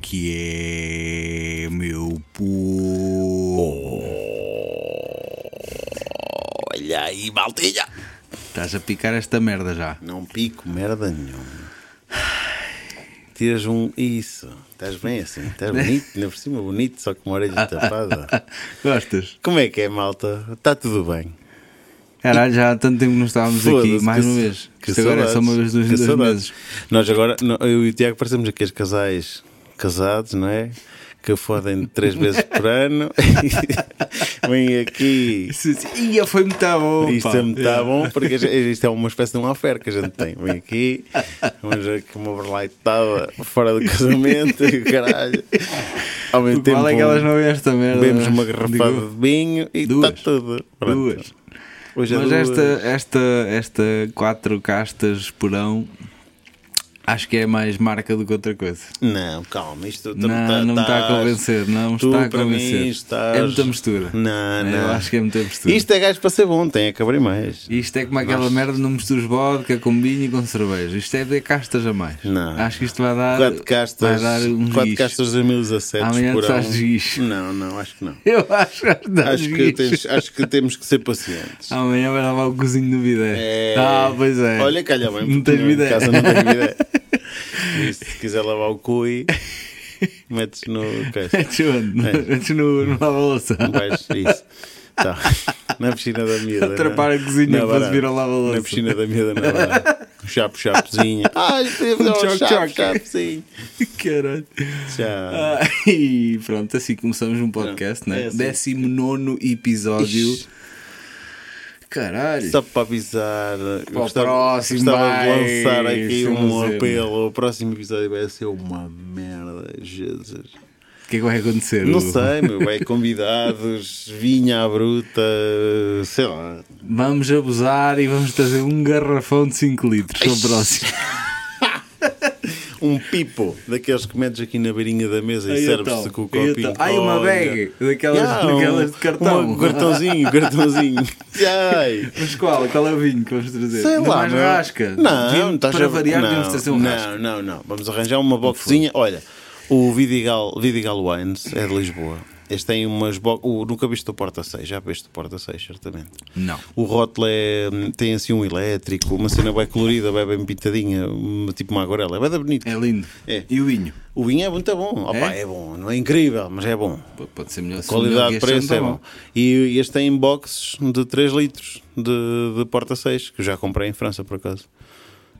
que é meu povo. Oh. Olha aí, maltinha. Estás a picar esta merda já. Não pico merda nenhuma. Tiras um. Isso. Estás bem assim. Estás Né? bonito. Ainda por cima, bonito, só com uma orelha tapada. Gostas? Como é que é, malta? Está tudo bem. Caralho, já há tanto tempo que não estávamos aqui, Foda-se, mais que- uma vez. que Isto agora é só uma vez saudades, nos que dois saudades. meses. Nós agora, no- eu e o Tiago parecemos aqueles casais casados, não é? Que fodem três vezes por ano. Vem aqui. Ia, foi muito bom. Isto pá. é muito bom porque a gente- isto é uma espécie de uma oferta que a gente tem. Vem aqui, vamos ver que uma berlaitada fora do casamento e o caralho. Ao mesmo O que tempo, vale é que elas não veem esta merda. bebemos uma garrafada Digo, de vinho e está duas. tudo. Pronto. Duas. Hoje é Mas duas. esta, esta, esta quatro castas porão acho que é mais marca do que outra coisa. Não, calma, isto tu não, tá- não me está a estás- convencer, não tu está a para convencer. Mim estás... É muita mistura. Não, Eu não. acho que é muita mistura. Isto, Isto é gajo para ser bom, tem a caber mais. é como aquela merda não misturas vodka com vinho e com cerveja. Isto é de castas a mais. Não. Acho que isto vai dar, Quatro castas, vai dar um quatro guicho. castas de 2017 Amanhã por tu ano. estás de guicho. Não, não, acho que não. Eu acho que vai dar Acho que, guicho. tens- acho que temos que ser pacientes. Amanhã vai lavar o cozinho do bidé. É. Ah, pois é. Olha, calha bem. Não porque tens bidé. Em casa não tens bidé. E se quiser lavar o cui, metes no. coisa. Metes onde? É. Metes no, no lava-louça. Vais, isso. Tá. Na piscina da miúda. não é? Atrapar a cozinha Na para varanda. subir ao lava-louça. Na piscina da miúda, na varanda. Um chapo, chapozinho. Ai, teve um choque, chapo, choque. chapozinho. Caralho. Já. Ah, e pronto, assim começamos um podcast, né? É assim. Décimo nono episódio. Ixi. Caralho. Só para avisar, eu o próximo, gostava de vai, lançar aqui vamos um ver. apelo. O próximo episódio vai ser uma merda, Jesus. O que é que vai acontecer? Não Hugo? sei, meu, vai convidados, vinha à bruta, sei lá. Vamos abusar e vamos trazer um garrafão de 5 litros para o próximo. Um pipo daqueles que metes aqui na beirinha da mesa Aí e então, serves-te com o aí copinho. então. Ai, uma Olha. bag daquelas, Yeah, um- daquelas de cartão. Um cartãozinho, cartãozinho. Ai. Mas qual? Qual é o vinho que vamos trazer? Sei Ainda lá, é mais meu. rasca. Não, Devíamos- não estás Para a- variar, não, devemos trazer um Não, rasca. não, não. Vamos arranjar uma boxinha. Olha, o Vidigal, Vidigal Wines é de Lisboa. Este tem umas boxes. Nunca viste o Porta 6, já viste o Porta 6, certamente. Não. O rótulo é, hum, tem assim um elétrico, uma cena bem colorida, bem, bem pintadinha, uma- tipo uma aguarela. É bem da bonito. É lindo. É. E o vinho? O vinho é muito bom. Opa, É? é bom, não é incrível, mas é bom. P- Pode ser melhor. se melhor que Qualidade de este preço não é tá bom. E este tem boxes de 3 litros de, de porta 6, que eu já comprei em França por acaso.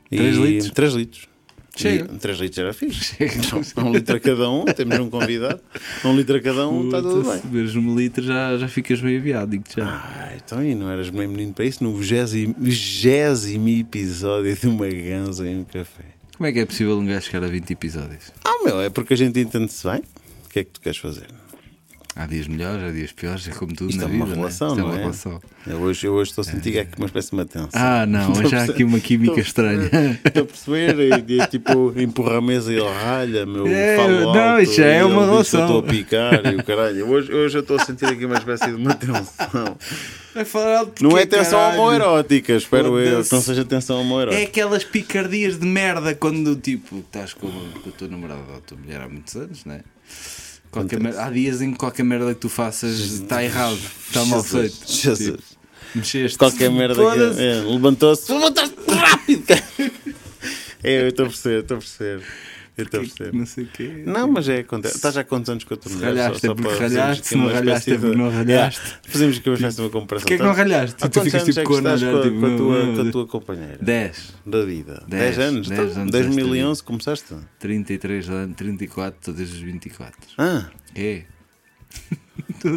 Três litros? 3 litros. Chega. 3 litros era fixe. Chega. Então, um litro a cada um, temos um convidado. Um litro a cada um, está tudo Puta, bem. Se beberes um litro já, já ficas meio aviado, digo-te já. Ah, então e não eras bem menino para isso? No 20 vigésimo episódio de uma ganza em um café. Como é que é possível um gajo chegar a 20 episódios? Ah, meu, é porque a gente entende-se bem. O que é que tu queres fazer? Há dias melhores, há dias piores, é como tudo Isto na é vida. uma né? relação, Isto é não uma é? relação. É. Eu hoje, eu hoje estou a sentir é aqui uma espécie de uma tensão. Ah, não, Estou a hoje há perce- aqui uma química estou a perceber- estranha. Estou a perceber, e, e, tipo, empurra a mesa e ele ralha, meu, É, falo alto, não, isso já e é ele uma diz que relação. Eu estou a picar e o caralho. Hoje, hoje eu estou a sentir aqui uma espécie de uma tensão. Vai falar alto Não porque, é tensão caralho. homoerótica, espero eu, Foda-se. que não seja tensão É homoerótica. aquelas picardias de merda quando tipo estás com, com a tua namorada ou a tua mulher há muitos anos, não é? Qualquer merda- há dias em que qualquer merda que tu faças está errado, está mal Jesus, feito. Jesus. Tipo, mexeste. Qualquer merda que. É, Levantou-se, levantaste rápido, cara. É, eu estou a perceber, estou a perceber. Eu estou a perceber. Não sei o quê. é. Não, mas é. conta- Estás há quantos anos com a tua mulher? ralhaste é porque fazermos ralhaste, aqui se não uma espécie ralhaste é porque de- não ralhaste. Yeah, Fazemos que eu faça uma comparação. Tá? Porquê é que não ralhaste? Há Tu quantos ficas anos tipo é que com a estás olhar, com a- tipo, com a tua- não, com a tua companheira 10, da vida? Dez, 10 anos? dez Então, anos desta 2011 começaste? 33 anos, 34, estou desde os 24. Ah, É.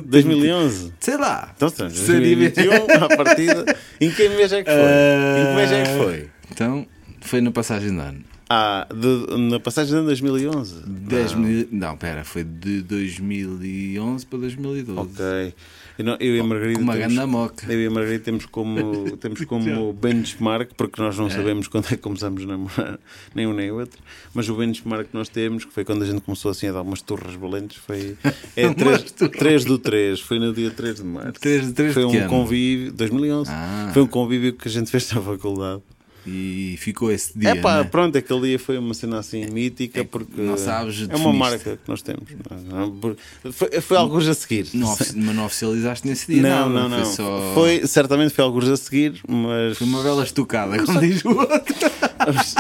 2011. Sei lá. Então, estamos em Seria- 2021, à partida. Em que mês é que foi? Em que mês é que foi? Ah. Então, foi na passagem de ano. Ah, de- na passagem de ano 2011. 10 mil... Não, pera, foi de 2011 para 2012. Ok. Eu, não- eu e a Margarida Uma temos- ganda moca. Eu e a Margarida temos como, temos como benchmark, porque nós não sabemos quando é que começamos a namorar, nem um nem o outro, mas o benchmark que nós temos, que foi quando a gente começou assim a dar umas turras valentes, foi é Umas 3, turras. do 3, foi no dia 3 de março. Três de- três foi de um que ano? convívio, 2011, Ah. foi um convívio que a gente fez na faculdade. E ficou esse dia. É pá, né? É, pronto, aquele dia foi uma cena assim mítica porque não sabes, é uma definiste. marca que nós temos. Não, não, por- Foi, foi alguns a seguir. Não ofici- mas não oficializaste nesse dia, não, nada, não, não. Foi só. Foi- certamente foi alguns a seguir, mas. foi uma bela estucada, como diz o outro.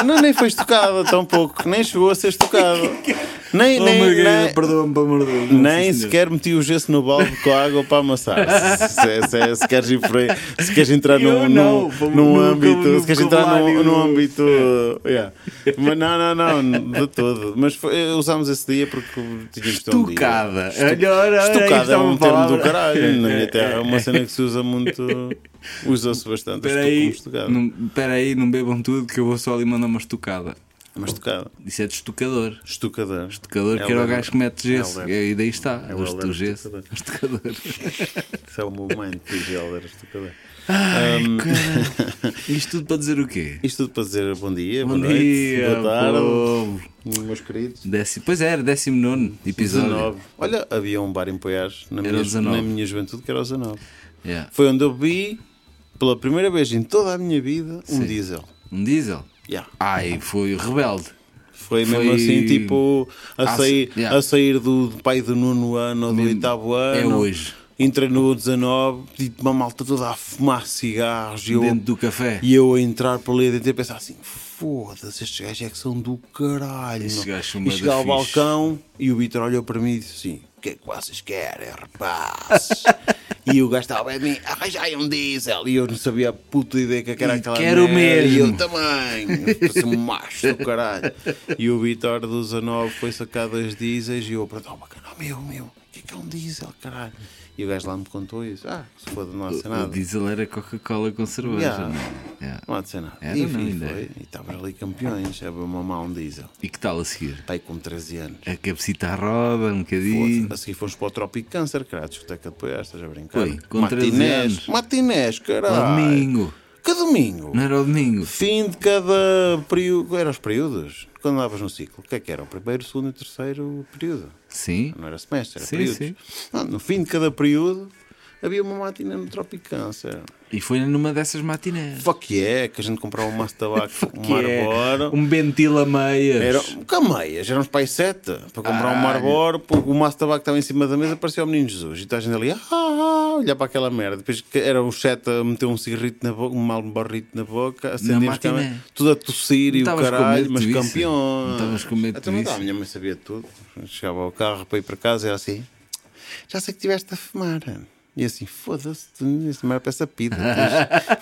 não, nem foi estocada tão pouco, nem chegou a ser estocada. Nem, Oh, nem, Margarida, nem, perdoa-me, pelo amor de Deus. Não, nem sim, senhor. sequer meti o gesso no balde com a água para amassar. Se, se- se- se queres, ir por aí- se queres entrar Eu num, não, num, vou- num no âmbito. vocabu- no se queres entrar num, vocabulário. num âmbito. uh, yeah. Mas não, não, não, de todo. Mas foi- eh, usámos esse dia porque tínhamos de ter um dia. Estucada. Estu- Olha, olha, olha, isto Estucada é é uma um termo do palavra. caralho. Na minha terra é uma cena que se usa muito. Usa-se bastante. Espera Estou como aí, estucada. não- espera aí, não bebam tudo que eu vou só ali mandar uma estucada. Uma estucada. Isso é de estucador. Estucador. Estucador É que era o lembro. gajo que mete gesso. É o lembro. E daí está, É o gosto do lembro, gesso. Estucador. Isso é o movimento de Gelder. Estucador. Isto tudo para dizer o quê? Isto tudo para dizer bom dia, Bom boa noite, dia, boa tarde, povo. meus queridos. Décimo, pois era, 19 episódio. 19. Olha, havia um bar em Poiares na, Era minha, o 19. na minha juventude que era o 19. Yeah. Foi onde eu vi pela primeira vez em toda a minha vida um Sim. diesel. Um diesel. Yeah. Ai, foi rebelde. Foi mesmo Foi- assim, tipo, a, Ah, sair, yeah. a sair do, do pai do nono ano ou do oitavo ano. É hoje. Entrei no 19, tipo, uma malta toda a fumar cigarros e eu Dentro do café. E eu a entrar para ali dentro e a pensar assim: foda-se, estes gajos é que são do caralho. Estes meu." gajos são e bué chegar ao da fixe. balcão e o Vitor olhou para mim e disse assim: o que é que vocês querem, rapaz? e o gajo estava bem de mim: arranjai um diesel. E eu não sabia a puta ideia que era E aquela quero merda. E mesmo. eu também. Parece um macho do caralho. E o Vitor do 19 foi sacar dois diesels e eu pronto, oh, bacana, meu, meu, o que é que é um diesel, caralho? E o gajo lá me contou isso: ah, se foda, não há de ser O nada. diesel era Coca-Cola com cerveja. Yeah. não é? Yeah. Não há de ser nada. Era, e não, enfim, ainda é. foi. E estávamos ali campeões. É uma mão um diesel. E que tal a seguir? Está aí com 13 anos. A cabecita à roda, um bocadinho. Foda-se. A seguir fomos para o Trópico Câncer, cara, a discoteca de Poiás, estás a brincar? Oi, com 13 anos. matinés, matinés, Ao caralho. domingo. Que domingo? Não era o domingo. Fim de cada período. Eram os períodos? Quando andavas no ciclo, o que é que era? O primeiro, o segundo e o terceiro período. Sim. Não era semestre, era Sim, períodos. sim. Ah, no fim de cada período havia uma matiné no Trópico Câncer. E foi numa dessas matinés. Fuck yeah, que a gente comprava um maço de tabaco, um Que é Marlboro. um ventila meias. Era cameias, éramos pai sete para comprar Ah, um Marlboro, pô, o maço de tabaco que estava em cima da mesa, parecia o menino Jesus. E estás ali, ah, ah, ah, olhar para aquela merda. Depois que era o sete a meter um cigarrito na boca, um Marlborrito na boca, acendemos matiné. câmera, tudo a tossir e o estavas com medo caralho, mas disso? campeão. Não estavas com medo Então, não disso? estava, a minha mãe sabia tudo. Chegava ao carro para ir para casa e era assim, já sei que estiveste a fumar. E assim, foda-se, isso não era para essa pida.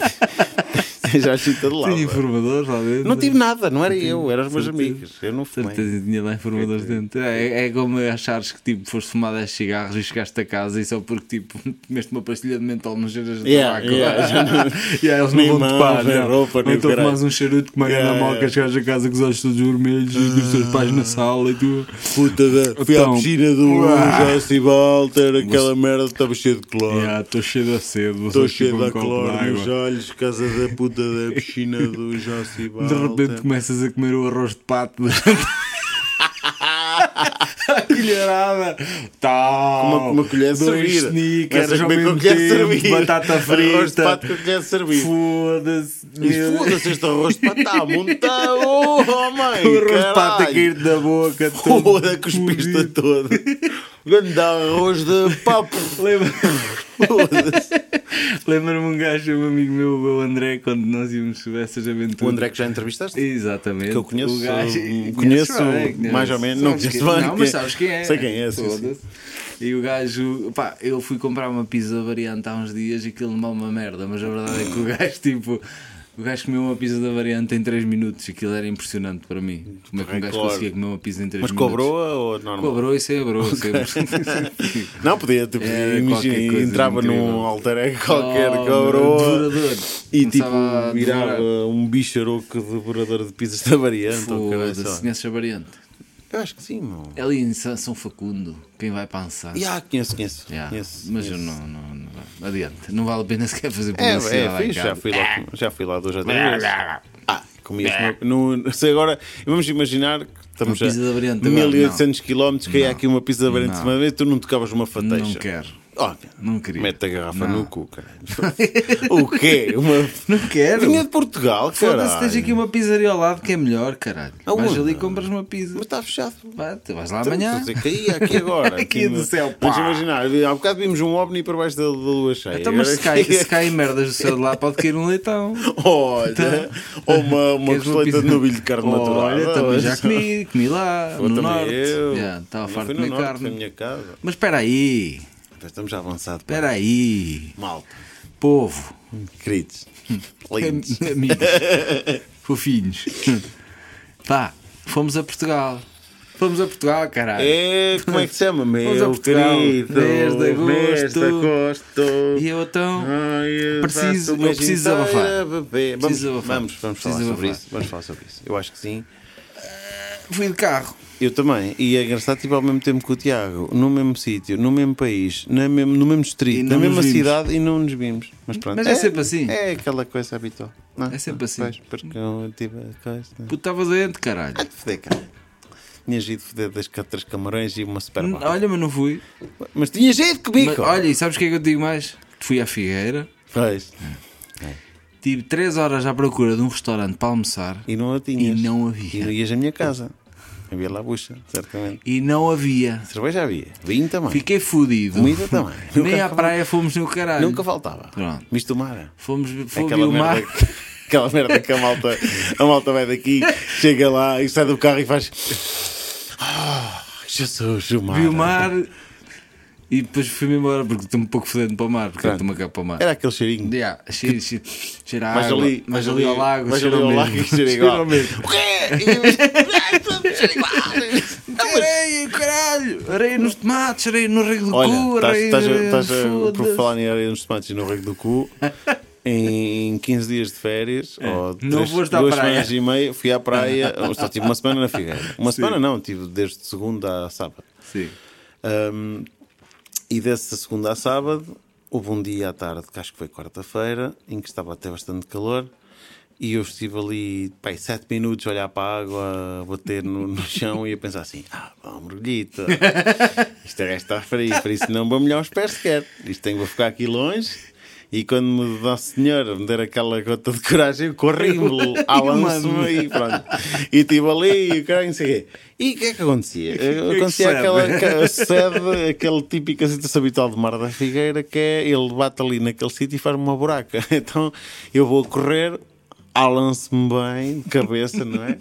Já achei todo lado. Tinha informadores lá dentro. Não tive nada, não era eu, eram os meus amigos. Eu não fumei. Certeza, tinha lá informadores dentro. É, é como achares que tipo, foste fumar 10 cigarros e chegaste a casa e só porque tipo, comeste uma pastilha de mentol não cheiras de Yeah, tabaco. yeah, já não- Yeah, eles nem não vão mãos, topar. nem não. roupa, Ou nem o então caralho. tomas um charuto com uma Yeah, grande moca, yeah. Ah. chegas a casa com os olhos todos vermelhos e os teus pais na sala e tu. Puta da. Fui Então- à piscina do Jossi Walter, aquela merda estava cheia de cloro. "Yeah, Estou cheio da sede, vou Estou só beber Ah. cheio um de copo cloro de água." nos olhos, casa da puta da piscina do Jossi De Walter. repente começas a comer o arroz de pato da A colherada. Tal. Uma, uma colher de Dois servida. sneakers Começa a ao comer com mesmo colher de tempo. servida. Batata Arroz de frita. pato com colher de servida. Foda-se. E meu. foda-se este arroz de pato, tá está a montar. Oh, oh, mãe! O arroz de pato a caralho. cair da boca. todo Foda, cuspiste fodido. todo. Ganda arroz de papo. Lembra- Foda-se. Lembra-me um gajo, um amigo meu, o André, quando nós íamos sobre essas aventuras. O André que já entrevistaste? Exatamente. Que eu conheço, O gajo- hum, conheces conheço bem, conheces. mais ou menos, não Sabes conheço quem- bem Não, quem- mas sabes quem é. sei quem é, sim, sim. Foda-se. E o gajo, pá, eu fui comprar uma pizza variante há uns dias e aquilo não é uma merda, mas a verdade é que o gajo, tipo. O gajo comeu uma pizza da variante em 3 minutos, aquilo era impressionante para mim. Como é que um gajo Recorde. conseguia comer uma pisa em 3 Mas minutos? cobrou-a ou normal? Cobrou e cebrou. cebrou. Não, podia, tipo, Era imagina, É, qualquer coisa entrava incrível. num alter ego qualquer, Oh, cobrou-a devorador. e tipo, Começava a virava devorar. um bicharoco devorador de pizzas da variante. ou caralho, sei Foda-se, lá. conheces a variante? Eu acho que sim, meu. É ali em São São Facundo, quem vai para Ansar. Yeah, conheço, conheço. Yeah, conheço, mas eu conheço. não, não, não adianta, não vale a pena sequer fazer É, publicidade é, lá em fixe, já casa. fui lá, já fui lá duas ou três vezes. Ah, comias uma, no, se agora, vamos imaginar que estamos Uma pizza da a variante agora, 1800 km, caia aqui uma pizza da variante de cima da mesa, tu não tocavas uma Não fateixa. quero. Óbvio. Não queria. Mete a garrafa Não. no cu, caralho. o quê? Uma... Não quero. Vinha de Portugal, Foda-se, caralho. tens aqui uma pizzaria ao lado que é melhor, caralho. Aonde? Vais ali e compras uma pizza. Mas está fechado. Vai, tu vais lá Então, amanhã. estou a dizer que aí, aqui agora. Aqui do céu, pá. Vamos imaginar, há bocado vimos um ovni para baixo da, da lua cheia. Então, mas Agora se cai, aqui é- se cai merdas do céu de lá, pode cair um leitão. Olha, ou uma, uma Então, Queres uma costeleta pizza? de novilho de carne natural. Olha, também Olha já só. comi, comi lá, Ou no também norte. eu. Já, Estava Eu farto fui de no comer norte, carne. Na minha casa. Mas espera aí, Mas Estamos já avançados. pá. espera aí, Malta. povo, Queridos. É Lindos. am- amigos, fofinhos. Pá, fomos a Portugal. Fomos a Portugal, caralho. É, como é que se chama? Meu Portugal. querido. Mês de Mês de agosto. agosto. E eu então. Ai, eu preciso- passo o eu mês preciso inteiro abafar. a beber. Vamos, Preciso abafar. vamos, vamos falar Preciso sobre abafar. isso. Vamos falar sobre isso. Eu acho que sim. Fui de carro. Eu também. E é engraçado, tipo, ao mesmo tempo que o Tiago, no mesmo sítio, no mesmo país, na mesmo, no mesmo E distrito, não na mesma nos vimos. cidade e não nos vimos. Mas pronto. Mas é sempre assim. É aquela coisa habitual. Não, É sempre não, assim. Pois, porque eu tive a coisa. não. é? Puto, estava doente, caralho. Ah, de foder, cara. Tinhas ido foder das três camarões e uma super N- barra. Olha, mas não fui. Mas tinhas ido comigo. Mas, olha, e sabes o que é que eu te digo mais? Fui à Figueira, Pois. tive 3 horas à procura de um restaurante para almoçar E não a e tinhas. não E não havia. ias à minha casa. Havia lá bucha, certamente. E não havia. Cerveja havia. Vinho também. Fiquei fodido. Comida também. Nem Nunca à fal- praia fomos no caralho. Nunca faltava. Pronto. Mistumara. Fomos, fomos aquela o mar. merda, que- aquela merda que a malta, a malta vai daqui, chega lá e sai do carro e faz. "Ah, Jesus, o mar. Vi o mar e depois fui-me embora porque estou-me um pouco fodendo para o mar, porque Pronto. estou-me cá para o mar. Era aquele cheirinho. Yeah, cheira, cheira, cheira a Mas água, ali, mas ali ao lago, mas ali cheira ao ao lago mesmo. e cheira ao igual. mesmo. O quê? Cheira igual. Não, mas- Areia, caralho! Areia nos tomates, areia no rego do cu, Olha, areia. estás, estás, estás a, por foda-se. falar em areia nos tomates e no rego do cu. Em 15 dias de férias, ou É. Não três- vou estar à duas praia. semanas e meia, fui à praia. ou Só tive uma semana na Figueira. Uma semana não, tive desde segunda a sábado. Sim. Um, e dessa segunda a sábado, houve um dia à tarde, que acho que foi quarta-feira, em que estava até bastante calor. E eu estive ali, pai, sete minutos a olhar para a água, a bater no, no chão e a pensar assim: ah, vá, um mergulhito. Isto é está frio, por isso não vou molhar os pés sequer. Isto tem que ficar aqui longe. E quando me Nosso Senhor me der aquela gota de coragem, eu corri-me, alanço-me e pronto. E estive ali e o caralho, não sei o quê. E o que é que acontecia? Acontecia sucede? aquela, ca- sede, aquela típica situação habitual de Mar da Figueira, que é ele bate ali naquele sítio e faz uma buraca. Então eu vou correr, alance-me bem, de cabeça, não é?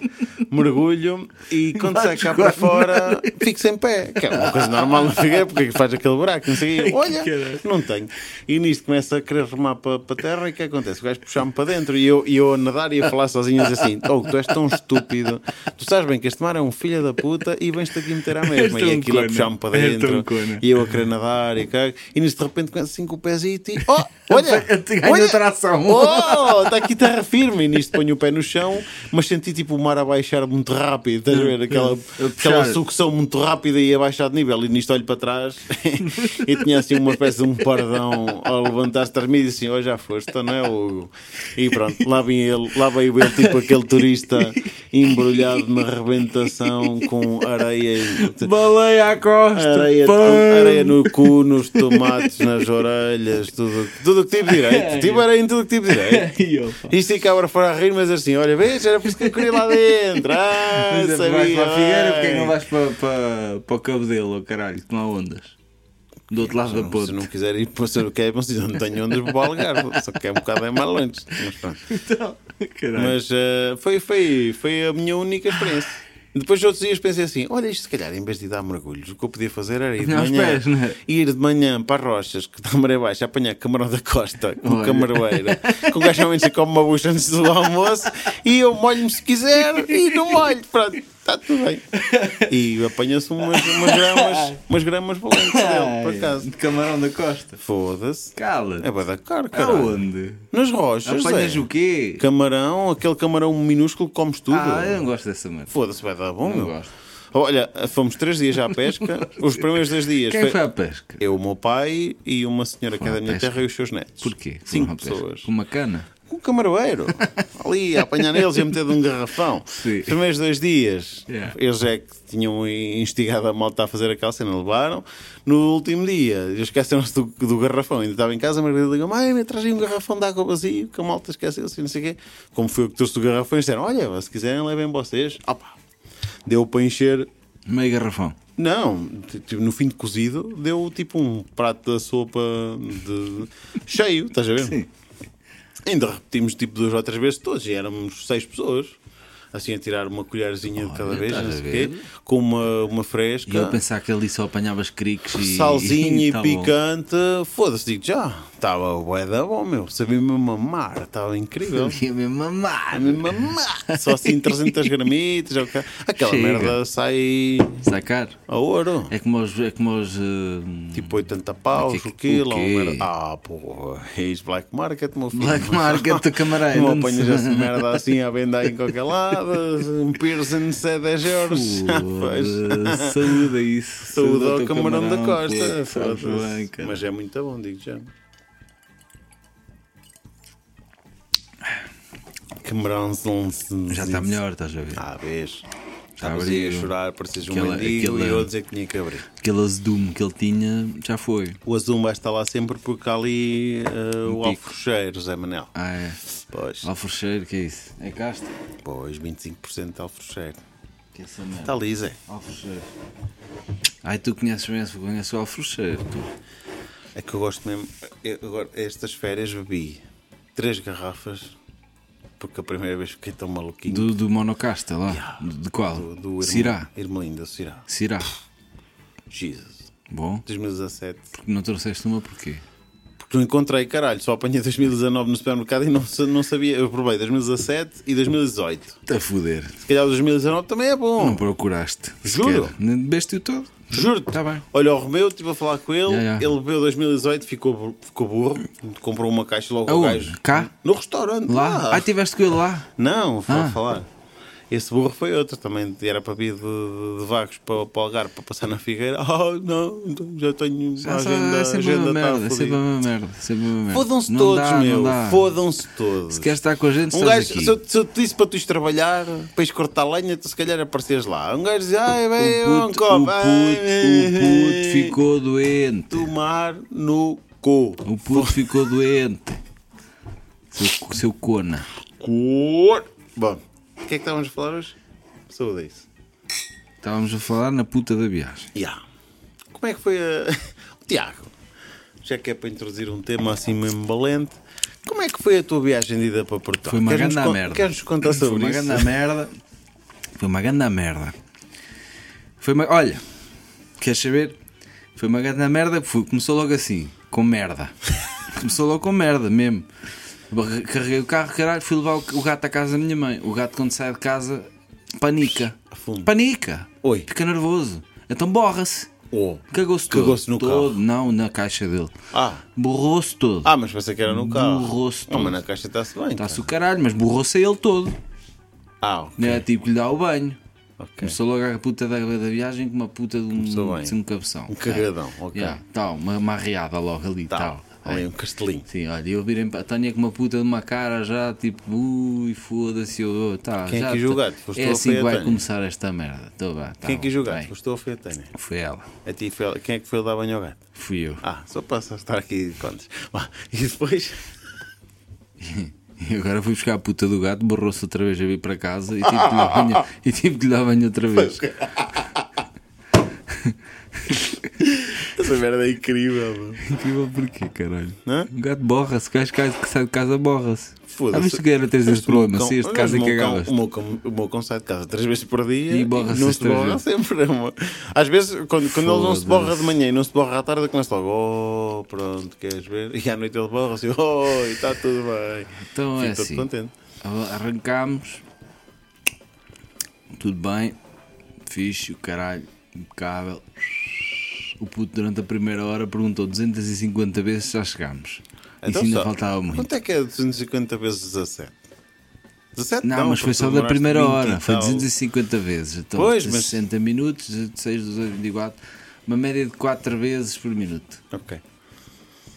Mergulho e quando sai cá para fora, fico sem pé. Que é uma coisa normal na Figueira, porque é que faz aquele buraco? Não sei o quê. Olha, caralho. não tenho. E nisto começa a querer remar para a terra e o que acontece? O gajo puxar-me para dentro e eu, e eu a nadar e a falar sozinho a dizer assim: Oh, tu és tão estúpido, tu sabes bem que este mar é um filho da puta e vens-te aqui meter à mesma. És E tão aquilo a cona. puxar-me para És tão dentro cona. e eu a querer nadar e cago. E nisto de repente começa assim com o pezito e Oh, olha! Eu te ganho olha, tração. Oh, está aqui terra firme. E nisto ponho o pé no chão, mas senti tipo o mar a baixar muito rápido, estás a ver? A Aquela, aquela puxar. sucção muito rápida e a baixar de nível. E nisto olho para trás e tinha assim uma espécie de um pardão ao levantar-se das mídias e assim: Oh, já foste, não é, Hugo? E pronto, lá vem ele, lá veio ele, tipo aquele turista embrulhado na rebentação com areia. e- Baleia à costa. Areia, pão. areia no cu, nos tomates, nas orelhas, tudo tudo o que tive direito. Tive areia em tudo o que tive direito. E eu, pá. Isto ficava para fora a rir, mas assim, olha, vês, era por isso que eu queria ir lá dentro. Ah, Mas é, sabia. vais para a Figueira, ai. porque é que não vais para, para, para o Cabedelo, caralho, que não há ondas? Do outro lado da Se ponte. não quiser ir para o seu quer, mas é não tenho onde vou algar, só que é um bocado é mais longe. Mas, pronto. Então, caralho. Mas, eh, foi, foi, foi a minha única experiência. Depois de outros dias pensei assim: olha, isto se calhar em vez de ir dar mergulhos, o que eu podia fazer era ir de Não, aos manhã, pés, não é? ir de manhã para as rochas, que está a maré baixa, apanhar camarão da costa com Olha. camaroeira, que o gajo ao menos come uma bucha antes do almoço e eu molho-me se quiser e não molho, pronto, está tudo bem. E apanha-se umas, umas gramas, umas gramas valentes dele, por Ai, acaso. De Camarão da Costa. Foda-se. Cala. É bué da caro, caralho. Aonde? Nas rochas, Apanhas é. o quê? Camarão, aquele camarão minúsculo que comes tudo. Ah, eu não gosto dessa merda. Foda-se, vai dar bom, meu. gosto. Olha, fomos três dias à pesca. Os primeiros dois dias Quem foi à pesca? eu, o meu pai e uma senhora que é à da minha pesca. terra e os seus netos. Porquê? Cinco Foram à pesca. pessoas. Com uma cana? com o Um camaroeiro. Ali a apanhar neles e a meter de um garrafão. Sim. Os primeiros dois dias, Yeah. eles é que tinham instigado a malta a fazer aquela cena, levaram. No último dia, eles esqueceram-se do, do garrafão. Ainda estava em casa, a Margarida ligou: Mãe, me trazem um garrafão de água vazio, que a malta esqueceu-se, e não sei o quê. Como foi o que trouxe do garrafão, eles disseram: Olha, se quiserem, levem vocês. Opa, deu para encher Meio garrafão. não, t- tipo, no fim de cozido deu tipo um prato da sopa de- cheio, estás a ver? Sim. Ainda repetimos tipo duas ou três vezes todos e éramos seis pessoas. Assim a tirar uma colherzinha de cada vez, estás não a sei ver? o quê, com uma, uma E eu a fresca, pensar que ali só apanhavas criques e. salzinho e, tá bom. picante. Foda-se, digo já, estava bué da bom, meu. Sabia-me mamar, estava incrível. Ia mesmo mamar. Sabia-me mamar. Só assim 300 gramitas, ou o quê. aquela Chega. merda sai Sacar? a ouro. É como os. É como os eh, Tipo 80 paus, Mas que- o quilo. o ou quê? merda. Ah, porra, eis Black Market, meu filho. Black market do camareiro. Não apanhas essa merda assim à venda aí em qualquer lado. Um Pearson é 10 euros. Pois. Foda-se. eh, Saúde a isso. Saúde ao teu camarão da pô, Costa. é sabes foda-se. bem, cara. Mas é muito bom, digo já. Camarão Já está melhor, estás a ver? é Ah, vês. Está Estavas aí a abrido. chorar, pareces um Aquela- mendigo aquela- e eu a dizer que tinha que abrir. Aquele azedume que ele tinha já foi. O azul vai estar lá sempre porque há ali eh, Um o pico. alforcheiro, Zé Manel. Ah, é. Pois, Alforcheiro, que é isso? É casta? pois 25% de alforcheiro. Que é essa merda? Está ali, Zé. Alforcheiro. Ai, tu conheces bem, eu conheço o Alforcheiro. tu. É que eu gosto mesmo. Eu, agora, estas férias bebi três garrafas porque a primeira vez fiquei tão maluquinho. Do, do monocasta lá. Yeah. Do- De qual? do, do irmão- Cirá. Irmelinda, Cirá. Cirá. Jesus. Bom, 2017. não trouxeste uma porquê? Porque não encontrei, caralho. Só apanhei 2019 no supermercado e não, sa- não sabia. Eu provei 2017 e 2018. Está a foder. Se calhar o 2019 também é bom. Não procuraste. Juro. sequer. Nem Bebeste-o todo. Juro-te. Está Tá bem. Olha, o Romeu, estive a falar com ele. Ya, ya. Ele bebeu 2018, ficou, bur- ficou burro. Comprou uma caixa logo ao Aonde? gajo. Cá? No restaurante. Lá? Ah, estiveste com ele lá? Não, vou Ah. falar. Esse burro foi outro também. Era para vir de, de, de Vagos para, para o Algarve, para passar na Figueira. Oh, não, então já tenho a Ah, só- agenda. é a sempre uma agenda tá merda, é sempre fodida. uma merda. é sempre uma merda. Fodam-se Não todos, dá, não meu. dá. Fodam-se todos. Se queres estar com a gente, Um estás gajo, aqui. se eu, se eu te disse para tu ires trabalhar, para ires cortar lenha, tu se calhar aparecias lá. Um gajo dizia, ai, O bem, um puto, copo. o puto, o puto ficou doente. tomar no cu. O puto ficou doente. Seu, seu cona. Cor. Bom, o que é que estávamos a falar hoje? Saúde a isso. Estávamos a falar na puta da viagem. Ya. Como é que foi a. O Tiago, já que é para introduzir um tema assim mesmo valente, como é que foi a tua viagem de ida para Portugal? Foi uma Queres-nos grande con- merda. Queres-nos contar Foi sobre uma Então isso? grande merda. Foi uma grande merda. Foi uma. Olha, queres saber? Foi uma grande merda. Fui, começou logo assim, com merda. começou logo com merda mesmo. Carreguei o carro, caralho, fui levar o o gato à casa da minha mãe. O gato, quando sai de casa, panica. Afunda. Panica. Oi. Fica nervoso. Então borra-se. Oh. Cagou-se todo. Cagou-se no todo. carro. Não, na caixa dele. Ah. Borrou-se todo. Ah, mas pensei que era no carro. Burrou-se Não, todo. mas na caixa está-se bem. Está-se o caralho, mas borrou-se ele todo. cara. Ah, ok. Não é tipo que lhe dá o banho. ok. Começou logo a puta da, da viagem com uma puta de Começou um, bem. de um cabeção. Um cagadão, ok. Yeah, tal, uma, uma arreada logo ali. Tá. Tal. Ali um castelinho. Sim, olha, eu virei para a Tânia com uma puta de uma cara já tipo, ui, foda-se, eu. eu, Tá, Quem é já que tá- julgaste? Foste É tu ou assim foi que a vai Tânia? começar esta merda. Tô bem, tá Quem é que bom, julgaste? bem. Foste tu ou foi a Tânia? Foi ela, A ti foi ela. Quem é que foi dar banho ao gato? fui eu. Ah, só passa a estar aqui de contas. Vá, E depois. E agora fui buscar a puta do gato, borrou-se outra vez a vir para casa e tive que lhe dar banho, e tive que lhe dar banho outra vez. é. Essa merda é incrível, mano. Incrível Tipo, porquê, caralho? Hã? Um gato borra-se, o gajo que que sai de casa borra-se. Foda-se. Ah, viste que era teres esse O meu problema, cão- saías de casa e mas o meu cão- cagavas. O meu, cão, o meu cão sai de casa três vezes por dia E e, borra-se não as se três borra vezes. sempre. é uma- Às vezes, quando, quando ele não Foda-se. se borra de manhã e não se borra à tarde, começa logo, oh, pronto, queres ver? E à noite ele borra-se, oh, e está tudo bem. Então Fico é todo assim. contente. Arrancámos, tudo bem, fixe, o caralho, impecável. O puto durante a primeira hora perguntou 250 vezes já chegámos. Isso Então ainda só, faltava muito. Quanto é que é 250 vezes 17? 17 Não, mas Então, porque foi só tu da demoraste primeira 20 e hora, foi tal. 250 vezes. Então, Pois, mas- 60 minutos, 16, 18, 24, uma média de 4 vezes por minuto. Ok,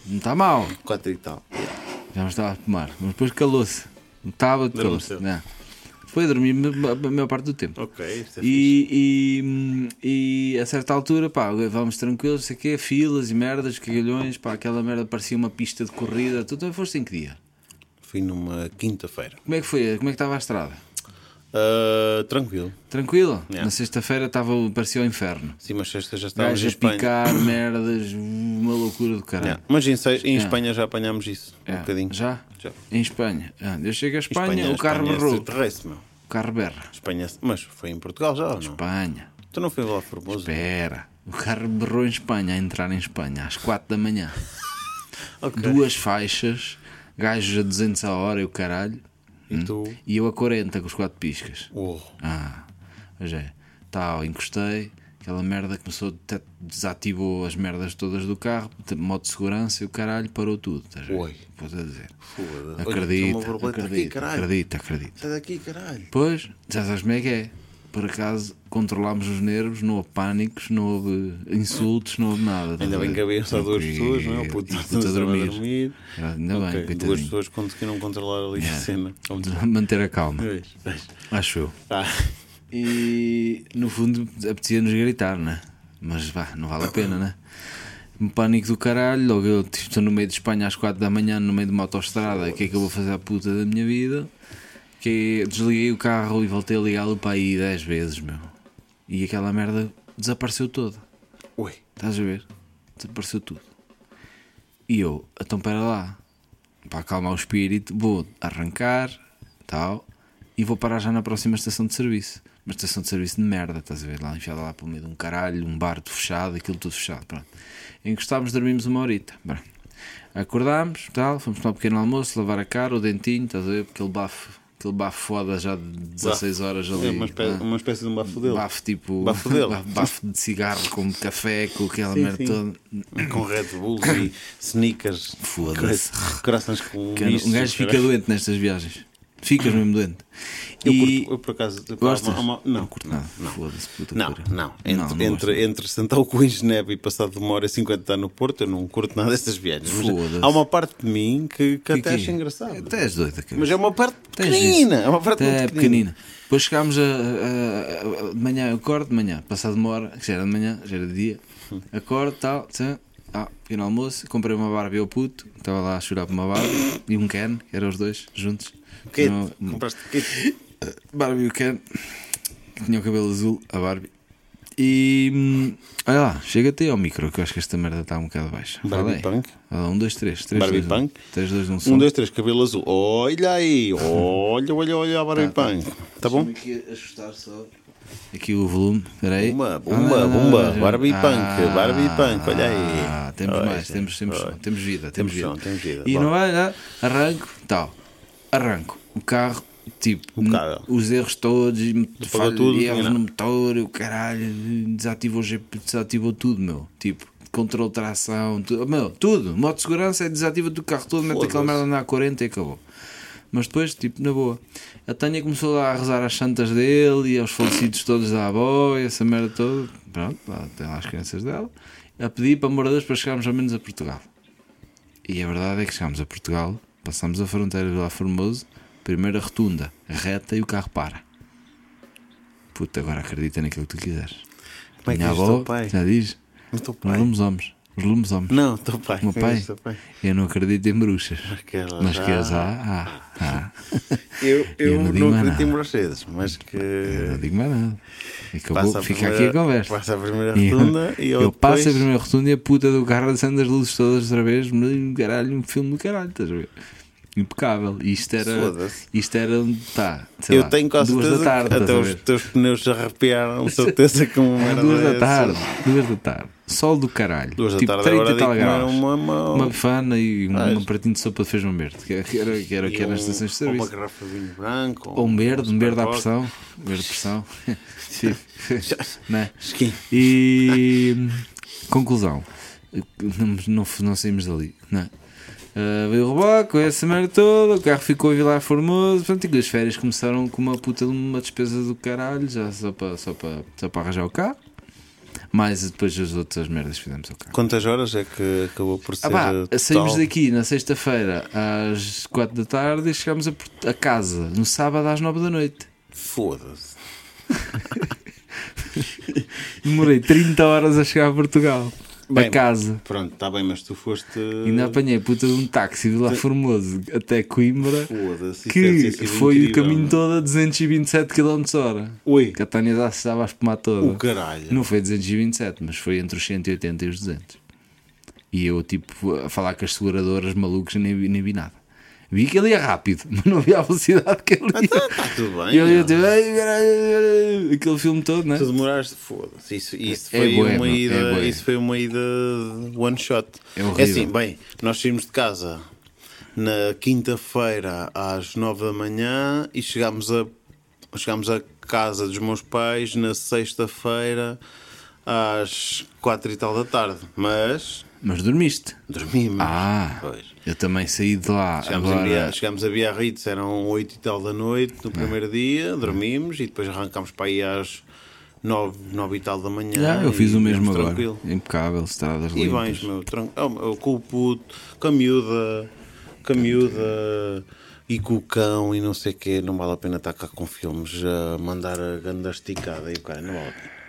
Não está mal. 4 e tal. Yeah. Já me estava a fumar. Mas depois calou-se. Estava, calou-se. Adormeceu. Não. Foi a dormir a maior parte do tempo. Ok, isto é fixe. E, e, e a certa altura, pá, vamos tranquilos, sei quê, filas e merdas, cagalhões, pá, aquela merda parecia uma pista de corrida. Tu também foste em que dia? Fui numa quinta-feira. Como é que foi? Como é que estava a estrada? Ah, tranquilo. Tranquilo? Yeah. Na sexta-feira estava, parecia o inferno. Sim, mas sexta já estávamos em Gajos a Espanha. picar, merdas, uma loucura do caralho. Yeah, Mas em, seis- em Espanha já apanhámos isso. É, Um bocadinho. Já? Já. Em Espanha. Ah, eu chego a Espanha, o carro Espanha é berrou. extraterrestre, meu. O carro berra. Espanha, é mas foi em Portugal já ou não? Espanha. Tu não foi lá a Formoso? Pera. O carro berrou em Espanha, a entrar em Espanha, às 4 da manhã. Ok. Duas faixas, gajos a 200 a hora e o caralho. E tu? E eu a 40 com os quatro piscas. Oh, Ah, mas é. Tal, encostei. Aquela merda começou, até desativou as merdas todas do carro, te- modo de segurança e o caralho parou tudo. Estás a ver? Oi. Vou-te a dizer. foda-se. Olha, Acredita, tem uma borboleta aqui, acredita, caralho. acredita, acredita. Sai daqui, caralho. Pois, já sabes como é que é. Por acaso controlámos os nervos, não houve pânicos, não houve insultos, não houve nada. tá Ainda bem que havia só duas Tranquilo. pessoas, não é? O puto E estava a a dormir. dormir. Ainda Ok, bem, duas coitadinho. pessoas conseguiram controlar ali a cena. Como tu- Manter a calma, Pois, pois. acho eu. Ah, E no fundo apetecia-nos gritar, né? Mas vá, não vale a pena, né? Um pânico do caralho, logo eu tipo, estou no meio de Espanha às 4 da manhã, no meio de uma autostrada, o que é que eu vou fazer à puta da minha vida? Que desliguei o carro e voltei a ligá-lo para aí 10 vezes, meu. E aquela merda desapareceu toda. Ui. Estás a ver? Desapareceu tudo. E eu, então para lá, para acalmar o espírito, vou arrancar, tal, e vou parar já na próxima estação de serviço. Uma estação de serviço de merda, estás a ver? Lá enfiada lá pelo meio de um caralho, um bar tudo fechado, aquilo tudo fechado, pronto. Encostámos, dormimos uma horita, pronto. Acordámos, tal, fomos tomar um pequeno almoço, lavar a cara, o dentinho, estás a ver? Aquele bafo, aquele bafo foda já de 16 horas ali. ah. É uma espé- uma pá. espécie, de um bafo dele. Bafo tipo. Bafo dele. bafo de cigarro com café, com aquela Sim, merda sim. toda. Com Red Bulls e sneakers. Foda-se. Cora- Corações com Cara, mistos, um gajo fica caralho. doente nestas viagens. Ficas mesmo doente. Eu, E- curto- eu por acaso. eu- Gostas? há uma- não, curto não, nada. Foda-se, puta Não, que pariu. não. Entre, gosto. entre, entre sentar o Coins Neve e passar de uma hora e cinquenta estar no Porto, eu não curto nada dessas viagens. Mas Foda-se. há uma parte de mim que, que Que até é? acho engraçado. Até és doida, cara. Mas é uma parte Tens pequenina. isso. É uma parte Até muito pequenina. pequenina. Depois chegámos a, a- a- a- de manhã, eu acordo de manhã, passado uma hora, que já era de manhã, já era de dia, acordo, tal, tã, ah, pequeno almoço, comprei uma Barbie ao puto, estava lá a chorar por uma Barbie e um Ken, que eram os dois juntos. Kit. Não, uma- Compraste kit. Barbie e o Ken, que tinha o cabelo azul, a Barbie. E hum, olha lá, chega até ao micro, que eu acho que esta merda está um bocado baixa. Barbie Fala aí. Punk. Olha lá, um, dois, três. três Barbie dois, um. Punk. Três, dois, um, som. Um, dois, três, cabelo azul. Olha aí. Olha, olha, olha a Barbie Punk. Tá bom? aqui ajustar só. Aqui o volume, Ah, peraí. Bumba, bumba, bumba, Barbie Punk, Barbie Punk, olha aí. Ah, temos Olha, mais, temos, temos, olha. temos vida, temos, Temos vida. som, temos vida, E bora. não vai, não, arranco, tal. Arranco o carro, tipo, O carro. os erros todos, e Apagou falha- tudo, erros não. no motor, e o caralho, desativou o GP, desativou tudo, meu. Tipo, controle de tração, tudo, meu, tudo. Modo de segurança é desativa do carro todo, mete aquela Foda-se. merda na 40 e acabou. Mas depois, tipo, na boa. A Tânia começou lá a rezar às santas dele e aos falecidos todos da avó e essa merda toda. Pronto, lá tem lá as crianças dela. A pedir, para amor de Deus, para chegarmos ao menos a Portugal. E a verdade é que chegámos a Portugal, passámos a fronteira lá Formoso, primeira rotunda, reta e o carro para. Puta, agora acredita naquilo que tu quiseres. Como é que Minha diz o avó teu pai? já diz, O teu os pai. lumes homens, os lumes homens. Não, o teu pai. O meu Como é que pai? diz o teu pai? Eu não acredito em bruxas, que elas mas que há. as há, há, há. Eu, Eu eu não digo não mais acredito em nada. Mercedes, mas que. Eu não digo mais nada. Acabou, Passa a fica aqui a primeira- conversa. Passa a primeira E eu- rotunda e eu, eu passo a depois- primeira rotunda e a puta do carro acende as luzes todas outra vez, mas, caralho, um filme do caralho, estás a ver? Impecável. E Isto era. Foda-se. Isto era. Tá, sei Eu lá, tenho quase duas certeza da tarde. que até estás a os ver? teus pneus se arrepiaram, de certeza que uma Ah, merda duas da dessas. tarde. Duas da tarde. Sol do caralho. Duas da tipo tarde 30 agora e tal graus. uma, Uma bifana e um, Ah, um pratinho de sopa de feijão verde, que era, que era, que era, e que era nas estações de ou uma serviço. garrafa de vinho branco. Ou um verde, um verde à Supercoca. pressão. um Verde à pressão. Sim. Não é? Skin. E conclusão. Não, não, não saímos dali. Não. é? Ah, veio o reboque, veio essa merda toda, o carro ficou a Vilar Formoso. Portanto, e as férias começaram com uma puta de uma despesa do caralho, já só para só para, só para arranjar o carro. mais depois as outras merdas que fizemos ao carro. Quantas horas é que acabou por ser. Ah, pá, eh, saímos total? daqui na sexta-feira às 4 da tarde e chegámos a, Port- a casa no sábado às 9 da noite. Foda-se. Demorei 30 horas a chegar a Portugal. Bem, eh, a casa. Pronto, está bem, mas tu foste. Ainda apanhei a puta de um táxi de lá Formoso até Coimbra, Foda-se. isso deve que ter sido foi o incrível, né? caminho não? todo a 227 km/h. Ui, Catânia já se estava a espumar toda. o caralho. Não foi 227, mas foi entre os 180 e os 200. E eu, tipo, a falar com as seguradoras malucas, nem, vi- nem vi nada. Vi que ele ia rápido, mas não vi a velocidade que ele ia. Está tudo E Então, tá bem. eu, eu meu. tipo, "Ai, caralho", aquele filme todo, né? Tu demoraste, foda-se. Isso, isso, É foi bué, uma mano, é ida, bué. isso foi uma ida de one shot. É horrível. assim, bem, nós saímos de casa na quinta-feira às nove da manhã e chegámos a, chegámos a casa dos meus pais na sexta-feira às quatro e tal da tarde. Mas Mas dormiste. dormimos. Ah, Pois. eu também saí de lá. Chegámos, agora. a Bia- chegámos a Biarritz, eram 8 e tal da noite É. no primeiro dia, dormimos e depois arrancámos para aí às 9, 9 e tal da manhã. Já, eu fiz e o mesmo íamos agora. Tranquilo. Impecável, estradas E limpas. bens, meu, tran... oh, meu, com o puto, com a miúda, com a miúda e com o cão e não sei o quê, não vale a pena estar cá com filmes a mandar a ganda esticada e o cara, não vale a pena.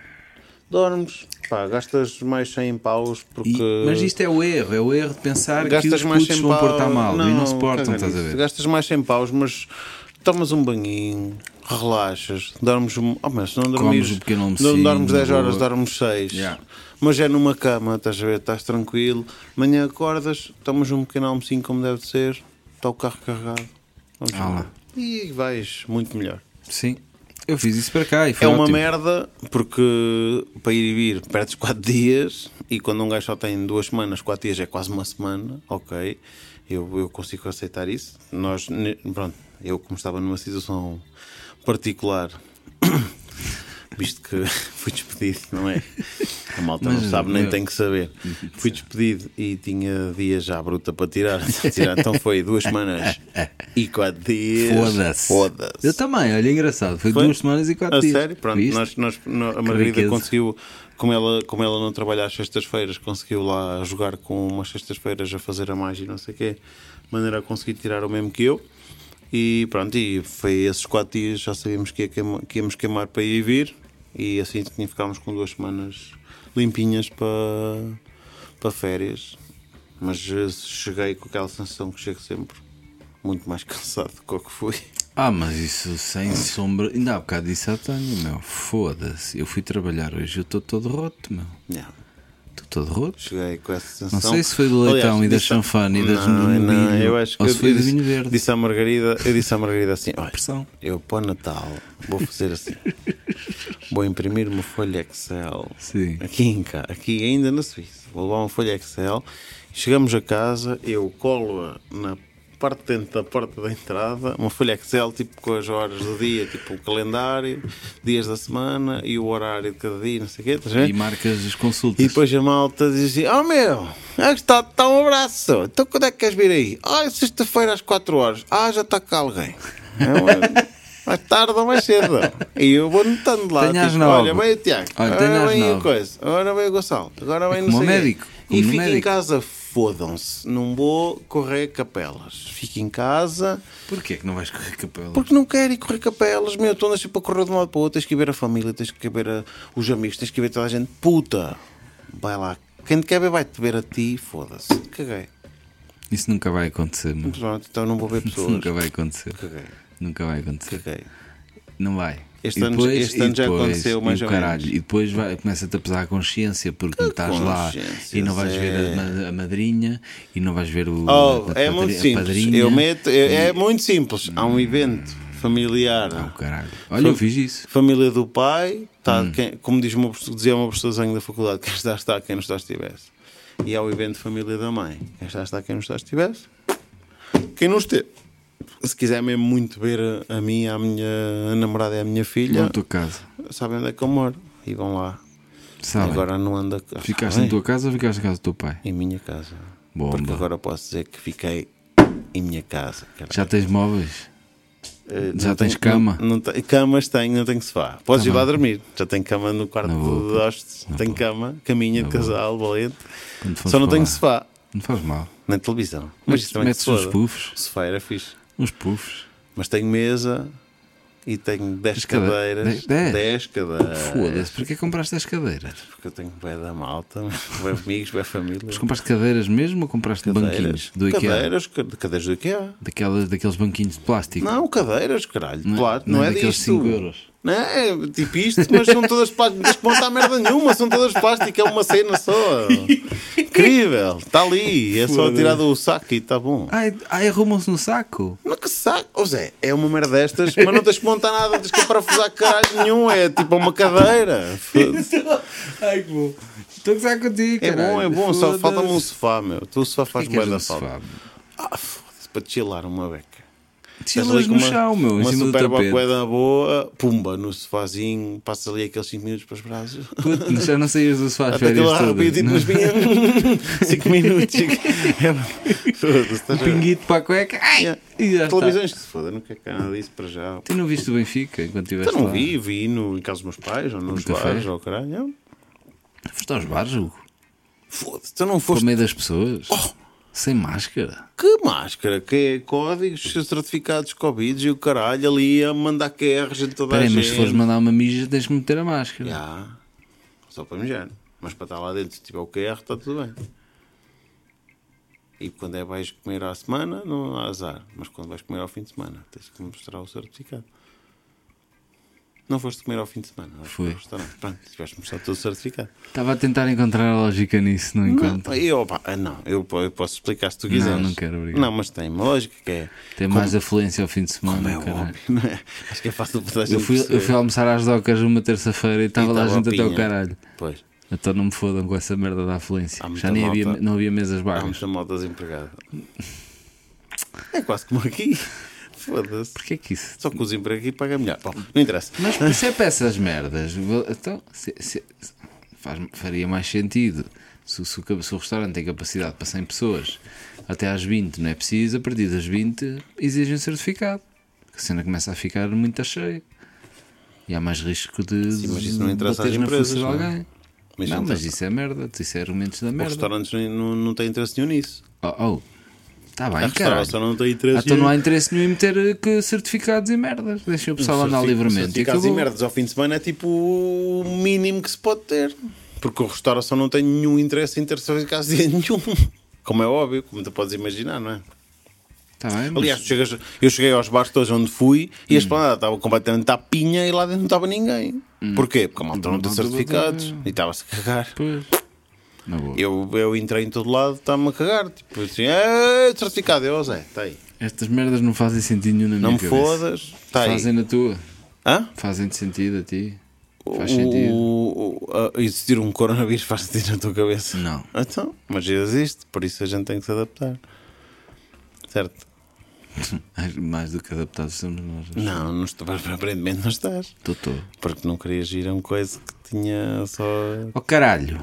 Dormes, pá, gastas mais 100 paus porque. E- mas isto é o erro, é o erro de pensar que os gastas mais putos 100 vão paus. portar mal e não se portam, caga estás a nisso. ver? Gastas mais 100 paus, mas tomas um banhinho, relaxas, dormes. Um... Oh, mas se não dormires, um pequeno almocinho, não dormes 10 na horas, boa. dormes 6. Yeah. Mas é numa cama, estás a ver? Estás tranquilo. Amanhã acordas, tomas um pequeno almocinho como deve de ser, está o carro carregado. Vamos Ah, embora. E vais muito melhor. Sim, eu fiz isso para cá e foi É uma ótimo. merda porque para ir e vir perdes 4 dias e quando um gajo só tem 2 semanas, 4 dias é quase uma semana, ok. Eu, eu consigo aceitar isso. Nós, ne- pronto, eu como estava numa situação particular, visto que fui despedido, não é? A malta não Mas, sabe, nem meu. tem que saber. Fui despedido e tinha dias já à bruta para tirar. tirar. Então foi 2 semanas e 4 dias. Foda-se. Foda-se. Eu também, olha, engraçado. Foi, Foi? duas semanas e quatro A dias. sério? Pronto, Viste? nós, nós, nó- a riqueza. Margarida conseguiu, como ela, como ela não trabalha às sextas-feiras, conseguiu lá jogar com umas sextas-feiras a fazer a mais e não sei o quê, de maneira a conseguir tirar o mesmo que eu. E pronto, e foi esses quatro dias, já sabíamos que, ia queima- que íamos queimar para ir e vir, e assim tinha- ficámos com duas semanas limpinhas para, para férias. Mas eh, cheguei com aquela sensação que chego sempre muito mais cansado do que o que fui. Ah, mas isso sem sombra. Ainda há bocado disse à Tânia, meu. Foda-se. Eu fui trabalhar hoje, eu estou todo roto, meu. Yeah. Estou todo roto. Cheguei com essa sensação. Não sei se foi do leitão Aliás, e da disse- chanfana e das Não, do não, milho, eu acho que ou se eu- foi eu do disse- vinho verde. Disse à Margarida, eu disse à Margarida assim: olha, Pressão. eu para o Natal vou fazer assim. vou imprimir uma folha Excel Sim. aqui em cá, aqui ainda na Suíça. Vou levar uma folha Excel. Chegamos a casa, eu colo-a na parte de dentro da porta da entrada, uma folha Excel tipo com as horas do dia, tipo o calendário, dias da semana e o horário de cada dia, não sei o quê. estás a ver? E marcas as consultas. É? E depois a malta diz assim: Oh meu, é que está, está um abraço. Então quando é que queres vir aí? Ah, sexta-feira às 4 horas. Ah, já está cá alguém. É, ué, mais tarde ou mais cedo. E eu vou notando lá. Tenho às Tipo, nove. olha, vem o Tiago. Olha, tenho agora às vem a nove. coisa. Agora vem o Gonçalo. Agora vem não como sei. o quê. médico, E como o fica em médico. casa, fodam-se. Não vou correr capelas. Fico em casa. Porquê que não vais correr capela? Porque não quero ir correr capelas, meu. Estou nascer para correr de um lado para o outro. Tens que ir ver a família, tens que ir ver a- os amigos, tens que ir ver toda a gente. Puta! Vai lá. Quem te quer ver vai-te ver a ti, foda-se. Caguei. Isso nunca vai acontecer, meu. Pronto, então não vou ver Isso pessoas. nunca vai acontecer. Caguei, Nunca vai acontecer. caguei. Não vai. Este E ano- este ano já aconteceu, e mais o ou caralho, menos. E depois vai- começa-te a pesar a consciência porque não estás lá consciência, e não vais ver a, Zé? ma- a madrinha e não vais ver o. Oh, a- a é padri- muito a simples. padrinha. Hum. Eu meto, é, é muito simples. Há um evento familiar. Oh, caralho. Olha, eu fiz isso. Família do pai, tá, Hum. quem- como diz uma, pessoa- dizia uma professorazinha da faculdade, quem está está, quem não está estivesse. E há o evento família da mãe, quem está está, quem não está estivesse. Quem não esteve. Se quiser mesmo muito ver a, a mim, a minha namorada e a minha Não filha, tua casa. sabem onde é que eu moro. E vão lá. Sabe? Agora não anda. cá. Ficaste Bem, na tua casa ou ficaste na casa do teu pai? Em minha casa. Bomba. Porque agora posso dizer que fiquei em minha casa. caralho. Já tens móveis? eh, Já não tens tenho- cama? Não, não tenho- camas tenho, não tenho sofá. Podes ir lá dormir. Já tenho cama no quarto Na boa. de hostes, tenho cama, caminha de casal, valente. Quando fomos Só não para tenho lá. sofá, Não faz mal. nem televisão. Mas Mas isso também que metes se uns foda. puffs. O sofá era fixe. Uns puffs. Mas tenho mesa e tenho 10 Mas cada- cadeiras. dez- dez? 10 cadeiras. Foda-se, porquê compraste as cadeiras? Porque eu tenho bem da malta, bem amigos, bem família. Mas compraste cadeiras mesmo ou compraste banquinhos do IKEA? Cadeiras, ca- cadeiras do IKEA. Daquelas, daqueles banquinhos de plástico? Não, cadeiras, caralho. Não, não, não é é daqueles disto. cinco euros. Não é, é tipo isto, mas são todas plásticas. Não desmonta a merda nenhuma, são todas plásticas, é uma cena só. Incrível, está ali, é só tirar do saco e está bom. Ai, ai arrumam-se no saco. Mas que saco! Ô Zé, é uma merda destas, mas não tens que montar nada, tens que parafusar caralho nenhum, é tipo uma cadeira. Foda-se. Ai que bom. Estou a gozar contigo. É bom, é bom, só Foda-se. falta-me um sofá, meu. Tu o sofá Porquê faz que és bué da um falta. sofá? Ah, foda-se, para chilar uma beca. Estás ali Chilas com no chão, meu, em Uma cima do super tapete. boa boa, pumba, no sofazinho, passas ali aqueles 5 minutos para os braços. Puto, Já não saías do sofá às Até férias aquele arrepio tipo todas. nas minhas 5 minutos. É, foda-se, estás a ver? Pinguito para a cueca. Ai, Yeah. e já está. Televisões que se foda, não quer cá nada disso para já. Tu não viste o Benfica enquanto estiveste Eu não lá? vi, vi no, em casa dos meus pais, ou nos Muita bares, fé. ou caralho. Foste aos bares, Hugo? Foda-se, tu não Para foste. meio das pessoas? Oh. Sem máscara? Que máscara, que é códigos, certificados Covid e o caralho ali a mandar QRs em toda a Peraí, gente. mas se fores mandar uma mija tens que meter a máscara. Já. Só para mijar. Mas para estar lá dentro, se tiver o QR, está tudo bem. E quando é vais comer à semana, não há azar. Mas quando vais comer ao fim de semana, tens que mostrar o certificado. Não foste comer ao fim de semana. vais Fui. para o restaurante. Pronto, tiveste mostrar todo o certificado. Estava a tentar encontrar a lógica nisso, não encontro. Não, eu, opa, ah, não, eu, po- eu posso explicar se tu quiseres. não quero, obrigado. Não, mas tem uma lógica que é. Tem mais afluência ao fim de semana, é caralho. óbvio, não é? Acho que é fácil para toda a gente Eu fui, eu perceber. fui almoçar às docas uma terça-feira e estava lá estava junto a até o pinha. caralho. Pois, Então não me fodam com essa merda da afluência. Há muita Já nem havia, malta. não havia mesas há vagas. muita malta desempregada. É quase como aqui. Foda-se. Porquê é que isso? Só que o desemprego aqui paga melhor. Bom, não interessa. Mas por isso é para essas merdas. Vou- Então, se- se- se- faz- faria mais sentido. Se, o- se o ca- se o restaurante tem capacidade para 100 pessoas, até às 20 não é preciso, a partir das 20 exigem um certificado. Porque a cena começa a ficar muito cheia. E há mais risco de, Sim, mas isso não de interessa bateres às na força empresas, de não é? alguém. Mas não, não mas interessa. isso é merda. Isso é argumentos da Os merda. restaurantes nem- não, não têm interesse nenhum nisso. Oh, oh. Tá A bem, caralho. restauração não tem interesse Ah, Então não há interesse nenhum em meter eh, que certificados e merdas. Deixa o pessoal andar Certific- livremente. E Certificados um e acabou. merdas ao fim de semana é tipo o mínimo que se pode ter. Porque a restauração não tem nenhum interesse em ter certificados de nenhum. Como é óbvio, como tu podes imaginar, não é? Tá bem, mas- Aliás, tu chegas- eu cheguei aos bares todos onde fui e a esplanada estava completamente à pinha e lá dentro não estava ninguém. Hum. Porquê? Porque a malta não tem Não, não, não, não, certificados e estava-se a cagar. Pois. Na boa. Eu, eu entrei em todo lado, está-me a cagar. Tipo assim, é certificado, eu, Zé, está aí. Estas merdas não fazem sentido nenhum na Não me minha cabeça. fodas, está aí. Fazem na tua. Hã? Fazem-te sentido a ti. Faz O- sentido. o- o- a- existir um coronavírus faz sentido na tua cabeça? Não. Então, mas existe, por isso a gente tem que se adaptar. Certo? Mais- Mais do que adaptados somos nós. Não, não estou, aparentemente não estás. Estou, estou. Porque não querias ir a uma coisa que tinha só. Oh caralho.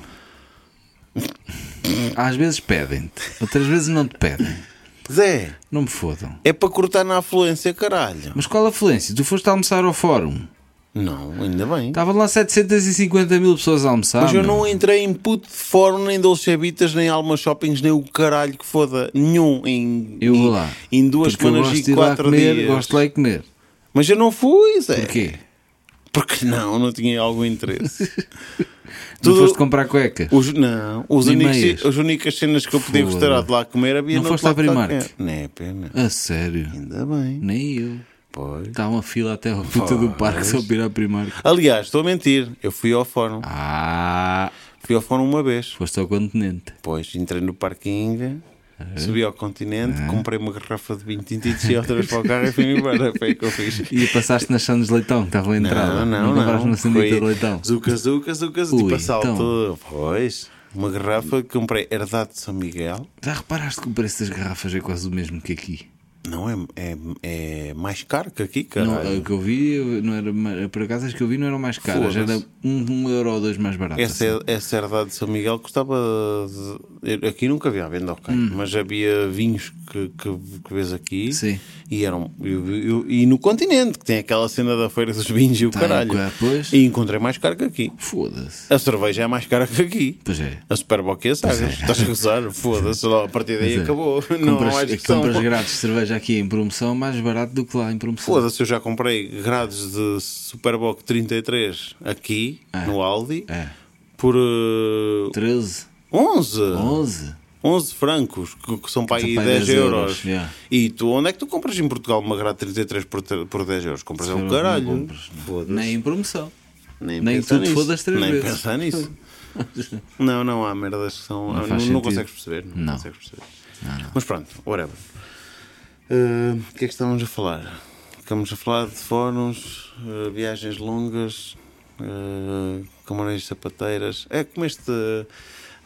Às vezes pedem-te, outras vezes não te pedem. Zé, Não me fodam. é para cortar na afluência, caralho. Mas qual a falência? Tu foste almoçar ao fórum. Não, ainda bem. Estavam lá 750 mil pessoas a almoçar. Mas eu meu. não entrei em puto de fórum, nem Dolce Habitas, nem Alma Shoppings, nem o caralho que foda. Nenhum em, Eu vou em- lá. em duas Porque eu semanas gosto de e ir lá quatro comer, dias. Gosto de lá e comer. Mas eu não fui, Zé. Porquê? Porque não, não tinha algum interesse. Não Tudo- foste comprar cuecas? Os, não, os Nem únicos, meias. as únicas cenas que eu podia Foda. gostar de lá comer havia Não no foste lá Plato Primark? qualquer. Não é pena. A sério? Ainda bem. Nem eu. Pois. Está uma fila até ao puta do parque só para ir à Primark. Aliás, estou a mentir. Eu fui ao fórum. Ah, Fui ao fórum uma vez. foste ao continente. Pois, entrei no Parque Inga, subi ao continente, comprei uma garrafa de vinho tinto e desci outra vez para o carro e fui embora. Foi o que eu fiz. E passaste nas Sandes de Leitão, que estava a entrada. Não, não, não. compraste na Sandita Foi de Leitão. Zuca, zuca, zuca, então? Ui, tipo assalto. então. Pois, uma garrafa que comprei herdado de São Miguel. Já reparaste que o preço das garrafas é quase o mesmo que aqui? Não, é, é, é mais caro que aqui, cara. Não, o que eu vi, eu- não era, ma- por acaso as que eu vi não eram mais caras, Foda-se. era um, um euro ou dois mais assim. baratas. Essa, é essa herdade de São Miguel custava. eu- Aqui nunca havia à venda, ok. Hum. Mas havia vinhos que, que, que vês aqui Sim. e eram. eu- eu- e no continente, que tem aquela cena da feira dos vinhos e o Tá, caralho. claro, pois. E encontrei mais caro que aqui. Foda-se. A cerveja é mais cara que aqui. Pois é. A Superboc é sagas. Estás a gozar? Foda-se, lá, a partir daí Pois é. acabou. não há mais Compras, discussão. compras grátis de cerveja aqui em promoção mais barato do que lá em promoção. Foda-se, eu já comprei grades de Superboc 33 aqui, no Aldi, É. por eh, 13, 11. 11. 11 francos, que, que são para aí para aí 10 10 euros. euros, yeah. E tu, onde é que tu compras em Portugal uma grade 33 por, ter- por 10 euros? Compras é um Não caralho. compras, Foda-se. Nem em promoção. Nem, nem pensar tu te nisso. fodas três Nem vezes. pensar nisso. não, não há merdas que são. Não, faz não, sentido. consegues perceber. Não, Não. consegues perceber. Mas pronto, whatever. Ah, O que é que estávamos a falar? Estamos a falar de fóruns, ah, viagens longas, uh, camarões sapateiras. É, comeste.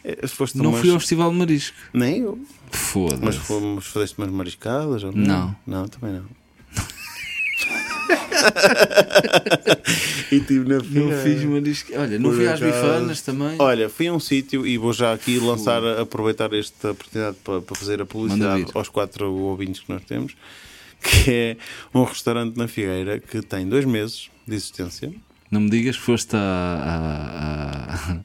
eh, foste a Não umas- fui ao Festival de Marisco. Nem eu. Mas Foda-se. fomos, fizeste umas mariscadas? Ou Não. Não, também não. e tive na Não fila. fiz marisco. Olha, não Por fui às acaso. bifanas também. Olha, fui a um sítio e vou já aqui lançar, aproveitar esta oportunidade para, para fazer a publicidade Manda vir. aos quatro ouvintes que nós temos, que é um restaurante na Figueira que tem dois meses de existência. Não me digas que foste a. a- a-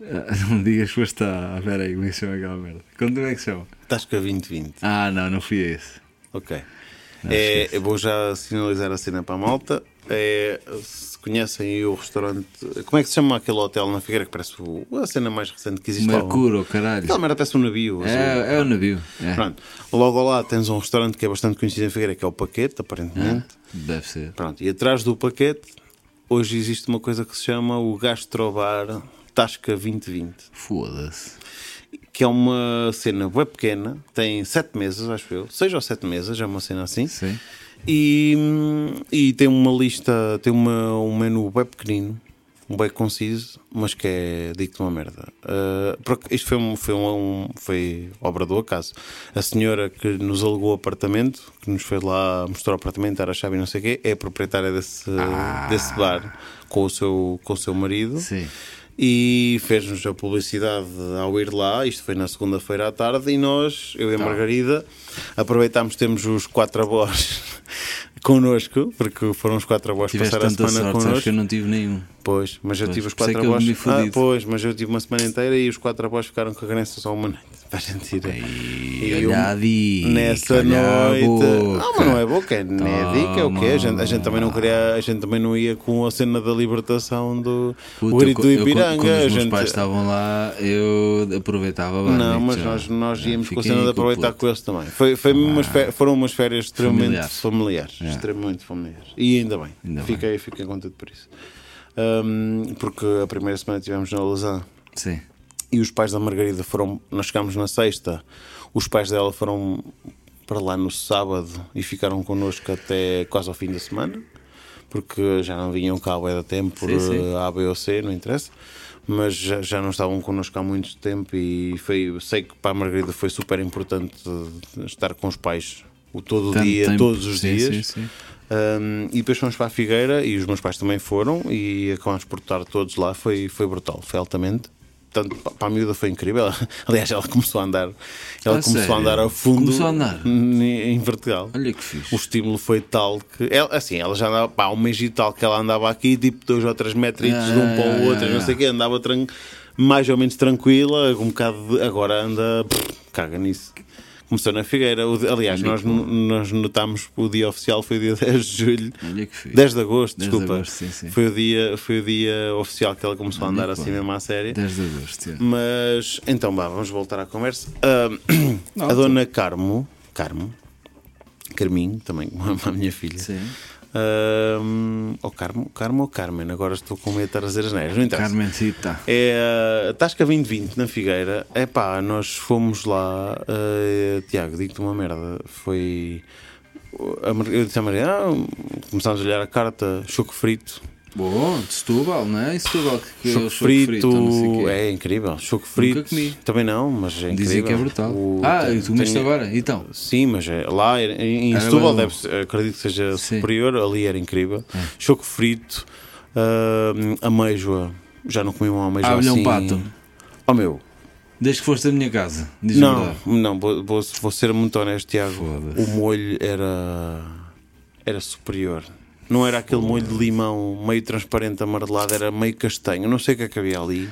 Não me digas que foste a. Espera aí, como é que se chama aquela merda? Quando é que se chama? Tasca 2020. Ah, não, não fui a esse. Ok. É, eu vou já sinalizar a cena para a malta. É, se conhecem aí o restaurante. Como é que se chama aquele hotel na Figueira que parece o- a cena mais recente que existe lá? Mercúrio, caralho. é Aquela merda parece um navio. azul. É, é o navio. É. Pronto. Logo lá tens um restaurante que é bastante conhecido em Figueira, que é o Paquete, aparentemente. Deve ser. Pronto. E atrás do Paquete, hoje existe uma coisa que se chama o Gastrobar Tasca 2020 Foda-se. que é uma cena bem pequena, tem sete mesas, acho eu, seis ou sete mesas, é uma cena assim. Sim. E, e tem uma lista, tem uma, um menu bem pequenino, bem conciso, mas que é, digo-te uma merda. Ah, por ac- isto foi, um, foi, um, um- foi obra do acaso. A senhora que nos alugou o apartamento, que nos foi lá mostrar o apartamento, dar a chave e não sei o quê, é a proprietária desse, desse bar com o seu, com o seu marido Sim. e fez-nos a publicidade ao ir lá. Isto foi na segunda-feira à tarde. E nós, eu e a Tá. Margarida, aproveitámos, temos os quatro avós connosco, porque foram os quatro avós Tiveste passar a tanta semana sorte, sabes connosco. que eu não tive nenhum. Pois, mas eu Pois, tive os por isso é quatro que eu avós. me fudi. Ah, pois, mas eu tive uma semana inteira e os quatro avós ficaram com a crença só uma noite. Faz sentido. E eu- olha a dica, Nessa olha a noite. boca. Não, mas não é boca, é é dica, é o quê? A gente, a gente também não queria, a gente também não ia com a cena da libertação do o Puta, grito do eu- eu- Ipiranga. quando a os meus gente- pais estavam lá, eu aproveitava bem. Não, digo-te mas já. nós, nós Já, íamos com a fiquei cena de aproveitar puto. com eles também. Foi, foi mesmo umas fe- foram umas férias extremamente familiares. Familiares. Extremamente familiares. E ainda bem. Ainda bem. fiquei, fiquei contente por isso. Ahm, porque a primeira semana estivemos na Lausanne Sim. e os pais da Margarida foram. Nós chegámos na sexta, os pais dela foram para lá no sábado e ficaram connosco até quase ao fim da semana, porque já não vinham cá há bué de tempo por Sim, sim. eh, A, B ou C, não interessa. Mas já, já não estavam connosco há muito tempo e foi, sei que para a Margarida foi super importante eh, estar com os pais o todo o Tanto dia, tempo. todos os Sim, dias. sim, sim. Um, e depois fomos para a Figueira e os meus pais também foram e acabámos por estar todos lá. Foi, foi brutal, foi altamente. Portanto, pa- para a miúda foi incrível. Ela- Aliás, ela começou a andar, ela A começou sério? a andar a fundo Começou a andar? n- em vertical. Olha que fixe. O estímulo foi tal que, ela, assim, ela já andava, pá, um mês e tal que ela andava aqui, tipo dois ou três metritos Ah, de um para o ah, outro, ah, não sei o quê, andava tran- mais ou menos tranquila, um bocado de, agora anda, pff, caga nisso. Começou na Figueira, O de- aliás, nós, no- nós notámos que o dia oficial foi dia 10 de julho, Olha que fixe. 10 de agosto, 10 de desculpa. agosto, sim, sim. Foi, o dia, foi o dia oficial que ela começou a andar que assim bom. mesmo à série. 10 de agosto. sim. Mas então vá, vamos voltar à conversa. Ah, Não, a dona Carmo, Carmo, Carminho, também como é a minha filha. Sim. Ah, ou Carmo, Carmo ou Carmen, agora estou com medo de estar a dizer as neiras, não interessa. Carmencita. É a Tasca 2020 na Figueira. É pá, nós fomos lá. eh, Tiago, digo-te uma merda. Foi. a Mar- Eu disse à Maria: ah, começámos a olhar a carta, choco frito, Bom, de Setúbal, não é? Em Setúbal que, que é o Choco choco frito, frito, ou não sei o quê. é incrível. Choco frito comi. também não, mas é Dizem incrível. que é brutal. O- ah, tem- e tu comeste tem- agora? Então, Sim, mas é, lá era- em, em Era Setúbal bom. deve ser- acredito que seja Sim. Ah. superior, ali era incrível. Choco frito, hum, ameijoa. Já não comi uma ameijoa Abre-lhe um assim. pato. Oh meu, desde que foste da minha casa, diz não, não vou, vou, vou ser muito honesto, Tiago. Foda-se. O molho era, era superior. Não era aquele molho de limão meio transparente, amarelado, era meio castanho. Não sei o que é que havia ali.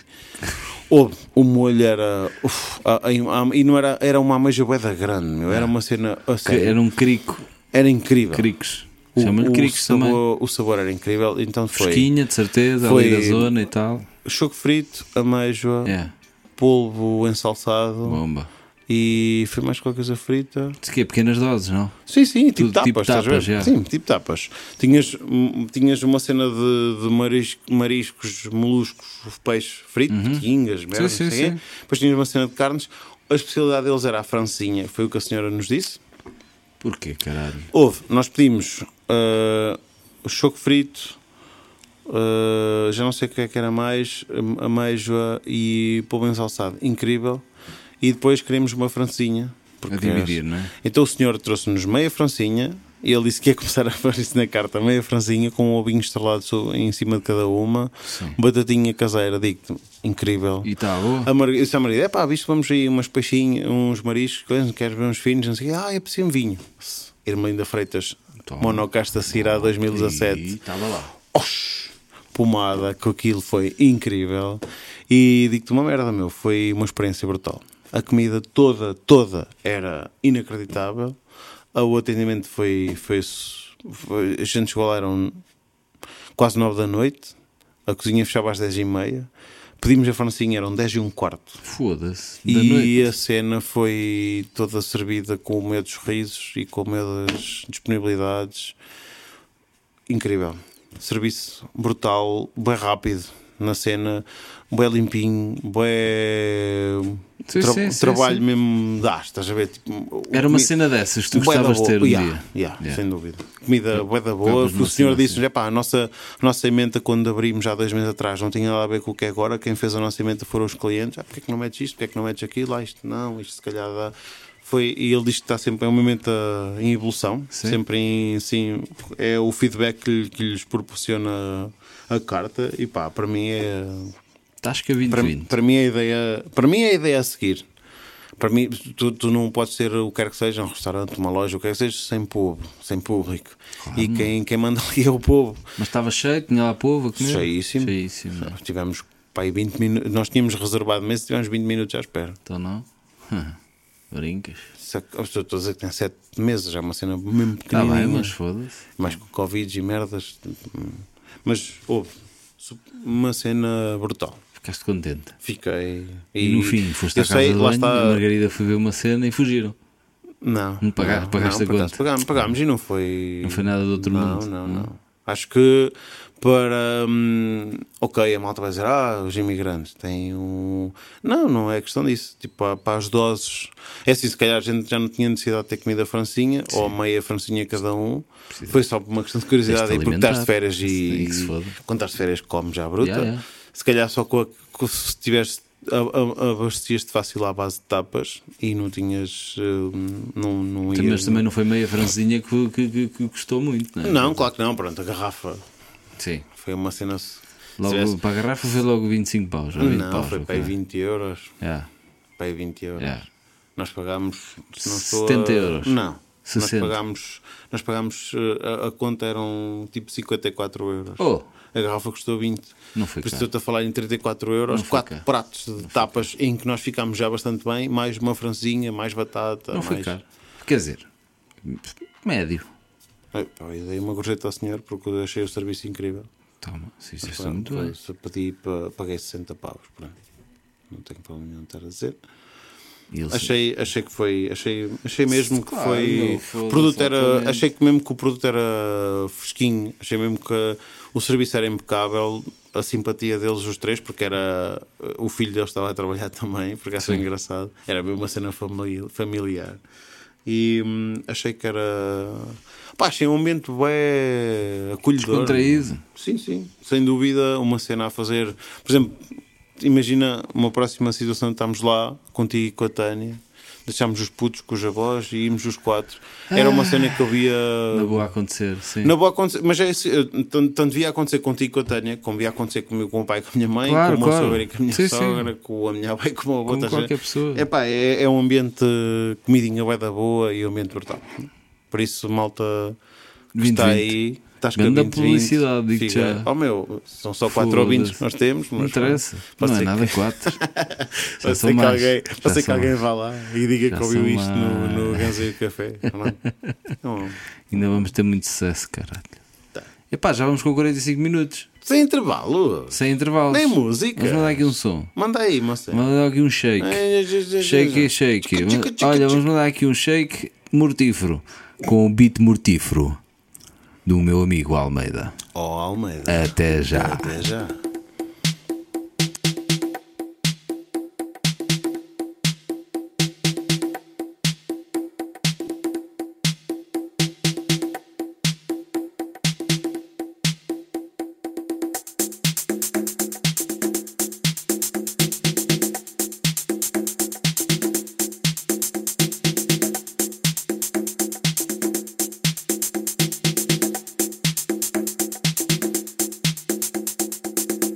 Ou o molho era. uf, a- a- a- e não era, era uma ameixa boeda grande, meu. Ah. Era uma cena. a Que sério, era um crico, era incrível. cricos. O, Chama-lhe o, cricos também. sabor, o sabor era incrível. Então foi Fresquinha, de certeza, ali foi- da zona e tal. choco frito, ameijoa, É, polvo ensalçado bomba. e foi mais qualquer coisa frita. Diz que é pequenas doses, não? Sim, sim, tipo Tudo tapas, tipo estás a tapas, ver? já. Sim, tipo tapas. Tinhas, hum, tinhas uma cena de, de marisco- mariscos, moluscos, peixe frito, quingas, merda, não Uhum. Sim, sei sim, quê. sim. Depois tinhas uma cena de carnes. A especialidade deles era a francinha, foi o que a senhora nos disse. Porquê, caralho? Houve, nós pedimos ah, o choco frito, ah, já não sei o que é que era mais, a ameijoa e polvo ensalçado. Incrível. E depois queremos uma francinha. A dividir, não é? Então o senhor trouxe-nos meia francinha e ele disse que ia começar a fazer isso na carta, meia francinha com um ovinho estrelado so- em cima de cada uma, batatinha caseira, digo incrível. E tá, oh, está boa? A Mar... Eu disse à Margarida, é pá, visto, vamos aí umas peixinhas, uns mariscos, coisas, queres ver uns finos, não sei o quê. ah, é preciso um vinho. Irmelinda Freitas, Toma. Monocasta Cirá 2017 E estava lá. pomada, que aquilo foi incrível. E digo-te uma merda, meu, foi uma experiência brutal. A comida toda, toda era inacreditável. O atendimento foi. foi, foi a gente chegou lá, eram quase 9 da noite. A cozinha fechava às 10 e meia. Pedimos a francinha, eram 10 e um quarto. Foda-se. Da E noite. a cena foi toda servida com o meu dos risos e com o meu das disponibilidades. Incrível. Serviço brutal, bem rápido na cena, bem limpinho, bem. Sim, tra- sim, sim, trabalho sim. mesmo das, estás a ver? Tipo, Era uma comi- cena dessas que tu bué da gostavas de boa. ter um Yeah, dia. yeah, Yeah. sem dúvida. Comida bué da boa. Vamos O numa senhor cena disse-nos, "Epá, a nossa, a nossa emenda quando abrimos há dois meses atrás não tinha nada a ver com o que é agora. Quem fez a nossa emenda foram os clientes. Ah, porque é que não metes isto? Porque é que não metes aquilo? Ah, isto não, isto se calhar dá. Foi, e ele diz que está sempre, é um momento ah, em evolução, Sim. sempre em, sim, é o feedback que, lhe- que lhes proporciona a carta e pá, para mim é Estás Tá, que a 20, para, 20. para mim a ideia para mim a ideia a seguir para mim tu, tu não podes ser o que quer que seja um restaurante uma loja o que quer que seja sem povo sem público e quem quem manda ali é o povo Mas estava cheio, tinha lá povo a comer. Cheíssimo. É. Cheíssimo. nós tivemos pá, aí 20 minutos nós tínhamos reservado mas tivemos 20 minutos à espera Então não? Brincas. Só que- estou a dizer que tem 7 meses já é uma cena mesmo Está pequenininha Tá bem, mas tá. foda-se. mais com covid e merdas mas houve su- uma cena brutal Ficaste contente. fiquei E, no fim, foste eu à casa sei, de lá banho, está a Margarida foi ver uma cena e fugiram. Não. Não pagaste- não, pagaste não, a por acaso conta? Pagámos, pagámos e não foi. Não foi nada do outro não, mundo. Não, não, Acho que para. hum, ok, a malta vai dizer, ah, os imigrantes têm um. Não, não é questão disso. Tipo, para, para as doses. É assim, se calhar a gente já não tinha necessidade de ter comida francinha ou meia francinha cada um. Foi só por uma questão de curiosidade Tens de e porque estás alimentar. de férias Sim, e. que se foda. Quando estás de férias, comes já à bruta. Yeah, yeah. Se calhar só com a, com- se tivesse a- a- abastecias-te fácil à base de tapas e não tinhas. hum, Não, não Também- Mas ias. também não foi meia franzinha que, que, que- que custou muito, não é? Não, claro que não. Pronto, a garrafa Sim. foi uma cena. se- se Logo, tivesse- Para a garrafa foi logo 25 paus. ou 20 Não, paus, foi ou É, para aí caralho. 20 euros. Yeah. Para aí 20 euros. Yeah. Nós pagámos. se não estou 70 a- euros. Não. 60. Nós pagámos. Nós pagámos eh, a, a conta eram tipo 54 euros. Oh. A garrafa custou 20. Não foi Por isso caro. estou-te a falar em 34 euros, Não foi 4 caro. pratos de tapas em que nós ficámos já bastante bem, mais uma franzinha, mais batata. Não foi mais... caro. Quer dizer, médio. Ai, pá, Eu dei uma gorjeta ao senhor porque eu achei o serviço incrível. Toma, se isso está Pronto, muito foi- bem. se pedi, pa- paguei 60 pavos. Pronto. Não tenho problema nenhum de estar a dizer. E eles- Achei, achei que foi. Achei, achei mesmo que Claro, foi. meu, foda-se, o produto exatamente. era, achei que mesmo que o produto era fresquinho, achei mesmo que o serviço era impecável, a simpatia deles, os três, porque era. O filho deles estava a trabalhar também, porque era engraçado. Era mesmo uma cena famili- familiar. E hum, achei que era. Pá, achei um momento bem acolhedor. Descontraído. Sim, sim. Sem dúvida, uma cena a fazer. Por exemplo, imagina uma próxima situação: estamos lá contigo e com a Tânia, deixámos os putos com os avós e íamos os quatro. Era uma cena que eu via. Na boa a acontecer, sim. Não vou acontecer, mas é isso, eu- tanto, tanto via acontecer contigo com a Tânia, como via acontecer comigo, com o pai, com a minha mãe, Claro, com o meu claro. sogro e com a minha Sim, sim. sogra, com a minha mãe, com o Como outra qualquer pessoa. É pá, é, é um ambiente comidinha bué da boa e um ambiente brutal. Por isso, malta que 20, está aí, estás com a Ganda 20, publicidade, digo-te fica- já. Oh meu, são só quatro Foda-se. ouvintes que nós temos, mas Não interessa. Pode não ser é que- nada quatro. Já Pode são ser que mais. alguém, Já pode ser que são alguém mais. vá lá e diga Já que ouviu são isto no, no mais. Ganso e o Café. Não é? Não. Ainda vamos ter muito sucesso, caralho. Tá. Epá, já vamos com 45 minutos. Sem intervalo. Sem intervalos. Nem música. Vamos mandar aqui um som. Manda aí, moça. Vamos mandar aqui um shake. Shake, shake. Olha, vamos mandar aqui um shake mortífero. Com o beat mortífero do meu amigo Almeida. Oh, Almeida. Até já. Até já. Thank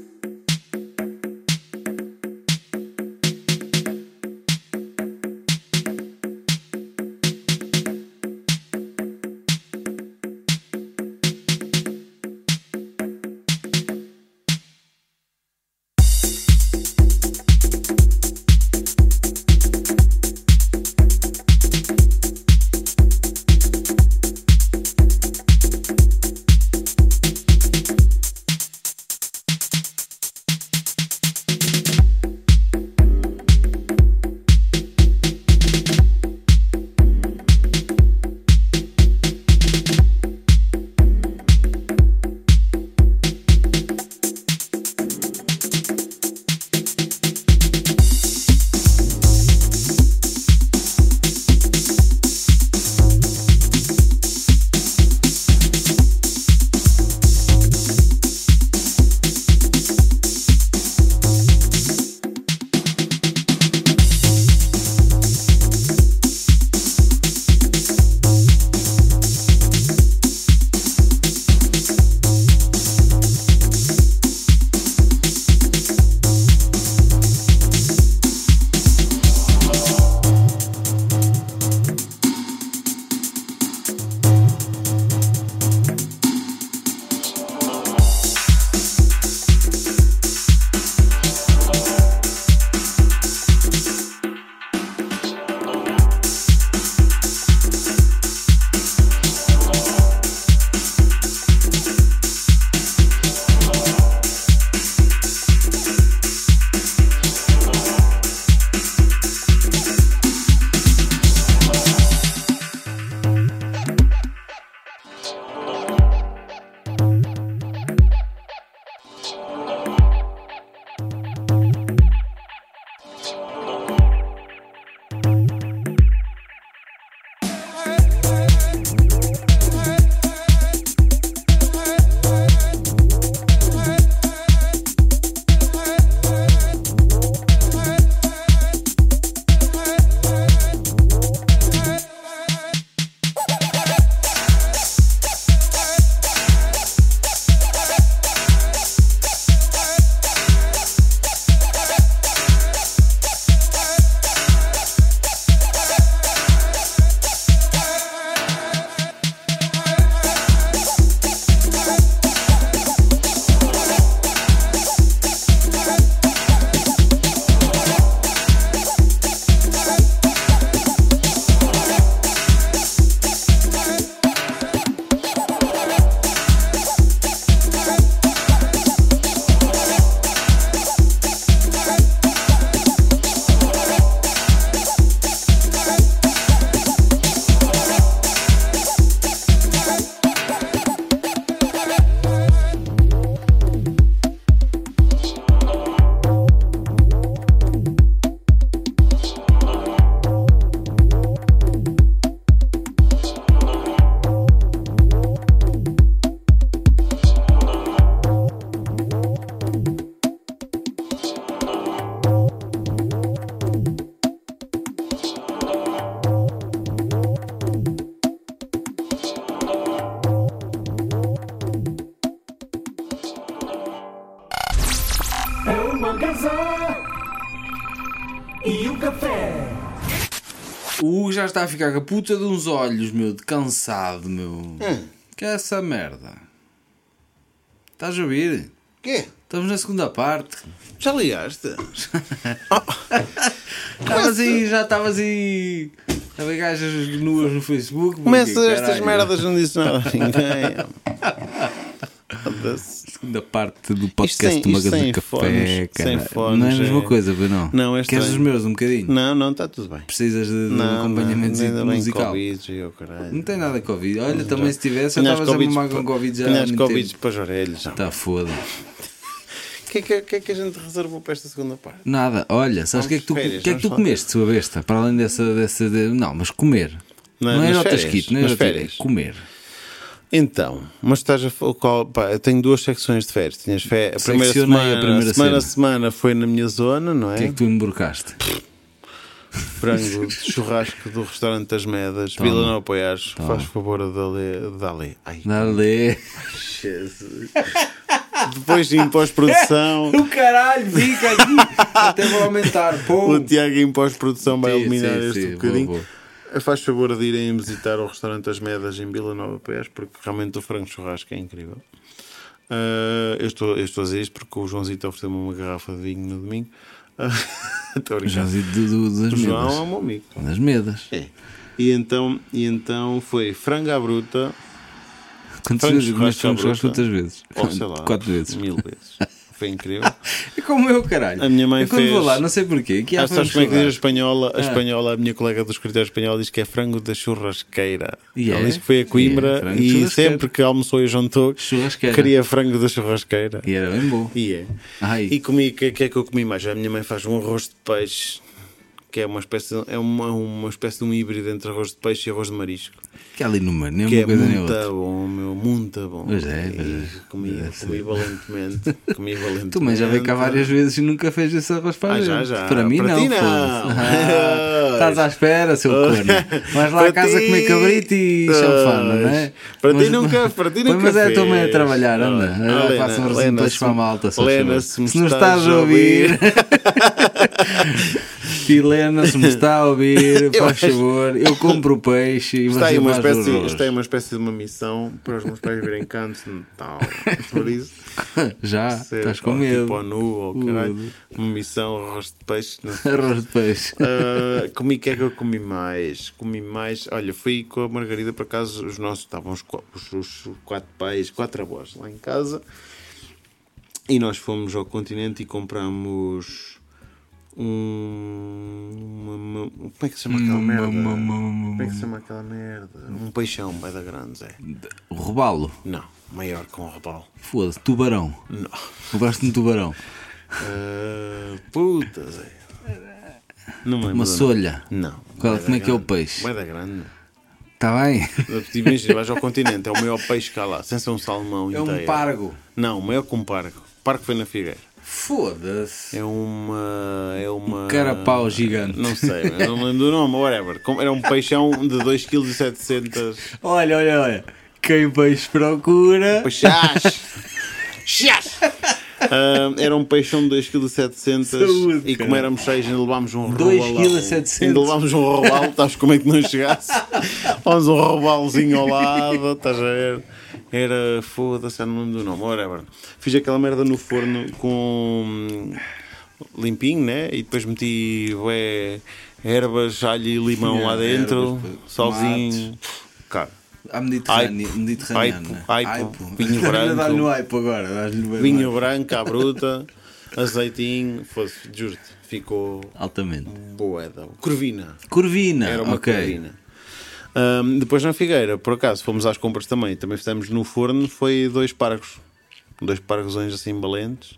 café. O Hugo já está a ficar com a puta de uns olhos, meu, de cansado, meu. Que é essa merda? Estás a ouvir? Quê? Estamos na segunda parte. Já ligaste? Estavas aí, já estavas aí a ver gajas nuas no Facebook. porque, Começa estas caralho, merdas, não disse nada a ninguém. Foda-se. Segunda parte do Isto sem- podcast do isto Magazine sem Café. fones, caralho. sem fones, não é a mesma é. coisa, pois não? Não, é Queres os estranho. meus um bocadinho? Não, não, está tudo bem. Precisas de, de um Não, acompanhamento não, ainda bem musical. Covid, eu, caralho. Não tem nada de Covid. Olha, também se tivesse, eu Tinhas estava a Covid mamar pa- com Covid já. há Tinhas muito Covid tempo. para as orelhas. O Tá foda. que, é que, que é que a gente reservou para esta segunda parte? Nada, olha, sabes o que é que tu, férias, que é que tu vamos comeste, sua besta? Para além dessa. dessa de- Não, mas comer. Na- Não, é nas era o férias, tasquito, não era nas o tasquito, férias. Comer. Então, mas estás a. fa- o Qual, pá, eu tenho duas secções de férias. Tinhas fé, a primeira Seccionei a semana, a primeira semana, cena. a semana foi na minha zona, não O que é é? que tu emborcaste? Frango de churrasco do restaurante das Medas, Vila Não Apoiares. Faz favor a Dali. Dali. Ai, Dá-lhe. Jesus. Depois em pós-produção, O caralho, fica aqui. Até vou aumentar. o Pum. Tiago em pós-produção vai eliminar este bocadinho. Boa, boa. Faz favor de irem visitar o restaurante As Medas em Vila Nova Pés, porque realmente o frango churrasco é incrível. Ah, eu, estou, eu estou a dizer isto porque o Joãozito ofereceu-me uma garrafa de vinho no domingo. Ah, Estou a Já brincar. vi do, do- O das João é medas. o meu amigo. Das medas. É. E então, e então foi frango à bruta, um Quantas Frango vezes comeste frango churrasco à churrasco? um Quantas vezes? ou sei lá, Quatro vezes. mil vezes. Foi incrível. É como eu, caralho. A minha mãe eu quando vou fez- lá, não sei porquê. Que há Ah, sabes frango como é que diz a churrasco. Ah. espanhola? A espanhola, a minha colega do escritório espanhol, diz que é frango da churrasqueira. E é? Ela diz que foi a E é Coimbra frango de e churrasqueira. sempre que almoçou e jantou, Churrasqueira. queria frango da churrasqueira. E era bem bom. E é. Ai. E comi, o que, que é que eu comi mais? A minha mãe faz um arroz de peixe, que é uma espécie de, é uma, uma espécie de um híbrido entre arroz de peixe e arroz de marisco. Que ali numa, nem Que uma é coisa nem muito outra. bom, meu, muito bom. Pois é, E pois é. Comi, comi valentemente. Comi valentemente. Tu, mas já veio cá várias vezes e nunca fez esse arroz para Ah, a já, gente. já. Para mim, Para não. ti, não. foda-se. Ah, Estás à espera, seu corno. Vais lá a casa ti- comer cabrito e Pois. chanfana, não é? Para Mas- ti nunca, para ti Pois, nunca Mas é a tua mãe a fez. trabalhar, anda. Ah, Ah, Helena, Passa um resumo Helena, para se- a malta. só Helena, favor. se me não estás estás a a ouvir. Helena, se me está a ouvir, Eu faz acho- favor, eu compro o peixe e Está você aí, uma faz o espécie, arroz. está aí uma espécie de uma missão para os meus pais virem cantos de Natal. Por isso, Já, ser Ah, estás com ou medo. Tipo ao nu, ou Uh. caralho. Uma missão, arroz de peixe. Não sei. Arroz de peixe. Ah, comi o que é que eu comi mais? Comi mais. Olha, fui com a Margarida para casa. Os nossos estavam os, qua- os- os quatro pais, quatro avós lá em casa. E nós fomos ao continente e compramos um. Uma, uma- como é que se chama aquela Uma- merda? uma- uma- uma- Como é que se chama aquela merda? Um peixão, bem da grande, Zé. Robalo. Não, maior que um robalo. Foda-se, tubarão. Não. Levaste um tubarão. Ah, puta, Zé. Não me lembro Uma do nome. solha. Não. Qual- bué da como é que é o grande. peixe? Bué da grande. Está Tá bem? Tipo, Imagina, vais ao continente, é o maior peixe que há lá, sem ser um salmão É um inteiro. pargo. Não, o maior que um pargo. Pargo foi na Figueira. Foda-se. É uma. É uma. Um carapau gigante. Não sei, eu não lembro do nome, whatever. Como- Era um peixão de 2,7 kg. Olha, olha, olha. Quem peixe procura. Peixás! Chás! Ah, era um peixão de 2,7 kg Saúde, e como cara. éramos 6 ainda levámos um Dois robalão. quilo e setecentos. Ainda levámos um robalo, estás como é que não chegasse? Levámos um robalzinho ao lado, estás a ver? Era foda-se, já não me lembro do nome. Whatever. Fiz aquela merda no forno com hum, limpinho, né? E depois meti ué, ervas, alho e limão lá Yeah, dentro, ervas, salzinho. Cara, À Mediterrânea. Aipo. Mediterrânea. Aipo. Aipo. Vinho branco. Dá-lhe no aipo agora. Dá-lhe bem Vinho no aipo. branco à bruta, azeitinho, fosse, juro-te, ficou Altamente. boeda. Corvina. Corvina. Era uma Ah, ok. corvina. Ahm, depois na Figueira, por acaso, fomos às compras também. Também fizemos no forno, foi dois pargos. Dois pargosões assim valentes.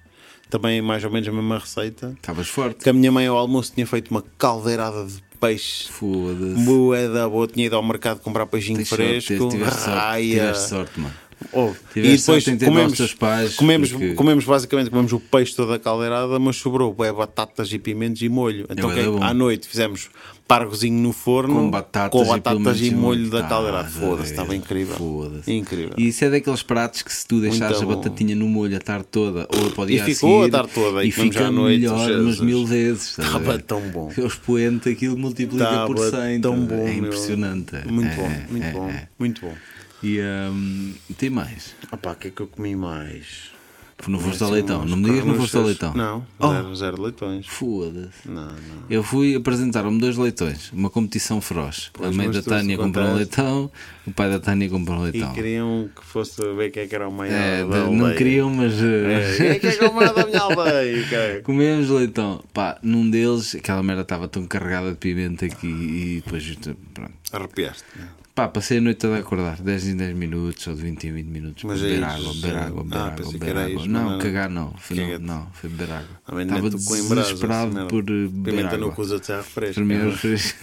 Também mais ou menos a mesma receita. Estavas forte. Que a minha mãe ao almoço tinha feito uma caldeirada de peixe. Foda-se. Boeda boa. Tinha ido ao mercado comprar peixinho Tens sorte, fresco. tiveste sorte, Raia. tiveste sorte, mano. Ouve. Tiveste sorte em ter os teus pais, comemos, porque- comemos basicamente comemos o peixe toda a caldeirada, mas sobrou é, batatas e pimentos e molho. Então bué que é- da bom. à noite fizemos pargozinho no forno Com batatas Hum, com e batatas e, pimentos e molho molho. da caldeirada. Estás a Foda-se, ver. estava incrível. Foda-se. Incrível. E isso é daqueles pratos que se tu deixares Muito a bom. batatinha no molho a tarde toda, ou para o dia ficou seguir, a tarde toda, e e comemos fica à noite, melhor Jesus. umas mil vezes. estás a Estava ver? tão bom. O expoente aquilo multiplica Estava por 100. estás tão a ver? bom, é meu. impressionante. Muito É, bom, é, muito é, bom, é. muito bom. E hum, tem mais. Opá, o que é que eu comi mais? Porque não foste ao Assim, leitão. umas Não me digas que não foste ao carnuchas. leitão. Oh. Não, zero, zero leitões. Foda-se. Não, não. Eu fui apresentaram-me dois leitões, uma competição feroz. a mãe mas da tu se Tânia comprou um contaste. leitão, o pai da Tânia comprou um E leitão. queriam que fosse ver quem é que era o maior. É, da de- não aldeia. queriam, mas. É, eh, Quem é que é que é o maior da minha aldeia? cara? Comemos leitão. Pá, num deles, aquela merda estava tão carregada de pimenta que e depois, pronto. Arrepiaste. Pá, passei a noite toda a acordar, 10 em 10 minutos ou de 20 em 20 minutos. Mas é beber isso, água, beber é. água, beber Ah, água, pensei que beber era água. isso, não, mas não. é cagar não. Foi, Caguete. não, não, foi beber água. Também Estava neto com em brasa, essa desesperado merda. por eh, beber Pimenta água. no cu, os outros é refresco. Primeiro fez-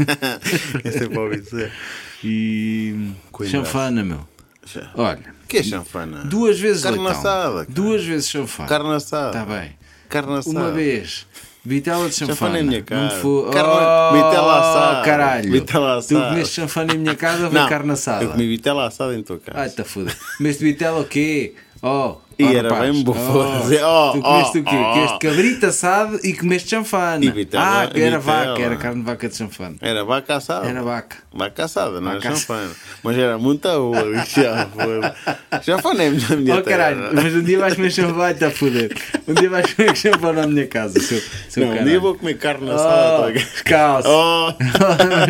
Esse é para ouvir dizer. e. Com em brasa. Chanfana, meu. Já. Olha, que é chanfana? duas vezes Carne leitão. assada, cara. Duas vezes chanfana. Carne Está assada. bem. Carne assada. Uma vez. Vitela de chanfana. Chanfana em minha Não casa. me fo- Carne- Oh, vitela assada. Caralho. Vitela assada. Tu comeste chanfana em minha casa, vem Não, carne assada. Eu comi vitela assada em tua Ai, casa. tá foda. Comeste vitela o quê? Oh. E oh, era rapaz. bem bom, vou Oh, dizer, oh, tu comeste o quê? oh, oh. Comeste cabrito assado e comeste chanfana. E vitela, ah, que era vitela. vaca, era carne de vaca de chanfana. Era vaca assada. Era vaca. Vaca assada, não Vaca era assada. chanfana. Mas era muita boa. bicho, Já foi. Chanfana é a minha, minha Oh caralho, terra. mas um dia vais comer chanfana, está a foder. Um dia vais comer chanfana na minha casa, seu, seu Não, um caralho. dia vou comer carne assada. Oh, tua casa. calça. Oh,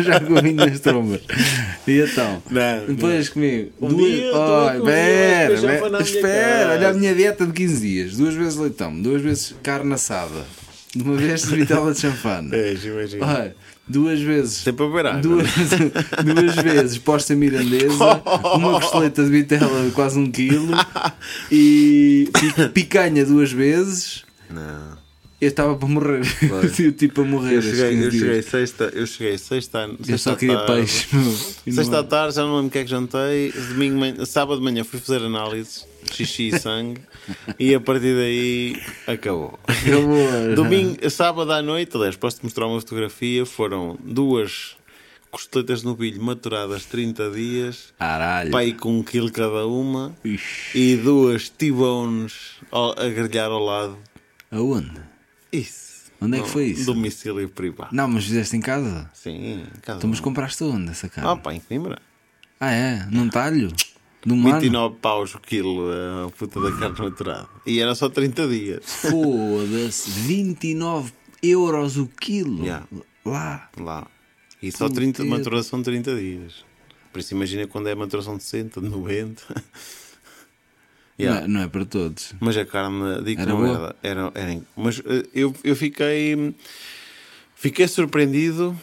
já comi nas trombas. E então? Não, depois comi. Um duas. dia eu estou a Oh, comer espera, feijão para espera, na minha espera. Olha a casa. minha dieta de 15 dias: duas vezes leitão, duas vezes carne assada, de uma vez vitela de chanfana. Vejo, imagina. Olha, duas vezes. É. Sempre a é? beber água. Oh. né? Duas, duas vezes posta mirandesa, uma costeleta de vitela de quase um quilo e pi- picanha duas vezes. Não. Eu estava para morrer. Eu tipo a morrer. Eu estes cheguei, 15 eu dias. cheguei sexta, eu cheguei sexta, sexta Eu só queria tarde. peixe. meu. E não Sexta à há. tarde, já não lembro o que é que jantei. Domingo, de manhã- sábado de manhã fui fazer análises, xixi e sangue, e a partir daí acabou. Acabou. é. Domingo, sábado à noite, aliás, posso-te mostrar uma fotografia. Foram duas costeletas no bilho maturadas 30 dias, Caralho. pai com um quilo cada uma, Ixi. e duas T-bones ao- a grelhar ao lado. Aonde? Isso. Onde é que Num foi isso? Domicílio privado. Não, mas fizeste em casa? Sim, casa. Então, mas compraste onde essa Ah, carne? pá, em Coimbra. Ah, é? Num talho? Do mano? 29 paus o quilo eh, a puta da carne maturada. E era só 30 dias. Foda-se. 29 euros o quilo. Yeah. Lá. Lá. E só Puta. 30 de maturação de 30 dias. Por isso imagina quando é maturação de 60, de 90. Yeah. Não, é- não é para todos. Mas a carne, digo que Era não boa? era, era, era in- Mas eh, eu, eu fiquei. Fiquei surpreendido.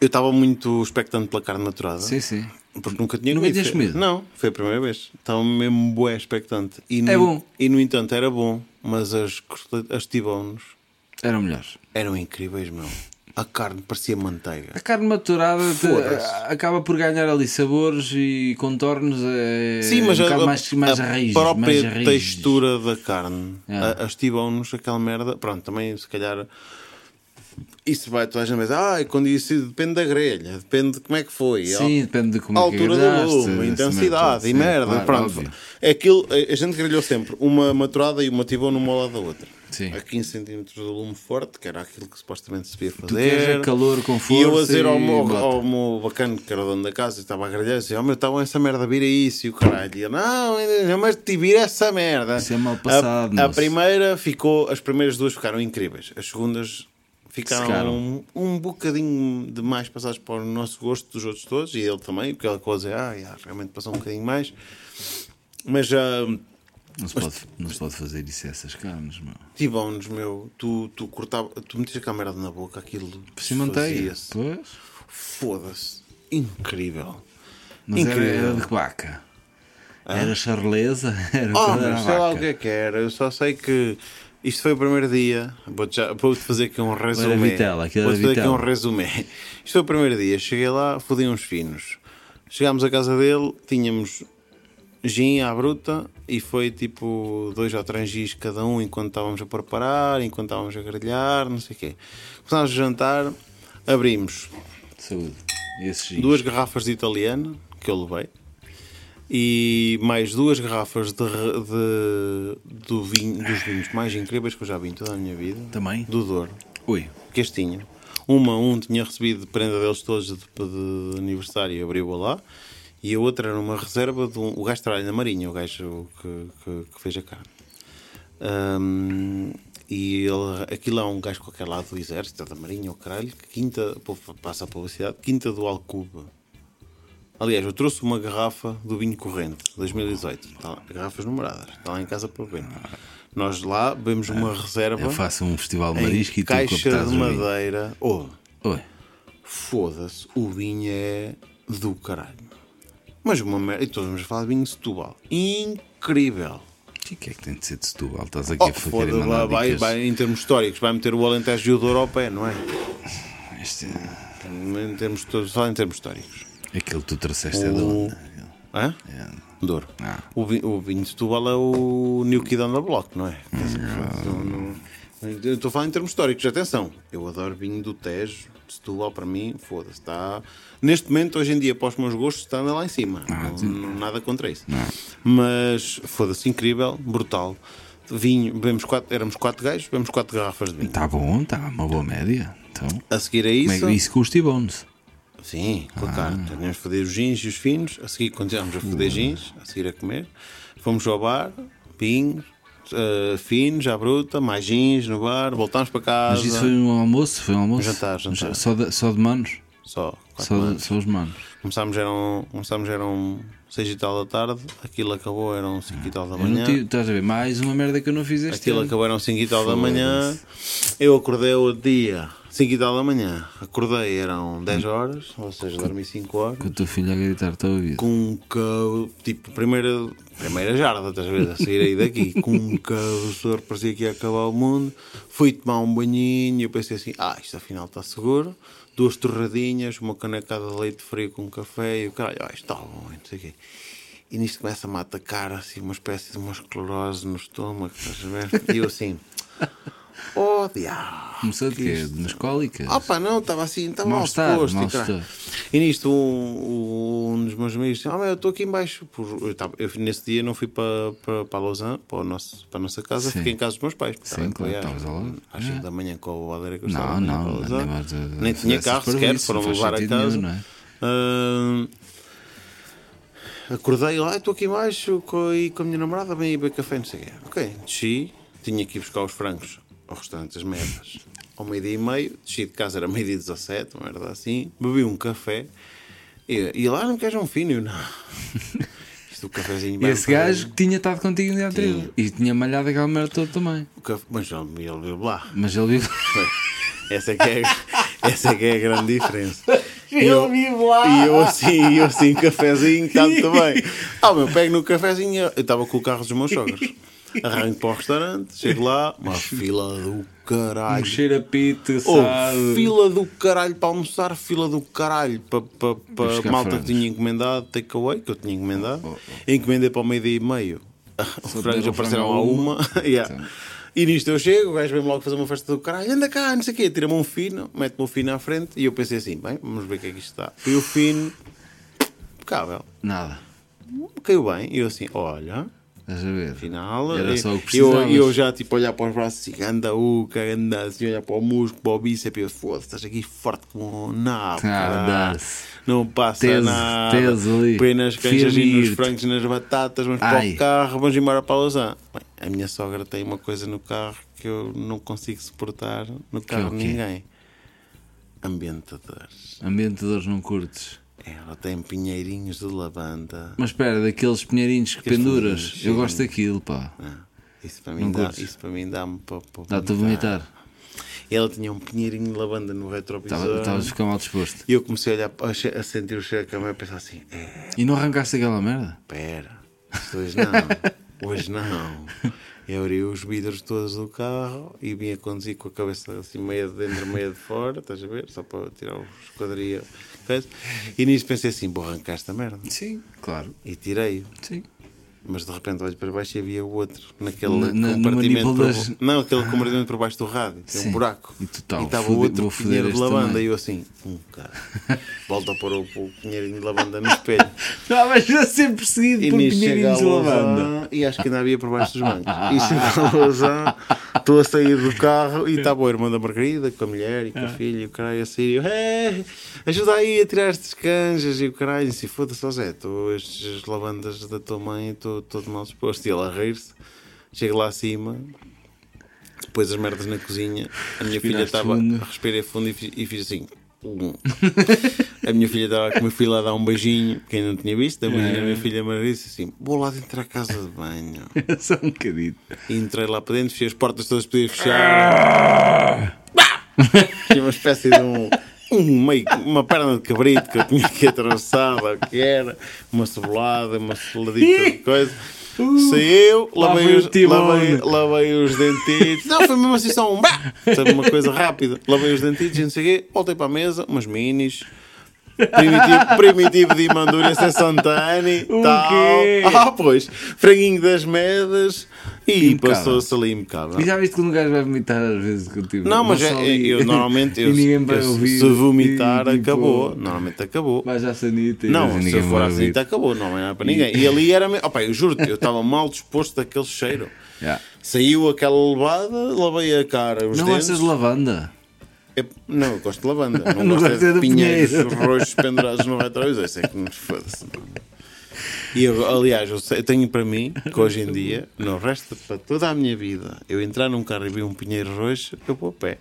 Eu estava muito expectante pela carne maturada. Sim, sim. Porque nunca tinha Nunca comido. tinhas comido? Não, foi a primeira vez. Estava mesmo bué expectante. E no, É bom. E no entanto era bom, mas as, costeletas- as tibones Eram melhores. eram incríveis, meu. A carne parecia manteiga. A carne maturada te- Foda-se. acaba por ganhar ali sabores e contornos. É, Sim, mas um a, bocado mais, mais a raízes, própria mais raízes. textura da carne, Ah. a- as tibones, aquela merda, pronto, também se calhar isso vai toda a gente vai dizer, ah, quando isso depende da grelha, depende de como é que foi. Sim, depende de como a é que altura do grelhaste, lume, a desse intensidade método, sim, e merda. claro, pronto. óbvio. Aquilo, a a gente grelhou sempre uma maturada e uma tibona uma ao lado da outra. Sim. A 15 cm do lume forte, que era aquilo que supostamente se devia fazer. queres é calor com E eu a força dizer ao e meu, bota. ao meu bacana que era o dono da casa, estava a grelhar, dizia: Ó meu, estavam essa merda, vira isso e o caralho. E ele: Não, ainda- mas te vira essa merda. Isso é mal A- passado, A, moço. primeira ficou, as primeiras duas ficaram incríveis, as segundas ficaram Secaram. um bocadinho de mais passados para o nosso gosto dos outros todos e ele também, porque ele coisa ah, já, realmente passou um bocadinho mais. Mas ah, já Não se, pode, não se pode fazer isso a essas carnes, mano. T-Bones, um meu, tu, tu cortava, tu metias aquela merda na boca, aquilo Se manteiga. fazia-se. Pois. Foda-se. Incrível. Mas era, Incrível. era de vaca. Era charlesa. Era Oh, toda a mas sei lá o vaca. que é que era, eu só sei que isto foi o primeiro dia. Vou-te já- vou-te fazer aqui um resumé. vitela, aquilo Vou-te era fazer aqui um vitela. resumé. Isto foi o primeiro dia, cheguei lá, fodi uns finos. Chegámos à casa dele, tínhamos gin à bruta e foi tipo dois ou três gins cada um enquanto estávamos a preparar, enquanto estávamos a grelhar, não sei o quê. Começámos a jantar, abrimos Saúde. E esses gins. duas garrafas de italiano que eu levei e mais duas garrafas de, de- do vinho, dos vinhos mais incríveis que eu já vi em toda a minha vida. Também? Do Douro, Ui. que este tinha. Uma, um tinha recebido de prenda deles todos de, de aniversário e abriu-a lá. E a outra era uma reserva de um. O gajo trabalha na Marinha, o gajo que, que, que fez a carne. Ahm, e ele, aquilo é um gajo qualquer lado do Exército, da Marinha, o caralho, que quinta, pô, passa a publicidade, quinta do Alcuba. Aliás, eu trouxe uma garrafa do vinho corrente, 2018. Está tá lá, garrafas numeradas, está lá em casa para beber. Nós lá bebemos uma reserva. Ah, Eu faço um festival de Em marisco e tu caixa captás de o vinho. madeira. Oh, Oi. foda-se, o vinho é do caralho. Mas uma merda. E todos vamos falar de vinho de Setúbal. Incrível. O que é que tem de ser de Setúbal? Estás aqui Oh, a fazer foda-se, vai, vai, vai, em termos históricos, vai meter o Alentejo e o Douro ao pé, não é? Este, é- Em termos, só em termos históricos. aquele que tu trouxeste é de onde? Hã? Douro. Ah. O, vi- o vinho de Setúbal é o New Kid on the Block, não é? Quer dizer, não- não- Eu estou a falar em termos históricos, atenção. Eu adoro vinho do Tejo, de Setúbal, para mim, foda-se. Está... Neste momento, hoje em dia, para os meus gostos, está lá em cima. Não- não- nada contra isso. Mas, foda-se, incrível, brutal. Vinho, bebemos quatro, éramos quatro gajos, bebemos quatro garrafas de vinho. Está Tá bom, está uma boa média. Então, A seguir a como é isso. que Ah. isso custa e bônus? Sim, claro. Tínhamos a foder os gins e os finos. A seguir, continuámos a Hum. foder gins, a seguir a comer. Fomos ao bar, vinhos, eh, finos, à bruta, mais gins no bar. Voltámos para casa. Mas isso foi um almoço? Foi um almoço? Um jantar, jantar. Só de, só de manos? Só, quatro Só, manos. de- só os manos. Começámos, eram, começámos, eram seis e tal da tarde. Aquilo acabou, eram cinco e tal da Ah, Eu não manhã. tive, estás a ver? Mais uma merda que eu não fiz este Aquilo ano. acabou, eram 5 e tal da manhã. Eu acordei o dia 5 e tal da manhã. Acordei, eram 10 horas, ou seja, dormi 5 horas. Com o teu filho a gritar, estou a ouvir. com um cabo, tipo, primeira, primeira jarda, estás a ver, a sair aí daqui, com um cabo, o senhor parecia que ia acabar o mundo, fui tomar um banhinho, eu pensei assim, ah, isto afinal está seguro, duas torradinhas, uma canecada de leite frio com café, e o caralho, ah, isto está bom, e não sei o quê. E nisto começa-me a atacar, assim, uma espécie de uma esclerose no estômago, estás a ver, e eu assim, oh, diabo. é Começou de quê? De nas cólicas? Ah pá, não, estava assim, estava mal Mal-estar, disposto. e mal-estar. caralho. E nisto, um, um dos meus amigos disse: Ah, mas eu estou aqui embaixo. Por, eu tava- eu nesse dia não fui para, para, para Lausanne, para, o nosso, para a nossa casa, Sim. fiquei em casa dos meus pais. porque Sim, estava claro, em Goiás. estavas É. ao lado. Às 5 da manhã com a boadeira que eu Não, estava. a não, para não Lausanne. lembro de- de tipo, Nem tinha fazer carro essas sequer, parvoíces, foram não faz levar a sentido casa. nenhum, não é? Ahn, Acordei lá, estou aqui embaixo co- e com a minha namorada, vem aí beber café, não sei o quê. Ok, desci, tinha que ir buscar os francos ao restaurante das merdas. Ao meio-dia e meio, desci de casa, era meio-dia e 17, uma merda assim, bebi um café e, e lá não queres um fino, eu, não. Isto o cafezinho E vai-me esse fazer- gajo que tinha estado contigo no dia anterior. E tinha malhado aquela merda toda também. o café- Mas ele ele bebeu lá. Mas ele vive. Essa é que é, essa é, que é a grande diferença. E eu, vive lá. E eu assim, e eu assim, cafezinho, tanto bem. Ah, meu, pego no cafezinho, eu estava com o carro dos meus sogros. Arranco para o restaurante, chego lá, uma fila do caralho. Cheira a pito, Oh, sabe? fila do caralho para almoçar, fila do caralho para, para, para buscar malta frangos. que tinha encomendado, takeaway, que eu tinha encomendado. Encomendei para o meio-dia e meio. Os frangos deram apareceram frango a a uma. uma. Yeah. E nisto eu chego, o gajo vem logo fazer uma festa do caralho, anda cá, não sei o quê, tira-me um fino, mete-me um fino à frente e eu pensei assim, bem, vamos ver o que é que isto está. E o fino, impecável, Nada. caiu bem, e eu assim, olha, Estás a ver? Afinal, Era eh, só o que eu, precisavas. eu já tipo olhar para os braços assim, anda uca, anda assim, olhar para o músculo, para o bíceps, e eu foda-se, estás aqui forte como um nabo. Tá, caralho. dá-se. Não passa Teso, nada. teso ali. Põe nas canjas e nos Firmir-te. frangos e nas batatas, vamos para o Ai. carro, vamos embora para a Lausanne. Bem, a minha sogra tem uma coisa no carro que eu não consigo suportar é no o carro de quê? ninguém. Ambientadores. Ambiente de dores não curtes. Ela tem pinheirinhos de lavanda. Mas espera, daqueles pinheirinhos que penduras. pinheirinhos, Eu gosto daquilo, pá. Ah, Isso para mim dá- curtes? isso para mim dá-me para, para Dá-te a vomitar. Ele tinha um pinheirinho de lavanda no Estava- retrovisor. Estavas a ficar mal disposto. E eu comecei a, olhar, a che- a sentir o cheiro da câmera e pensar assim: é, E não arrancaste aquela merda? pera, isto hoje não, hoje não. Eu abri os vidros todos do carro e vim a conduzir com a cabeça assim, meia de dentro, meia de fora, estás a ver? Só para tirar os esquadria. E nisso pensei assim: vou arrancar esta merda. Sim, claro. E tirei-o. Sim. Mas de repente olho para baixo e havia outro naquele Na- na- no compartimento. manípulo por- das- Não, aquele compartimento por baixo do rádio. Tem Sim. um buraco. E tu, tal, e estava o fudi- outro vou com foder dinheiro de este lavanda. também. E eu assim, hum, cara, volta a pôr o, o dinheirinho de lavanda no espelho. Ah, mas já sempre perseguido E por nisso chega a pinheirinhos de lavanda. Lousã, e acho que ainda havia por baixo dos bancos. E chega a Lousã, estou a sair do carro e estava a irmã da Margarida com a mulher e com a filha e o caralho a sair. E eu, "Eh, ajuda aí a tirar estas canjas e o caralho. E assim, foda-se, ó Zé, tu, estas lavandas da tua mãe, estou todo mal disposto. E ela a rir-se, chega lá acima. Depois as merdas na cozinha, a minha filha Respiraste estava. fundo. Respirei fundo e fiz, e fiz assim. "Hum." A minha filha estava com o meu filho lá dar um beijinho, que ainda não tinha visto. A minha, a É. minha filha Maria disse assim: Vou lá dentro da casa de banho. Só um bocadinho. E entrei lá para dentro, fechei as portas todas, podia fechar. Ah! tinha uma espécie de um. um meio, uma perna de cabrito que eu tinha que atravessar, ou o que era, uma cebolada, uma ceboladita de coisa. Saiu, Uh! lá lavei foi o os, timão. lavei, lavei os dentitos. Não, foi mesmo assim só um bah! Sabe, uma coisa rápida. Lavei os dentitos e não sei o quê. Voltei para a mesa, umas minis. Primitivo, primitivo de Imandura Santani. O tal. quê? Ah, pois. Franguinho das medas. E Impecável. passou-se ali impecável. E já viste que um gajo vai vomitar às vezes tipo, contigo? Não, mas é- eu normalmente. Eu, e ninguém vai eu, ouvir. se vomitar, E, tipo, acabou. Normalmente acabou. Vais à sanita e Não, e se eu ninguém for vai assim, ouvir. então acabou, não é nada para ninguém. E ali era. me- Opa, eu juro-te, eu estava mal disposto daquele cheiro. Yeah. Saiu aquela levada, lavei a cara, os Não dentes. gostas de lavanda? É- não, eu gosto de lavanda. Não, Não gosto gosto é é de do pinheiros pinheiro. roxos pendurados no retrovisor. Isso é que me foda-se. não. E eu, aliás, eu, sei- eu tenho para mim que hoje em dia, no resto, para toda a minha vida, eu entrar num carro e ver um pinheiro roxo, eu vou a pé.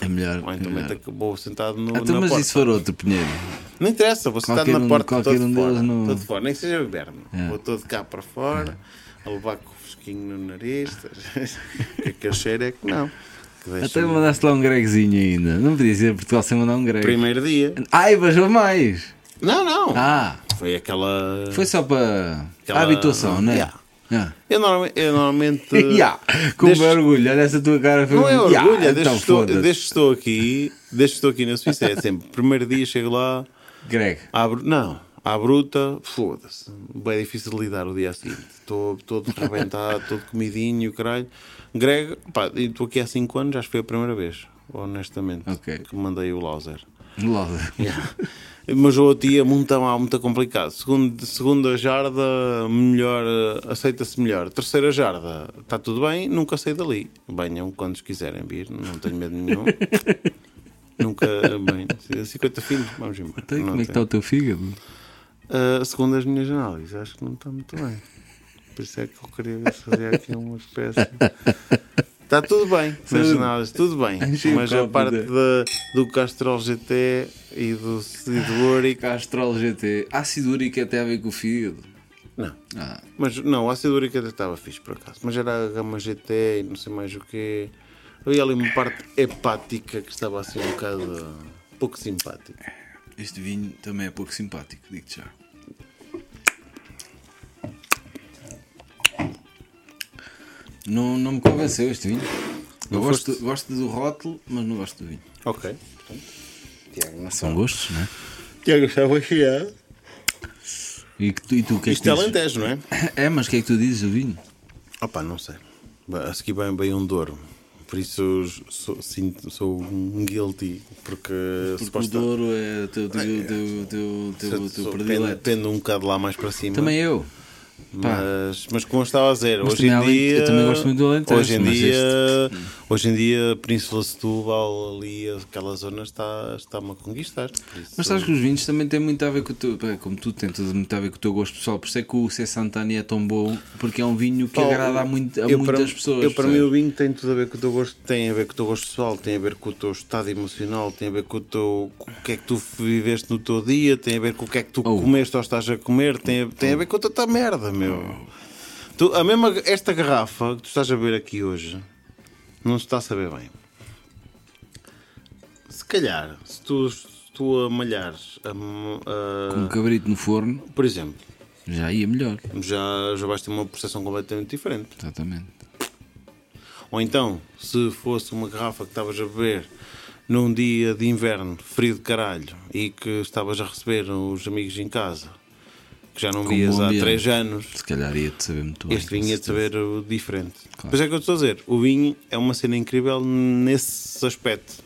É melhor. Ou é então melhor. meto que vou sentado no, Ah, então, na mas porta. e se for outro pinheiro? Não interessa, vou sentar Qualquer na um- porta qualquer todo, um fora, deles no- todo fora, nem que seja o inverno. É. Vou todo cá para fora, a levar com o fosquinho no nariz. que aquele cheiro é que não. Que Até deixa mandaste lá um gregzinho ainda. Não podia ser Portugal sem mandar um grego. Primeiro dia. Ai, mas ou mais. Não, não. Ah, Foi aquela. foi só para Aquela- a habituação, não é? Yeah. Ah. Eu normalmente. Eu normalmente Yeah. Com Desde- orgulho, olha essa tua cara. Foi Não é um- orgulho, Yeah, é desde, então, que estou, foda-se. desde que estou aqui. Desde que estou aqui na Suíça, é sempre. Primeiro dia chego lá, Greg. à, bru- não, à bruta, foda-se. Bem difícil de lidar o dia a seguinte. Estou todo rebentado, todo comidinho e o caralho. Greg, pá, e estou aqui há 5 anos, acho que foi a primeira vez, honestamente, Ok. que mandei o Lauser. Logo. Yeah. Mas o outro dia é muito mal, muito complicado. Segundo, segunda jarda, melhor, eh, aceita-se melhor. Terceira jarda, está tudo bem, nunca saí dali. Venham quantos quiserem vir, não tenho medo nenhum. nunca, bem, 50 filhos, vamos embora. Então, e Não como é que está tem. o teu fígado? Ah, segundo as minhas análises, acho que não está muito bem. Por isso é que eu queria fazer aqui uma espécie. Está tudo bem, nas Tudo. análises, tudo bem. Enchi o Mas a copo parte de- da- do Castrol GT e do Sidworic. Castrol GT. Ácido úrico até a ver com o fígado. Não. Ah, Mas não, a ácido úrico até estava fixe por acaso. Mas era a gama GT e não sei mais o quê. Havia ali uma parte hepática que estava assim um bocado pouco simpática. este vinho também é pouco simpático, digo-te já. Não, não me convenceu este vinho. Eu Não gosto, foste- gosto do rótulo, mas não gosto do vinho. Ok. Ah, São gostos, não é? Tiago estava chiado. E, que tu- e tu o que é que Isto é dizes? Alentejo, não é? É, mas o que é que tu dizes do vinho? Opa, não sei. Bem, A seguir bem, bem um Douro. Por isso sou, sou- sinto, sou um guilty. Porque, Porque o Douro é o teu, teu, teu, teu, teu, teu, sou- sou- tendo, predileto. tendo um bocado lá mais para cima. Também eu. Mas, mas como eu estava a dizer, Mas hoje em também há dia. Alente- eu também gosto muito do Alentejo, Hoje em mas dia, hoje em dia a Península Setúbal, ali, aquela zona, está- está-me a conquistar. Por isso- Mas sabes que os vinhos também têm muito a ver com o teu. pá, Como tu tem tudo muito a ver com o teu gosto pessoal. Por isso é que o C. Santani é tão bom, porque é um vinho que Paulo, agrada a, muito, a eu para- muitas pessoas. Eu, para mim, percebes? o vinho tem tudo a ver com o teu gosto, tem a ver com o teu gosto pessoal, tem a ver com o teu estado emocional, tem a ver com o teu com o que é que tu viveste no teu dia, tem a ver com o que é que tu Oh. comeste ou estás a comer, tem a, tem a ver com tanta merda, meu. Tu, a mesma, esta garrafa que tu estás a beber aqui hoje não se está a saber bem. Se calhar, se tu, se tu a malhares, a m- a- Com um cabrito no forno, por exemplo, já ia melhor. já, já vais ter uma percepção completamente diferente. Exatamente. Ou então, se fosse uma garrafa que estavas a beber num dia de inverno, frio de caralho, e que estavas a receber os amigos em casa, que já não Como vias um bom há vinho. 3 anos. Se calhar ia-te saber muito bem. Este vinho ia de saber o diferente. Claro. Pois é que eu estou a dizer, o vinho é uma cena incrível nesse aspecto.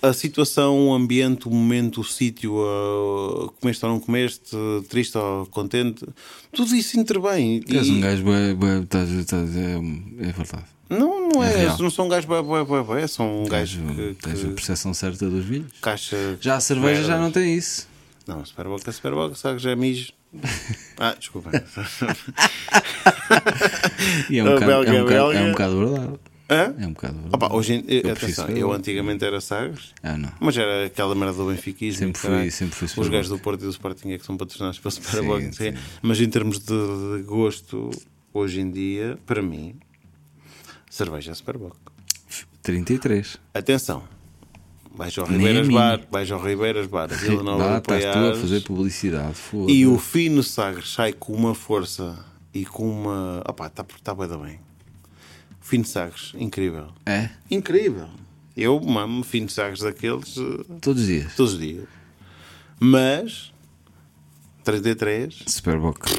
A situação, o ambiente, o momento, o sítio, a- comeste ou não comeste, triste ou contente, tudo isso interbém. Tu És E- um gajo bué, bué, estás- estás- é, é verdade. Não, não É é, real. não são gajos bué, bué, bué, bué, são um gajo que, Tens a que percepção certa dos vinhos. caixa... Já a cerveja já merdas. não tem isso. Não, Superbox é Superbox, sabe, já é mijo. Ah, desculpa. E é A um, bocado, é, Bélgica, um bocado, é Bélgica. um bocado verdade. Hã? É um bocado verdade. Opa, hoje em- eu, prefiro atenção, Superbox. eu antigamente era Sagres, Ah, não. mas era aquela merda do Benfiquismo. Sempre e fui- caralho. sempre fui Os Superbox. gajos do Porto e do Sporting é que são patrocinados pelo Superbox, Sim, não sei. mas em termos de, de gosto, hoje em dia, para mim, cerveja é Superbox. 33. Atenção, vais ao Nem a Ribeiras minha. Bar, vais ao Ribeiras Bar, a Vila Nova Lá estás tu a apoiares. fazer publicidade. foda-se. E o Fino Sagres sai com uma força e com uma. Opá, está tá bué da bem. Fino Sagres, incrível. É? Incrível. Eu mamo Fino Sagres daqueles eh, Todos os dias. todos os dias. Mas. 33, Superbox.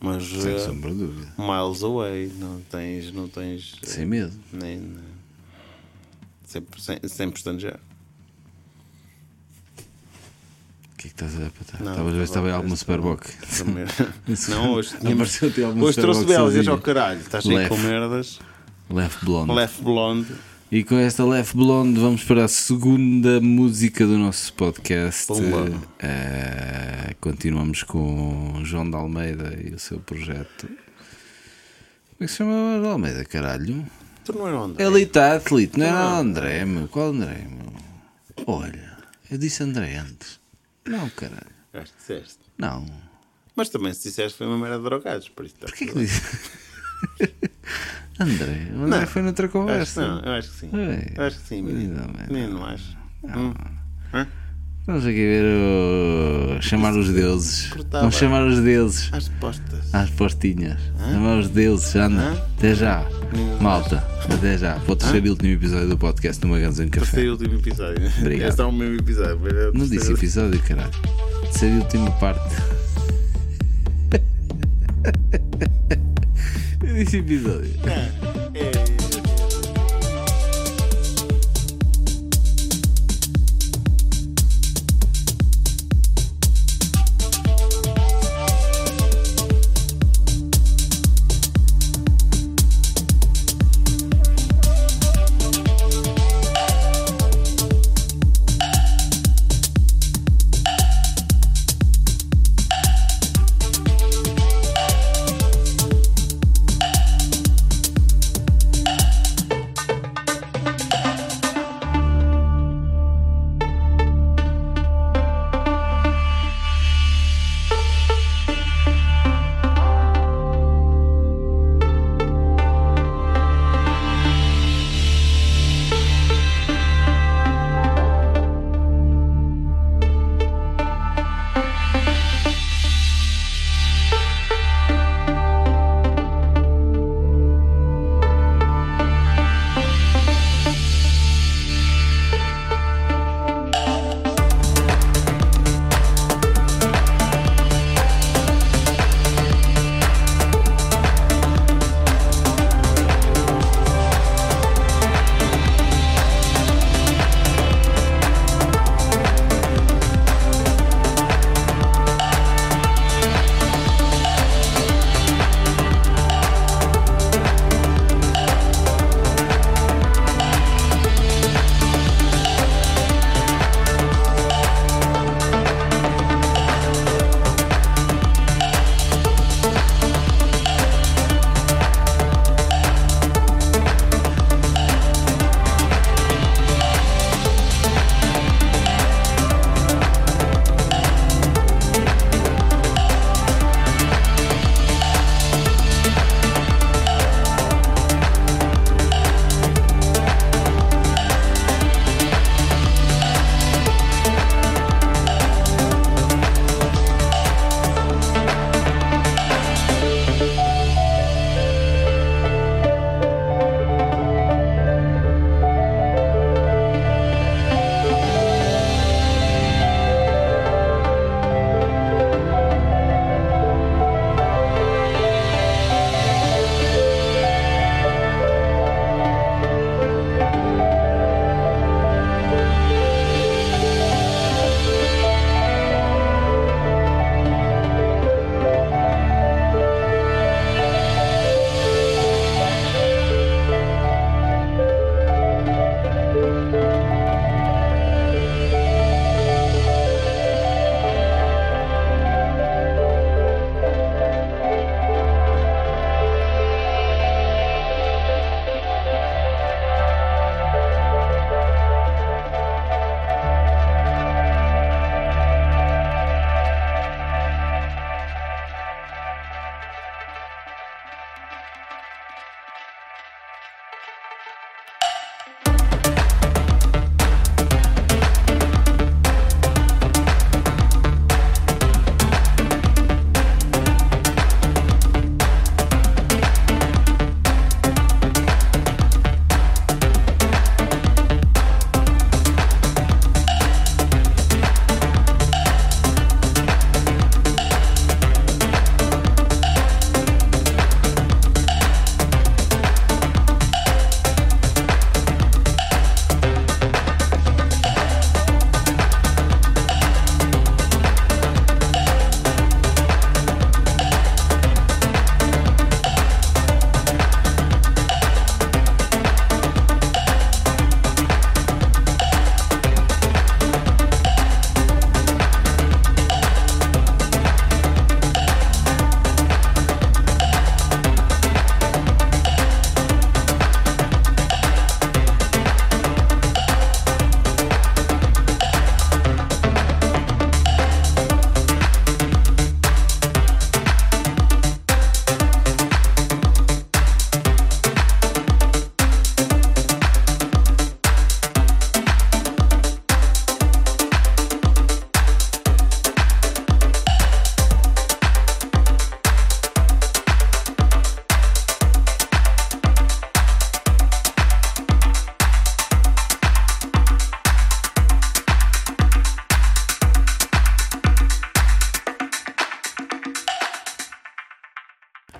mas Sem eh, sombra de dúvida. miles away. Não tens. Não tens eh, Sem medo. nem, nem- sempre, sem, sempre estanjar. O que é que estás a apatar? Não, Estavas a ver se estava aí alguma Superbox. Também- não, hoje tínhamos. Apareceu-te alguma Hoje trouxe Starbucks belgas sozinho. ao caralho. Estás aí com Lef. merdas. Left Blonde. Left Blonde. E com esta Left Blonde vamos para a segunda música do nosso podcast. Pumba. Eh, continuamos com João de Almeida e o seu projeto. Como é que se chama de Almeida, caralho? Tu não era onde? É Lita Atlete, não Então. era André, meu. Qual André, meu? Olha, eu disse André antes. Não, caralho. Acho que disseste. Não. Mas também se disseste foi uma merda de drogados, por isso está Porquê que tudo bem. disse? André, o André Não. foi noutra Acho que conversa. não, eu acho que sim. É. Eu acho que sim, menino. Não, é. Menino, não acho. Hum. Hã? Vamos aqui ver o. chamar os deuses. Cortava. Vamos chamar os deuses Às postas. às postinhas. Chamar os deuses, anda. Hã? Até já. Malta, até já. Para o terceiro e último episódio do podcast do Magazine Terceiro Café. e é último episódio. Obrigado. Este é o meu episódio. mas é o Não disse terceiro. episódio, caralho. Terceira e última parte. Eu disse episódio. É.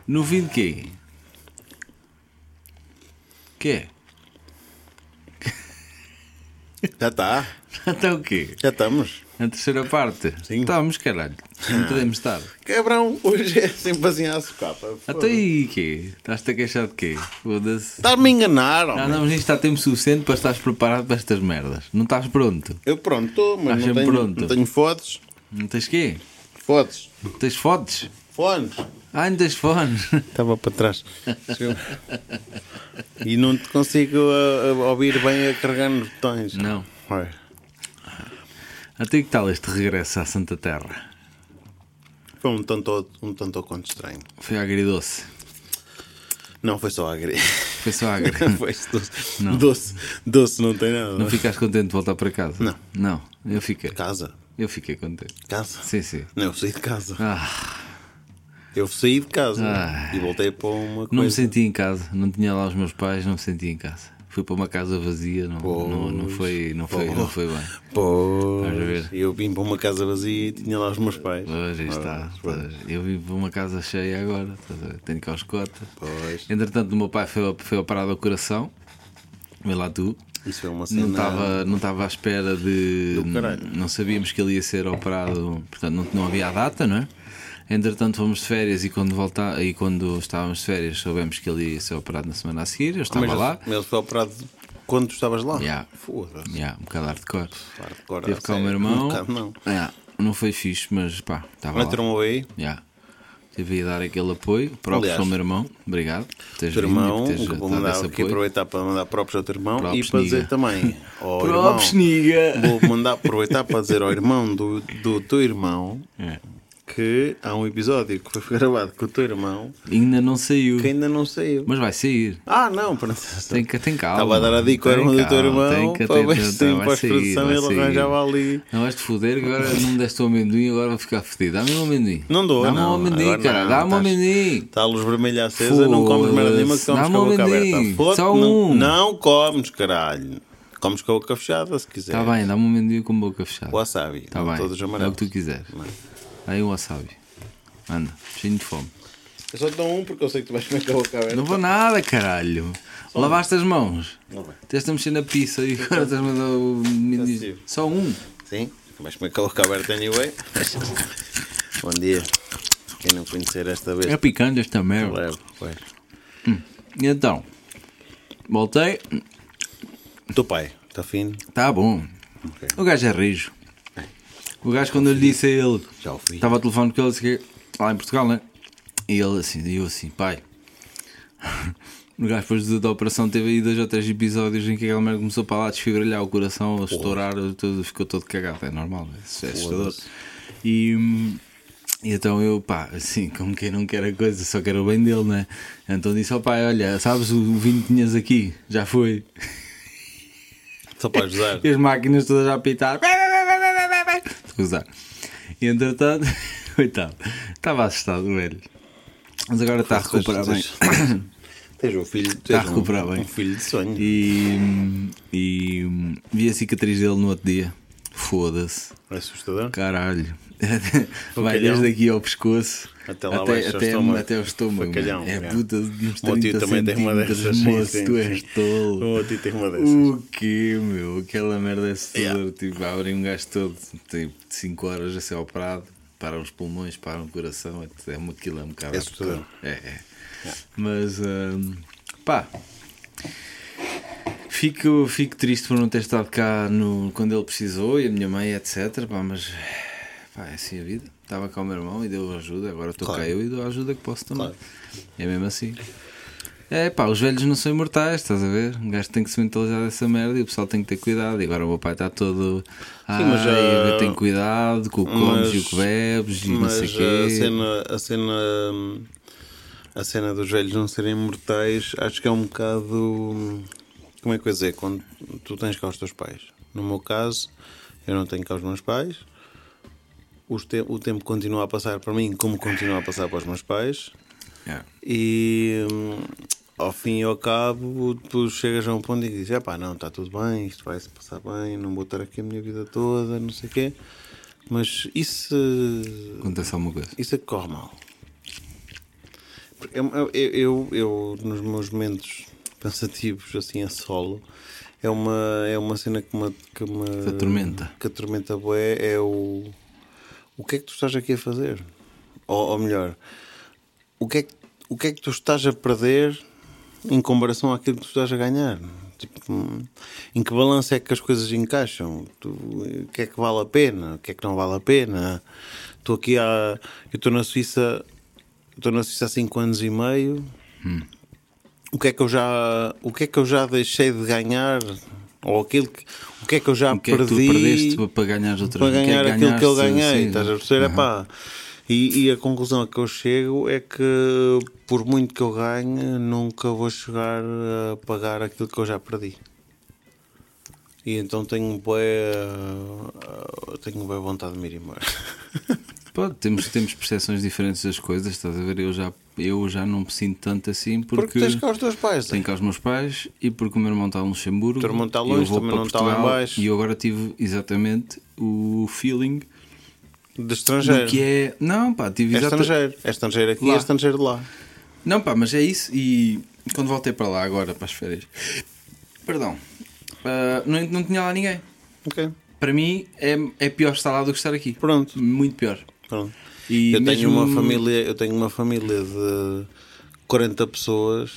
No vinho de quê? Que é? Já está. Então o quê? Já estamos. A terceira parte? Sim. Estamos, caralho. Não podemos estar. Cabrão, hoje é sem basear a socapa. Até aí, quê? Estás-te a queixar de quê? Foda-se. Estás-me a enganar, Já homem. andamos nisto há tempo suficiente para estares preparado para estas merdas. Não estás pronto? Eu pronto, estou, Estás mas não Tá sempre tenho, pronto. não tenho fotos. Não tens quê? Fotos. Não tens fotos? Fones. Ah, não tens fones. Estava para trás. Chegou. e não te consigo ah, ah, ouvir bem a carregar nos botões. Não. Olha, Até que tal este regresso à Santa Terra? Foi um tanto, um tanto ao quanto estranho. Foi agridoce. Não, foi só agri. Foi só agri. foi doce. doce. Doce não tem nada. Não ficaste contente de voltar para casa? Não. Não, eu fiquei. Casa. Eu fiquei contente. Casa. Sim, sim. Não, eu saí de casa. Ah, Eu saí de casa Ah. e voltei para uma coisa. não me senti em casa. Não tinha lá os meus pais, não me senti em casa. Fui para uma casa vazia, não, não, não, foi, não, foi, não foi bem. Estás a Pois, ver? eu vim para uma casa vazia e tinha lá os meus pais. Ah, Pois, aí está. Pois. Eu vivo para uma casa cheia agora. estás a ver? Tenho que aos cotas. Pois, Entretanto, o meu pai foi, foi operado ao coração. Vê lá tu. isso é uma Não cena. estava, não estava à espera de. Do caralho. Não sabíamos que ele ia ser operado, portanto não, não havia a data, não é? Entretanto fomos de férias e quando, volta, e quando estávamos de férias soubemos que ele ia ser operado na semana a seguir. Eu estava mas, lá, mas ele foi operado quando tu estavas lá? Yeah. Foda-se. yeah, um bocado hardcore. Hardcore, Teve a cá o sério. meu irmão. Um bocado não. Yeah, não foi fixe, mas pá, estava lá. Meteram aí. Yeah. Tive a dar aquele apoio, próprio um- Aliás, ao meu irmão. Obrigado por teres Teu vindo e irmão, um por teres que vou dado esse mandar aqui apoio. aproveitar para mandar próprios ao teu irmão Props, e para dizer niga. também. ó Props, irmão, niga. Vou mandar aproveitar para dizer ao irmão do, do teu irmão É. que há um episódio que foi gravado com o teu irmão Ainda não saiu, que ainda não saiu. mas vai sair. Ah, não, pronto. Tem que tem calma. Estava a dar a dica ao Tem irmão do teu calma, irmão tem que para ver atentar, se em vai pós-produção sair, ele vai arranjava sair. ali. Não vais-te foder, agora não me deste o amendoim, agora vou ficar fodido. Dá-me um amendoim. Não dou, Dá-me não, um amendoim, agora cara. não, Dá-me um estás- amendoim. Está a luz vermelha acesa, não comes merda nenhuma que comes Dá-me com a um boca amendoim. aberta. Foda-se, Só não, um. não comes, caralho. Comes com a boca fechada se quiser. Está bem, dá-me um amendoim com boca fechada. Wasabi, Está não bem. todos É o amarelos. que tu quiseres. Aí um wasabi. Anda, cheio de fome. Eu só te dou um porque eu sei que tu vais comer com a boca aberta. Não vou nada, caralho. Lavaste as mãos. um. Não vai. Estás a mexer na pizza e agora estás-me a dar o Sim. amendoim. Só um. Sim, vais comer com a boca aberta anyway. Bom dia. Quem não conhecer esta vez, É picante esta merda. leve. pois. E Então, voltei, Teu pai, está fino? tá bom. Ok. O gajo é rijo. O gajo, quando eu lhe disse a ele, Já ouvi. estava ao telefone com ele, disse que- lá em Portugal, né? E ele assim, e eu assim, pai. O gajo depois da- da operação teve aí dois ou três episódios em que aquela merda começou para lá a desfibrilhar o coração, a estourar, tudo, ficou todo cagado, é normal, é assustador. E, hum, e então eu, pá, assim, como quem não quer a coisa, só quero o bem dele, né? Então disse ao pai: Olha, sabes, o o vinho que tinhas aqui já foi. Só para ajudar. E as máquinas todas a apitar. Estou a gozar. E entretanto, coitado, estava assustado, velho. Mas agora está tá a recuperar bem. Tá Tens- Tens um filho, tens a recuperar um, bem. um filho de sonho. E, e hum, vi a cicatriz dele no outro dia. Foda-se. É assustador. Caralho. Vai Facalhão. desde aqui ao pescoço. Até lá até, abaixo ao até, estômago. até ao estômago. Facalhão, mano. é é. puta de uns O meu 30 tio também tem uma centímetros, dessas. sim, moço, sim, tu sim. és tolo. O meu tio tem uma dessas. O que, meu? Aquela merda é assustadora. Tipo, abrem um gajo todo, tipo, 5 horas a ser operado, param os pulmões, param o coração. É, é uma quilo, é um bocado. É assustador. hardcore. É, é. Mas, hum, pá. Fico, fico triste por não ter estado cá no, quando ele precisou e a minha mãe, etc. Pá, mas pá, é assim a vida. Estava cá o meu irmão e deu ajuda, agora estou cá Claro. eu e dou a ajuda que posso também. Claro. É mesmo assim. É pá, os velhos não são imortais, estás a ver? Um gajo tem que se mentalizar dessa merda e o pessoal tem que ter cuidado. E agora o meu pai está todo. Ah, mas, ah, tem cuidado com o que comes e o que bebes e não sei o mas eh, a quê. cena, a cena hum, a cena dos velhos não serem mortais acho que é um bocado hum, como é que eu ia dizer quando tu tens cá os teus pais no meu caso eu não tenho cá os meus pais Os te- o tempo continua a passar para mim como continua a passar para os meus pais Yeah. e hum, ao fim e ao cabo tu chegas a um ponto em que dizes, pá, não, está tudo bem, isto vai se passar bem, não vou estar aqui a minha vida toda, não sei o quê. Mas isso, Acontece alguma coisa. isso é que corre mal. Eu, eu, eu, eu, nos meus momentos pensativos, assim, a solo, é uma, é uma cena que me, que me- Que atormenta. Que atormenta bué é o. O que é que tu estás aqui a fazer? Ou, ou melhor, o que, é que, o que é que tu estás a perder em comparação àquilo que tu estás a ganhar? Tipo, hum, em que balanço é que as coisas encaixam? Tu- o que é que vale a pena? O que é que não vale a pena? Estou aqui há. Eu estou na Suíça. Estou na Suíça há 5 anos e meio Hum. o que é que eu já o que é que eu já deixei de ganhar ou aquilo que o que é que eu já O que é que tu perdi perdeste para- para ganhares outra para vez? O que é que ganhar aquilo que eu ganhaste? ganhei Sim. estás a perceber Epá, e, e a conclusão a que eu chego é que por muito que eu ganhe nunca vou chegar a pagar aquilo que eu já perdi e então tenho boa tenho boa vontade de me ir embora Pô, temos, temos percepções diferentes das coisas, estás a ver? Eu já, eu já não me sinto tanto assim porque porque, tens cá os teus pais né? tenho cá os meus pais e porque o meu irmão está em Luxemburgo. O teu irmão está e eu longe, vou também para não está lá em Portugal, baixo. E eu agora tive exatamente o feeling de do estrangeiro que é. Não, pá, tive é exatamente. estrangeiro é estrangeiro aqui Lá. é estrangeiro lá Não, pá, mas é isso. E quando voltei para lá agora, para as férias, perdão, ah, não, não tinha lá ninguém. ok Para mim é, é pior estar lá do que estar aqui. pronto Muito pior. pronto E eu mesmo- tenho uma família eu tenho uma família de 40 pessoas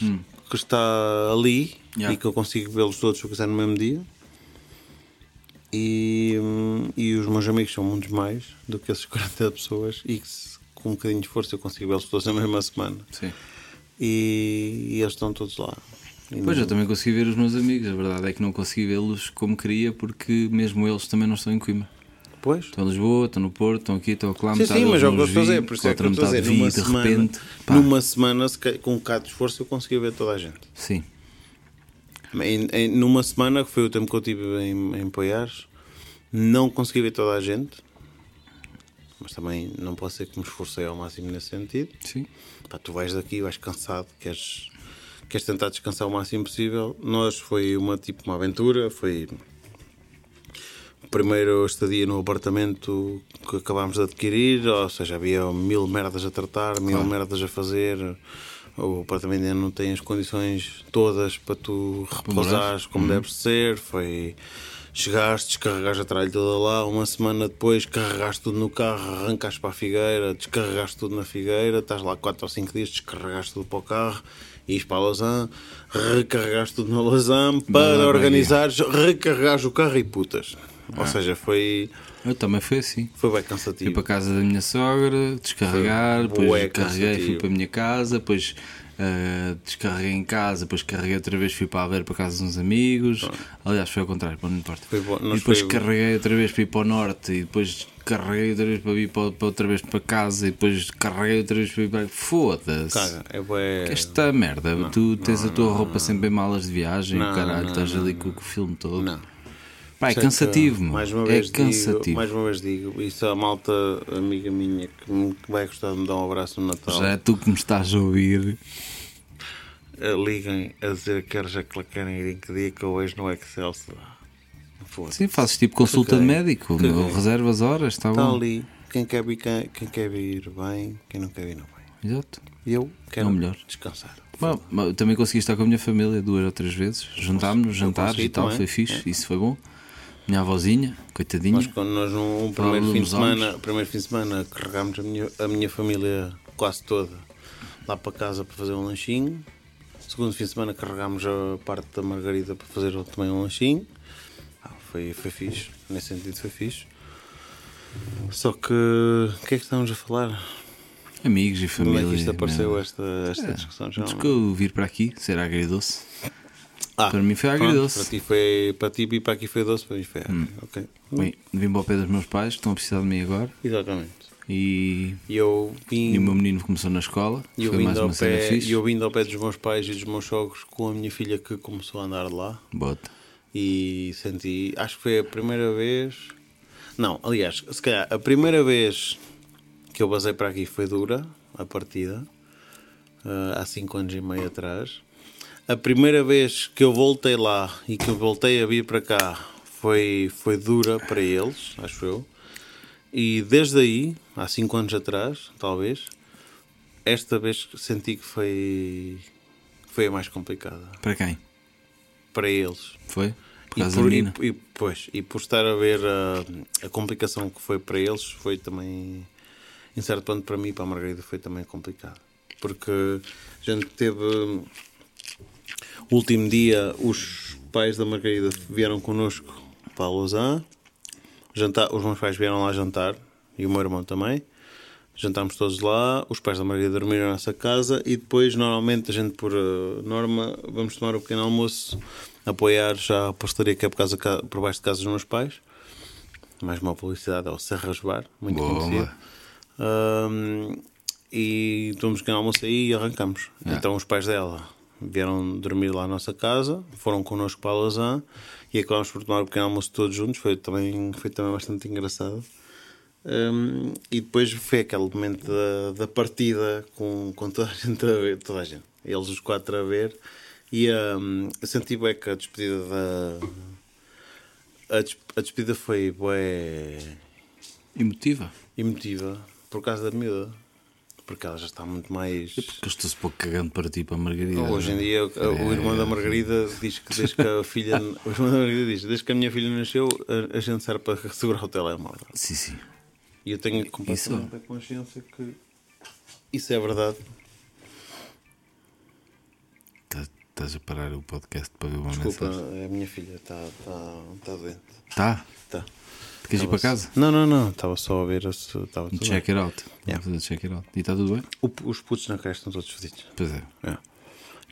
que está ali Hum. Yeah. e que eu consigo vê-los todos se eu quiser no mesmo dia e, hum, e os meus amigos são muitos mais do que essas 40 pessoas e que se- com um bocadinho de esforço eu consigo vê-los todos na mesma semana Sim. e, e eles estão todos lá E Pois eu também consegui ver os meus amigos, a verdade é que não consegui vê-los como queria, porque mesmo eles também não estão em Coimbra. depois Estão em Lisboa, estão no Porto, estão aqui, estão lá, Sim, metade sim, mas deles é o não que eu os estou a vi, dizer, por isso é que eu outra estou a metade dizer, vi, numa de semana, repente, pá, numa semana, se ca- com um bocado de esforço, eu consegui ver toda a gente. sim, Em- em- numa semana, que foi o tempo que eu tive em, em Poiares, não consegui ver toda a gente, mas também não posso dizer que me esforcei ao máximo nesse sentido. sim, Pá, tu vais daqui, vais cansado, queres, queres tentar descansar o máximo possível. Nós foi uma tipo uma aventura, foi primeiro estadia no apartamento que acabámos de adquirir, ou seja, havia mil merdas a tratar, mil merdas a fazer. O apartamento ainda não tem as condições todas para tu repousares como deve ser. Foi. Chegaste, descarregaste a tralha toda lá, uma semana depois carregaste tudo no carro, arrancaste para a figueira, descarregaste tudo na figueira, estás lá 4 ou 5 dias, descarregaste tudo para o carro, ires para a Lausanne, recarregaste tudo na Lausanne para Bahia. organizares, recarregares o carro e putas. Ou seja, foi, eu também fui assim. foi bem Fui Ah. para cansativo. a casa da minha sogra, descarregar, Foi depois bué carreguei, fui cansativo. para a minha casa, depois ah, descarreguei em casa, depois carreguei outra vez, fui para a ver para casa de uns amigos. Aliás, foi ao contrário, pô, não importa. Foi bom, e nós depois foi- carreguei outra vez para ir para o norte, e depois carreguei outra vez para vir para, para outra vez para casa, e depois carreguei outra vez para ir para. Foda-se! Cara, é bué- Esta merda, tu tens a tua roupa sempre em malas de viagem, Não, caralho, não, estás ali com, com o filme todo. Não. Pá, é Sei que, cansativo, meu. mais uma é vez cansativo. Digo, mais uma vez digo, isso é a malta amiga minha que me- que vai gostar de me dar um abraço no Natal. Já é tu que me estás a ouvir. Eh, liguem a dizer que horas é que lá querem ir em que dia que eu hoje no Excel se dá. Foda-se. Sim, fazes tipo consulta Caguei. de médico, Caguei. meu, reservas horas, está Está bom. Tá ali, quem quer, vir, quem, quem quer vir bem, quem não quer vir não bem. Exato. E eu quero Não, É melhor. descansar. Bom, mas eu também consegui estar com a minha família duas ou três vezes. Juntámos-nos, jantares consegui e tal, também. É. foi fixe, isso foi bom. Minha avózinha, coitadinha. Nós, quando nós no primeiro Estávamos fim, de nos ombros. semana, primeiro fim de semana carregámos a minha, a minha família quase toda lá para casa para fazer um lanchinho. Segundo fim de semana carregámos a parte da Margarida para fazer também um lanchinho. Ah, foi, foi fixe, nesse sentido foi fixe. Só que o que é que estamos a falar? Amigos e Como família. É. é que isto apareceu meu. esta, esta discussão? Já Antes não- que eu vir para aqui, ser agridoce. Ah, para mim foi pronto, agridoce. Hum. Para ti foi para ti e para aqui foi doce, para mim foi agri. Ok. Bem, vim para o pé dos meus pais, que estão a precisar de mim agora. Exatamente. E, E eu vim. e o meu menino começou na escola. E eu, foi mais vindo ao uma cena pé, fixe. e eu vindo ao pé dos meus pais e dos meus sogros com a minha filha que começou a andar lá Bota. e senti, acho que foi a primeira vez, não, aliás, se calhar a primeira vez que eu basei para aqui foi dura, a partida, ah, há 5 anos e meio atrás. A primeira vez que eu voltei lá e que eu voltei a vir para cá foi, foi dura para eles, acho eu. E desde aí, há 5 anos atrás, talvez, esta vez senti que foi, foi a mais complicada Para quem? para eles. Foi? Por E causa por, da menina? e, e, pois, e por estar a ver ah, a, a complicação que foi para eles, foi também, em certo ponto, para mim e para a Margarida, foi também complicado. Porque a gente teve. hum, O último dia, os pais da Margarida vieram connosco para Lausanne. Jantar, os meus pais vieram lá jantar e o meu irmão também. Jantámos todos lá, os pais da Maria dormiram na nossa casa e depois, normalmente, a gente, por eh, norma, vamos tomar o pequeno almoço, apoiar já a pastelaria que é por, causa, ca- por baixo de casa dos meus pais. Mais uma publicidade ao Serras Bar, muito Boa. conhecido. Ahm, e tomamos um pequeno almoço aí e arrancamos. Então, os pais dela vieram dormir lá à nossa casa, foram connosco para a Lausanne e acabámos por tomar o pequeno almoço todos juntos. Foi também, foi também bastante engraçado. Hum, e depois foi aquele momento da, da partida com, com toda a gente a ver, toda a gente, eles os quatro a ver, e hum, eu senti bem que a despedida da. A, des- a despedida foi bem Emotiva. emotiva por causa da miúda, porque ela já está muito mais. Que eu estou-se pouco cagando para ti, para a Margarida. Hoje em dia, o irmão da Margarida diz que desde que a filha. O irmão da Margarida diz desde que a minha filha nasceu, a, a gente serve para segurar o telemóvel. Sim, sim. E eu tenho é. completamente a consciência que isso é verdade. Tá- Estás a parar o podcast para ver uma Desculpa, mensagem. a minha filha está tá, tá doente. Tá? Tá. Queres ir para casa? Um Não, não, não. Estava só a ver se estava tudo bem. Check it out. Vamos fazer um Check it out. E está tudo bem? O- Os putos na creche estão todos fodidos. Pois é. É.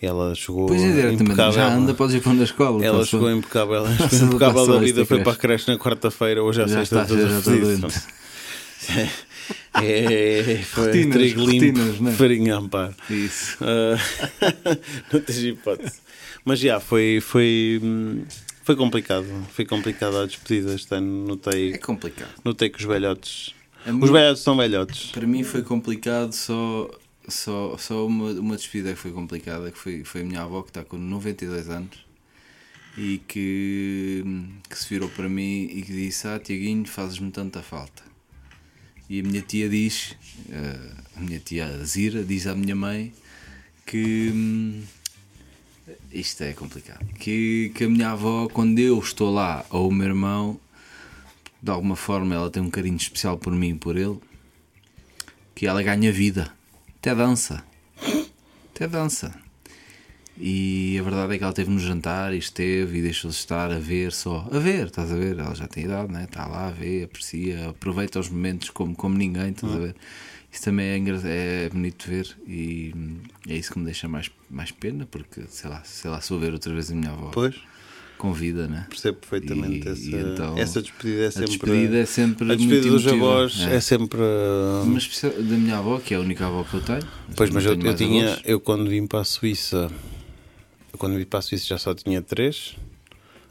E ela chegou Pois é, diretamente. impecável. Já anda, podes ir para onde a escola. Ela Tá só- chegou impecável. Ela Passou- chegou impecável da passou vida. esta Foi para a creche na quarta-feira. Hoje à Já sexta está, já todos está fodidos. doente. É, foi Rotinas, trigo limpo, rotinas, não é? farinha a amparo. Isso. Ah, não tens hipótese. Mas já, foi, foi, hum, foi complicado. Foi complicado a despedida este ano. É Notei, complicado. notei que os velhotes. A Os minha- velhotes são velhotes. Para mim foi complicado só, só, só uma, uma despedida que foi complicada, que foi, foi a minha avó que está com 92 anos e que, que se virou para mim e que disse, ah Tiaguinho, fazes-me tanta falta. E a minha tia diz, eh, a minha tia Zira diz à minha mãe que hum, isto é complicado. Que, que a minha avó, quando eu estou lá, ou o meu irmão, de alguma forma ela tem um carinho especial por mim e por ele que ela ganha vida, até dança, até dança. E a verdade é que ela esteve no jantar e esteve e deixou-se estar a ver só, a ver, estás a ver? Ela já tem idade, né? está lá a ver, aprecia, aproveita os momentos como, como ninguém, estás Uhum. a ver? Isso também é, engra- é bonito de ver e hum, é isso que me deixa mais, mais pena, porque sei lá, sei lá, se eu ver outra vez a minha avó Pois, com vida, né? percebo perfeitamente E- essa, e então, essa despedida. É sempre, despedida é sempre a despedida muito dos emotiva, avós é. é, sempre. ah, Mas especial- da minha avó, que é a única avó que eu tenho. Pois, não mas eu, tenho eu mais tinha, avós. eu quando vim para a Suíça, eu quando vim para a Suíça já só tinha três,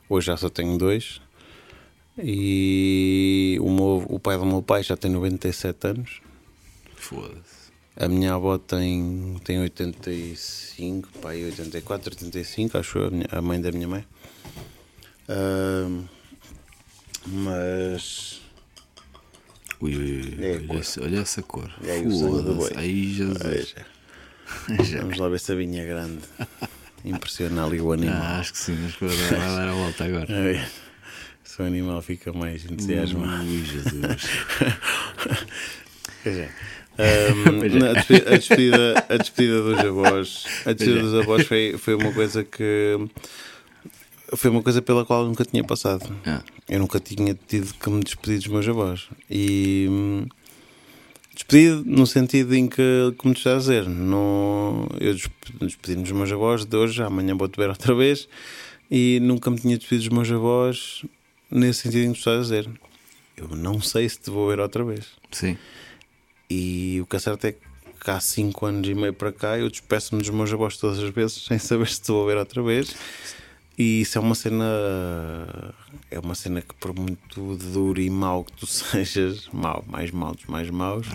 hoje já só tenho dois. E o, meu- o pai do meu pai já tem 97 anos, Foda-se. a minha avó tem, tem 85, pai 84, 85, acho eu, a, minha- a mãe da minha mãe. Ahm, mas Ui, ui, ui, É, olha, cor. essa, olha essa cor. E aí o sangue do boi. É, Foda-se. Aí Jesus. vamos lá ver se a vinha é grande impressiona ali o animal. Ah, acho que sim, mas agora vai dar a volta agora. É. Se o animal fica mais entusiasmado. Ui, Jesus. Quer dizer, ahm, na- Hum, a, despedida, a, despedida, a despedida dos avós. A despedida dos avós foi, foi uma coisa que. Foi uma coisa pela qual eu nunca tinha passado. Ah, Eu nunca tinha tido que me despedir dos meus avós. E. hum, Despedido no sentido em que, como tu estás a dizer, não, eu despe- despedi-me dos meus avós de hoje, amanhã vou-te ver outra vez e nunca me tinha despedido dos meus avós nesse sentido em que tu estás a dizer. Eu não sei se te vou ver outra vez. sim. E o que é certo é que há 5 anos e meio para cá eu despeço-me dos meus avós todas as vezes sem saber se estou a ver outra vez. E isso é uma cena. É uma cena que, por muito duro e mau que tu sejas, mau, mais mau dos mais maus,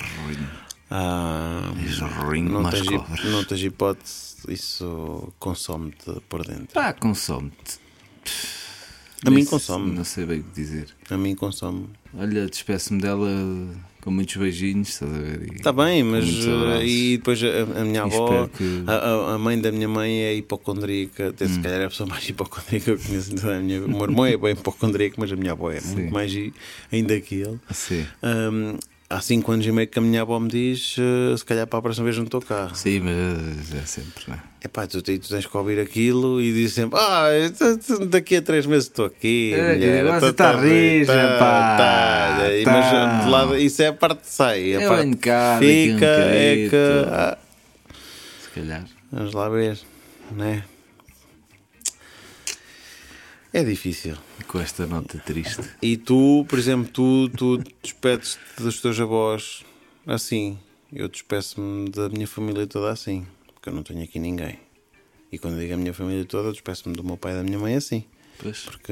ah, És um ruim como não, as tens, hip- cobras. não tens hipótese, isso consome-te por dentro. Pá, consome-te. A mim Esse- consome. Não sei bem o que dizer. A mim consome. Olha, despeço-me dela com muitos beijinhos, estás a ver? E- Está bem, mas. muitos eh, abraços. E depois a, a minha e avó. espero que. Hum. A, a- a mãe da minha mãe é hipocondríaca, até se calhar é a pessoa mais hipocondríaca que eu conheço. Então, a minha, o meu irmão é bem hipocondríaco, mas a minha avó é Sim. muito mais hi- ainda que ele. Sim. Ahm, há 5 anos e meio que a minha avó me diz: eh, se calhar para a próxima vez não estou cá. Sim, mas é sempre, né? Epá, tu, te- tu tens que ouvir aquilo e diz sempre: Ah, eu tô- tô- daqui a três meses estou aqui. É, mulher, agora tô- você tá tô- rija, tá- pá, tá." E- Mas tá. de lado, isso é a parte que sai. A Eu parte venho que cá, daqui um fica é bocadito. que. ah, Se calhar. Vamos lá ver, né? É difícil. E com esta nota triste. E tu, por exemplo, tu, tu despedes-te dos teus avós assim. Eu despeço-me da minha família toda assim, porque eu não tenho aqui ninguém. E quando digo a minha família toda, eu despeço-me do meu pai e da minha mãe assim, Pois. porque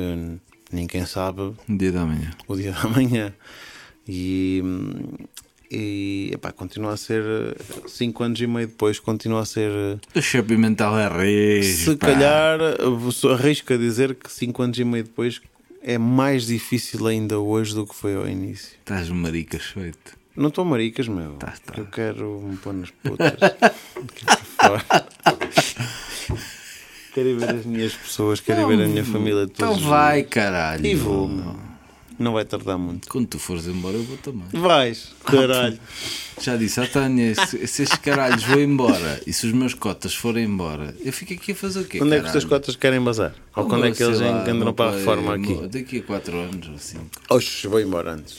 ninguém sabe Um dia da manhã. o dia da manhã. E, e epá, continua a ser, eh, cinco anos e meio depois, continua a ser eh, O shopping mental é rijo. se pá. calhar, eu arrisco a dizer que 5 anos e meio depois é mais difícil ainda hoje do que foi ao início. Estás maricas feito. Não estou maricas, meu. Tá, tá. Eu quero me pôr nas putas. Quero fora. quero ir ver as minhas pessoas, quero ir ver a minha família todos. Então os vai, dias. caralho. E vou, meu. Não vai tardar muito. Quando tu fores embora, eu vou também. Vais, caralho. Já disse à Tânia: se, se estes caralhos vão embora e se os meus cotas forem ora, eu fico aqui a fazer o quê? Quando é que os teus caralho? Então cotas querem bazar? Ou quando é que Sei eles lá, andam não para a sei, reforma aqui? Daqui a 4 anos ou 5. Oxe, vou embora antes.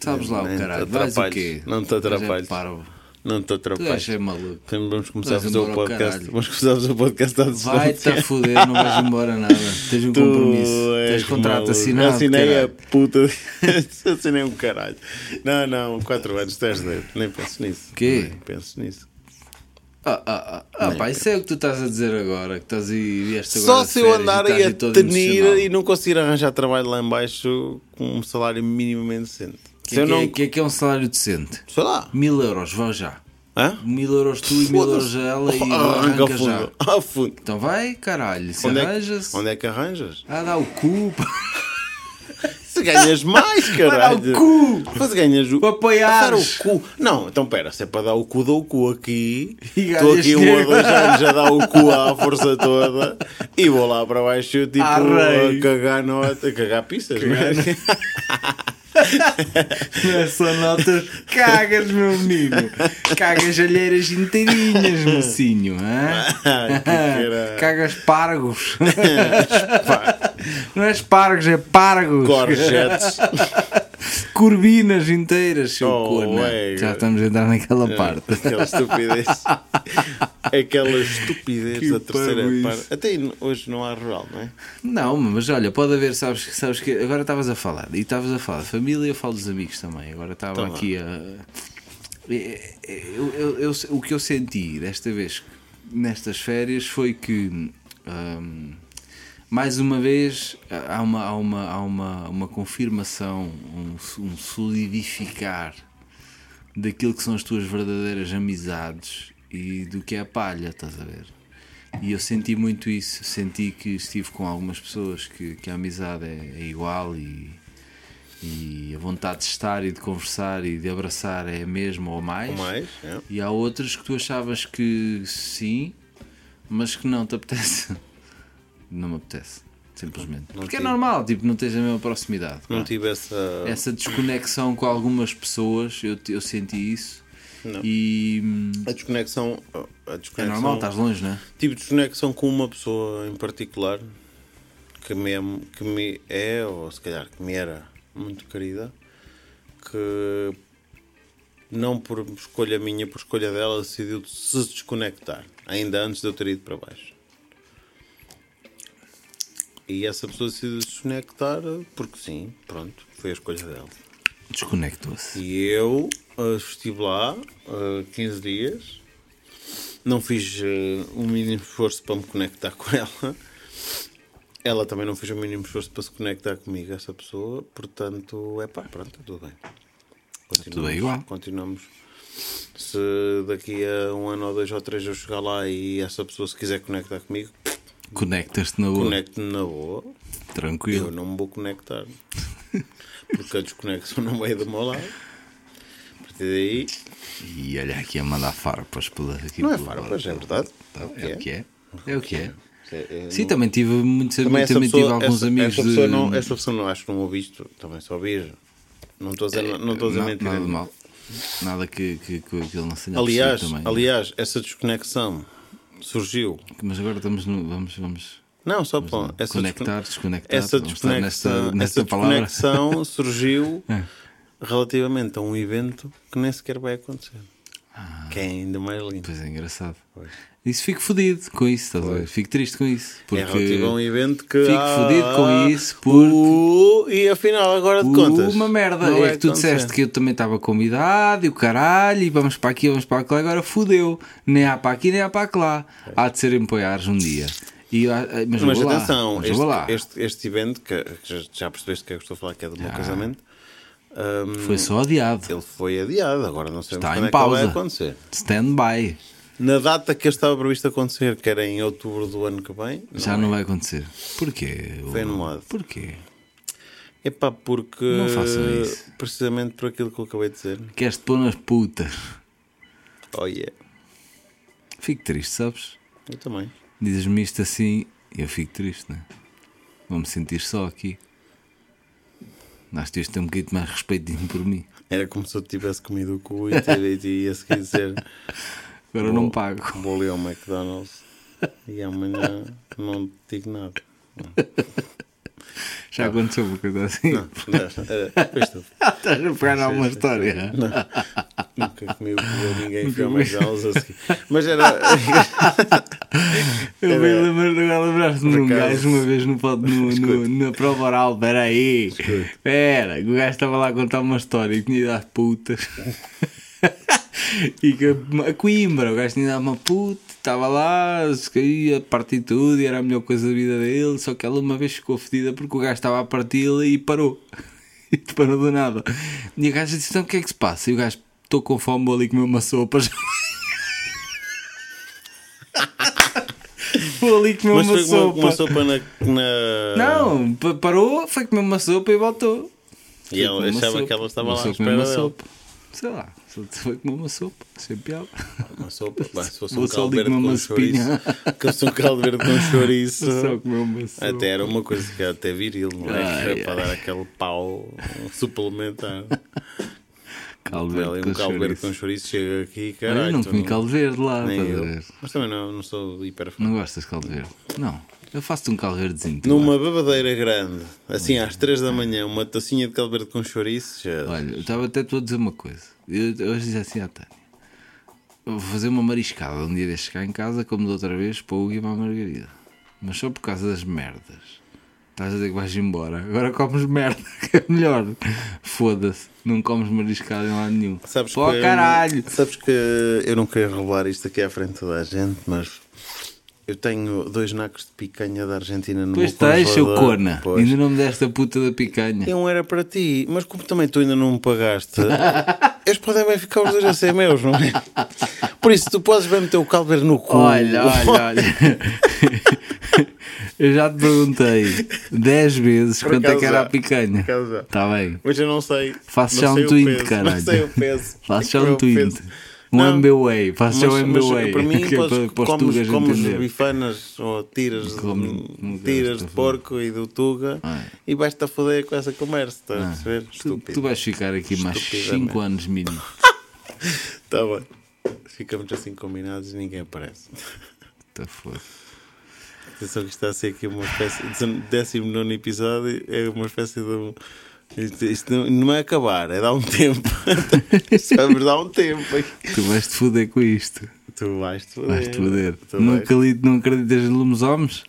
Sabes lá Nem o te caralho. Vais o atrapalhes, quê? não te Tu és é atrapalhes. parvo. Não estou Tu és é atrapalhado. maluco. Então Vamos começar a Vais fazer o embora ao podcast. caralho. Vamos começar a fazer o podcast à Vai-te a foder, não vais embora nada. Tens um compromisso. Tens contrato assinado. Assinei caralho. a puta. Assinei um caralho. Não, não, 4 anos, 10 dedo. Nem penso nisso. Quê? Nem penso nisso. Ah, ah, ah, ah, pá, isso é o que tu estás a dizer agora. Que estás aí, vieste agora Só de se eu férias andar e aí estás a todo tenir emocional. e não conseguir arranjar trabalho lá em baixo com um salário minimamente decente. Que Se eu é, que é- não. que é que é um salário decente? Sei lá. Mil euros, vão já. Hã? Mil euros tu e mil euros a ela e Arranca a arranca já. fundo. A fundo. Então vai, caralho, se Onde é que- arranjas. Onde é que arranjas? Ah, dá o cu, pá. Se ganhas mais, dar caralho. o cu. Mas ganhas o. Para apoiares. Para dar o cu. Não, então pera, se é para dar o cu, dou o cu aqui. E Estou ganhas aqui um ou dinheiro. dois anos a dar o cu à força toda e vou lá para baixo, tipo, Ah, rei. a cagar nota, a cagar pistas, não é? Essa nota cagas, meu menino. Cagas alheiras inteirinhas, mocinho. hã? Ah, Ai, que caralho. cagas pargos. Pá, Não és pargos, é pargos. Corjetes. Corvinas inteiras, seu Oh, corno. ué. Já estamos a entrar naquela parte. Aquela estupidez. Aquela estupidez Que da terceira parvo parte. isso. Até hoje não há rural, não é? Não, mas olha, pode haver, sabes, que- sabes que agora estavas a falar, e estavas a falar de família, eu falo dos amigos também. Agora estava Então vá. aqui a. É, é, Eu, eu- eu- o que eu senti desta vez, nestas férias, foi que. hum, mais uma vez, há uma, há uma, há uma, uma confirmação, um, um solidificar daquilo que são as tuas verdadeiras amizades e do que é a palha, estás a ver? E eu senti muito isso, senti que estive com algumas pessoas que, que a amizade é, é igual e, e a vontade de estar e de conversar e de abraçar é a mesma ou mais. Ou mais? É. E há outras que tu achavas que sim, mas que não te apetece. Não me apetece, simplesmente. Porque é tive. normal, tipo, não tens a mesma proximidade. Não pá. tive essa. Essa desconexão com algumas pessoas, eu, te- eu senti isso. Não. E hum, A desconexão. A é desconexão normal, estás longe, não é? Tive desconexão com uma pessoa em particular que me, é- que me é, ou se calhar que me era muito querida, que não por escolha minha, por escolha dela, decidiu se desconectar, ainda antes de eu ter ido para baixo. E essa pessoa decidiu desconectar porque sim, pronto, foi a escolha dela. Desconectou-se. E eu ah, estive lá ah, 15 dias, não fiz ah, o mínimo esforço para me conectar com ela. Ela também não fez o mínimo esforço para se conectar comigo, essa pessoa. Portanto, é pá, pronto, tudo bem. Continuamos, Tudo é igual. Continuamos. Se daqui a um ano ou dois ou três eu chegar lá e essa pessoa se quiser conectar comigo, Conectas-te na boa. Conecto-me na boa. Eu Tranquilo. não me vou conectar. Porque a desconexão não veio do meu lado. A partir daí. tipo, E olha aqui a mandar farpas pela aqui Não é pelo farpas, bordo. é verdade. Tá, É o É o que que é. É o que é. É- é- Sim, também tive muitos amigos, essa também tive pessoa- alguns essa- amigos essa pessoa de- não, essa pessoa não acho que não ouviste. Também só ouvir. Não estou a dizer, não estou a dizer É, Na- mentira. Nada de mal. Nada que, que, que, que ele não é? se tenha Aliás, percebido também. aliás, essa desconexão surgiu. Mas agora estamos no. Vamos, vamos. Não, só para essa Conectar, descone- desconectar, Essa vamos estar nesta- desconexão, nesta essa palavra. desconexão surgiu É. relativamente a um evento que nem sequer vai acontecer. Que é ainda mais lindo. Ah. Pois é, engraçado. Isso fico fodido com isso, estás a ver? Fico triste com isso. Porque É relativo a um evento que. fico fodido com isso porque- Uh, e afinal, agora de contas. Uma merda. não é vai que tu acontecer. disseste que eu também estava convidado e o caralho, e vamos para aqui, vamos para lá, agora fodeu. Nem há para aqui, nem há para lá. Há de ser em Poiares um dia. E, eu- mas eu Mas vou lá. atenção, mas eu vou lá. este, este, este evento, que que já, já percebeste que eu estou a falar que é do meu casamento, hum, Foi só adiado. ele foi adiado. Agora não sabemos Está quando em é que ele vai pausa. acontecer. Stand by. Na data que estava previsto acontecer, que era em outubro do ano que vem, Já não, vai acontecer. Porquê? é. foi anulado. Porquê? É pá, porque. Não façam isso. Precisamente por aquilo que eu acabei de dizer. Queres-te pôr nas putas? Oh yeah. Fico triste, sabes? Eu também. Dizes-me isto assim, eu fico triste, né? Vou-me sentir só aqui. Nós tens de ter um bocadinho mais respeitinho por mim. Era como se eu tivesse comido o cu e ter- e ia seguir dizer. Agora Vou- não pago. Vou ali ao McDonald's e amanhã não te digo nada. Já aconteceu uma coisa assim. Não, não, era- pois eh, tu, Estás a pegar alguma história. nunca comi o cu de ninguém foi ao McDonald's a seguir. Mas era. Eu bem lembro, agora lembraste-me de um acaso. gajo uma vez no, pod- no- no- na prova oral. Peraí. Espera, que o gajo estava lá a contar uma história e tinha ido às putas. E que a a Coimbra, o gajo tinha dado uma puta, estava lá, se caía, partir tudo, e era a melhor coisa da vida dele. Só que ela uma vez ficou fedida porque o gajo estava a parti-la e parou. E parou do nada. E a gaja disse: Então o que é que se passa? E o gajo, estou com fome, vou ali comer uma sopa. vou ali comer Mas uma foi sopa. uma, uma sopa na. na- Não, pa- parou, foi comer uma sopa e voltou. E ela Foi comer uma achava sopa. que ela estava lá à Começou a comer espera uma dela. sopa. Sei lá, só foi comer uma sopa, é sem piada. Uma sopa. Bah, se fosse um Vou só caldo ali verde comer com uma chouriço. Que fosse um caldo verde com chouriço. Só comer uma sopa. Até era uma coisa que era até viril, não é? Ai, Que era ai. para dar aquele pau um suplementar. caldo Comer ali verde um é com caldo verde chouriço. com chouriço, chega aqui, Olha, caralho. eu não tu comi caldo verde lá, nem estás a eu. ver? Mas também não, não sou hiper fã. Não gostas de caldo verde? Não, eu faço-te um caldo verdezinho. tu lá. Numa babadeira grande, assim às 3 da manhã, uma tacinha de caldo verde com chouriço, já. Olha, eu estava até te a dizer uma coisa. Eu, eu hoje disse assim à Tânia: eu Vou fazer uma mariscada um dia destes cá em casa, como da outra vez, para o Hugo e para a Margarida. Mas só por causa das merdas. Estás a dizer que vais embora. Agora comes merda, que é melhor. Foda-se. Não comes mariscada em lado nenhum. Sabes Pô, que, um caralho! Sabes que eu não queria revelar isto aqui à frente da gente, mas eu tenho dois nacos de picanha da Argentina no Pois meu tens, seu congelador. corna. Pois. Ainda não me deste a puta da picanha. Eu era para ti, mas como também tu ainda não me pagaste, eles podem bem ficar os dois a ser meus, não é? Por isso, tu podes bem meter o caldo verde no cu. Olha, olha, olha. Eu já te perguntei 10 vezes Por quanto é que acaso era a já. picanha. Por acaso é. já. Está bem. Mas eu não sei. Faço não já sei um o twint, peso, caralho. Não sei o peso. Faço já Não sei um o tweet. peso. Um Não, MBWay. Faço já mas- um mas MBWay. Para mim, que é podes, para, para os comes, tugas comes entenderem. bifanas ou tiras, de- Como- como tiras de gosto. tá porco e do tuga Ah. e vais-te a foder com essa conversa. Estás a perceber? Tu, Estúpido. tu vais ficar aqui mais Estupidamente. 5 anos mínimo. Tá bem. Ficamos assim combinados e ninguém aparece. Tá foda. Atenção que está a ser aqui uma espécie. 19 episódio é uma espécie de. um- Isto, isto não, não é acabar, é dar um tempo. Isto Vamos dar um tempo. aqui. Tu vais te foder com isto. Tu vais-te foder. Vais te foder. É, Tu Não, vais- acredito- não acreditas em lumes homens?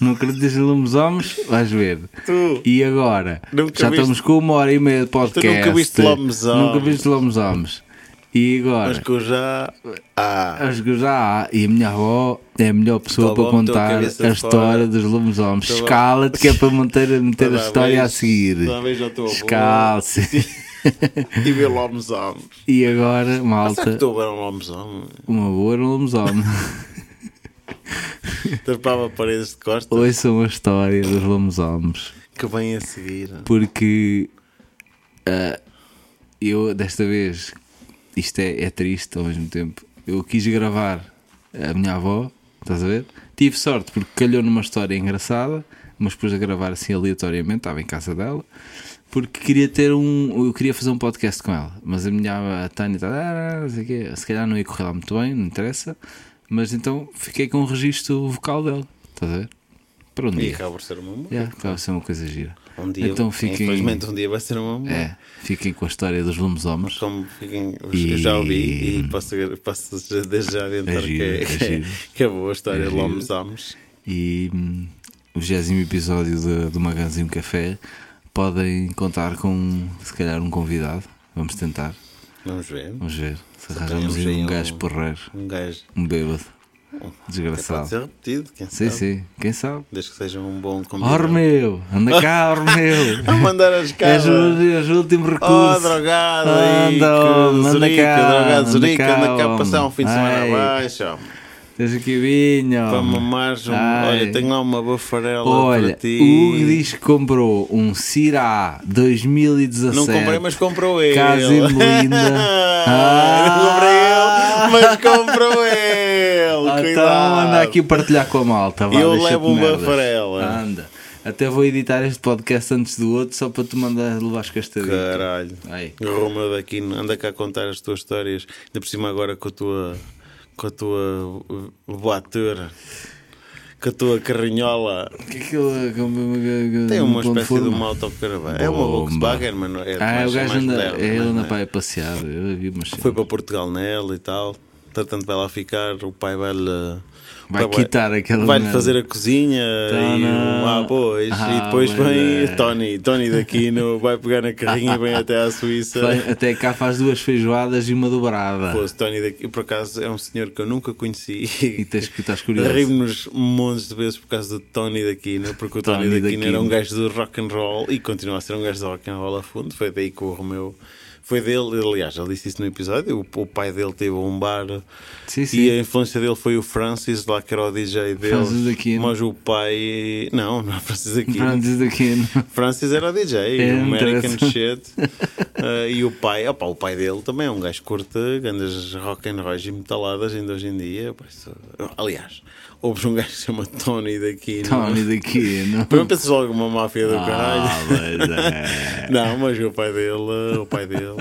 Não acreditas em lumes homens? Vais ver. Tu. E agora? Nunca já viste- estamos com uma hora e meia de podcast. nunca viste Lumes Homens. Nunca viste lumes homens. E agora? Mas que eu já. Ah! Acho que já há. E a minha avó é a melhor pessoa Tua para avó meteu a contar a cabeça de fora. história dos lobisomens. Tua- Escala-te que é para manter, a- meter a Toda história vez- a seguir. toda vez já estou a voar. Escala-se. E vê Lomes Homens. E agora, Será que malta, estou a ver um Lomes Homens? uma boa era um lobisomem. Tapava paredes de costas. Ouçam a história dos lomosomos, Que vem a seguir. porque ah, eu desta vez, isto é, é triste ao mesmo tempo, eu quis gravar a minha avó, estás a ver? Tive sorte porque calhou numa história engraçada, mas pus a gravar assim aleatoriamente, estava em casa dela, porque queria ter um. Eu queria fazer um podcast com ela, mas a minha a Tânia está, "Ah, não sei o quê", se calhar não ia correr lá muito bem, não interessa, mas então fiquei com o registro vocal dela, estás a ver? Para um E dia. acaba por ser uma mulher. Yeah, Estava a ser uma coisa gira. É, Um dia, Então fiquem- Infelizmente, um dia vai ser uma mulher. É, fiquem com a história dos lomosomos. Como fiquem, E- Eu já ouvi e posso, posso já- desde já adiantar É giro, que, é que, giro. que é boa a história É de giro. Lomes Ames. E hum, o 20 episódio de, do Magazine Café podem contar com se calhar um convidado. Vamos tentar. Vamos ver. Vamos ver. Se temos arranjamos aí aí um um- gajo porreiro, Um gajo um bêbado. pode Desgraçado. ser repetido, quem Sim, sabe? sim. Quem sabe? Desde que seja um bom Oh, combinado. Romeu! Anda cá, A Romeu! mandar as És caras. o, és o último recurso. Oh, drogado, aí, Anda, que homem, anda Zurica, cá, anda drogado, Zurica, cá, anda cá homem. passar um fim de Ai. semana abaixo, ó. Tens aqui vinho. para mamar. um- Ai. Olha, tenho lá uma bafarela Olha, para ti. o Hugo diz que comprou um Cirá 2017. Não comprei, mas comprou ele. tá Casa em Melinda. Ah. Não comprei ele, mas comprou ele. Ah, Então Cuidado. anda aqui partilhar com a malta. Vá, Eu deixa-te levo uma merdas. farela. Anda. Até vou editar este podcast antes do outro só para tu mandar levar as castadinhas. Caralho. Ai. Romeu daqui, anda cá a contar as tuas histórias. Ainda por cima agora com a tua. com a tua. voatura. Com a tua carrinhola. O que é que ele- como- Tem um uma ponto espécie de forma? uma autocaravana. É uma Bomba. Volkswagen, mas não é. Ah, mais- o gajo mais anda. moderna, é, ele mas anda não é. para aí passear. Eu vi umas Foi para Portugal nela e tal. Portanto, vai lá ficar. O pai vai-lhe. o Vai pai quitar aquela Vai-lhe merda. fazer a cozinha e Tana. um ah, pois. Ah, e depois pois vem é. Tony. Tony daqui no, vai pegar na carrinha e vem até à Suíça. Vai- Até cá faz duas feijoadas e uma dobrada. Pô, esse Tony daqui, por acaso, é um senhor que eu nunca conheci. E tens que estás curioso. Rio-nos montes de vezes por causa do Tony Daquino, porque o Tony, Tony Daquino, Daquino. era um gajo do rock and roll e continua a ser um gajo do rock and roll a fundo. Foi daí que o Romeu foi dele. Aliás, ele disse isso no episódio. O, o pai dele teve um bar Sim, sim. e a influência dele foi o Francis, lá que era o DJ Francis dele. Daquino. Mas o pai. Não, não é Francis Daquino. Pronto, diz daqui. é não? Francis era DJ, É, não American interessa. shit. Eh, e o pai, opa, o pai dele também é um gajo que curta, grandes rock and rolls e metaladas ainda hoje em dia. pá, isso- Aliás, ouves um gajo que se chama Tony daqui. Tony daqui. é Não? Primeiro pensas logo uma máfia do Ah, caralho. mas é. Não, mas o pai dele, o pai dele.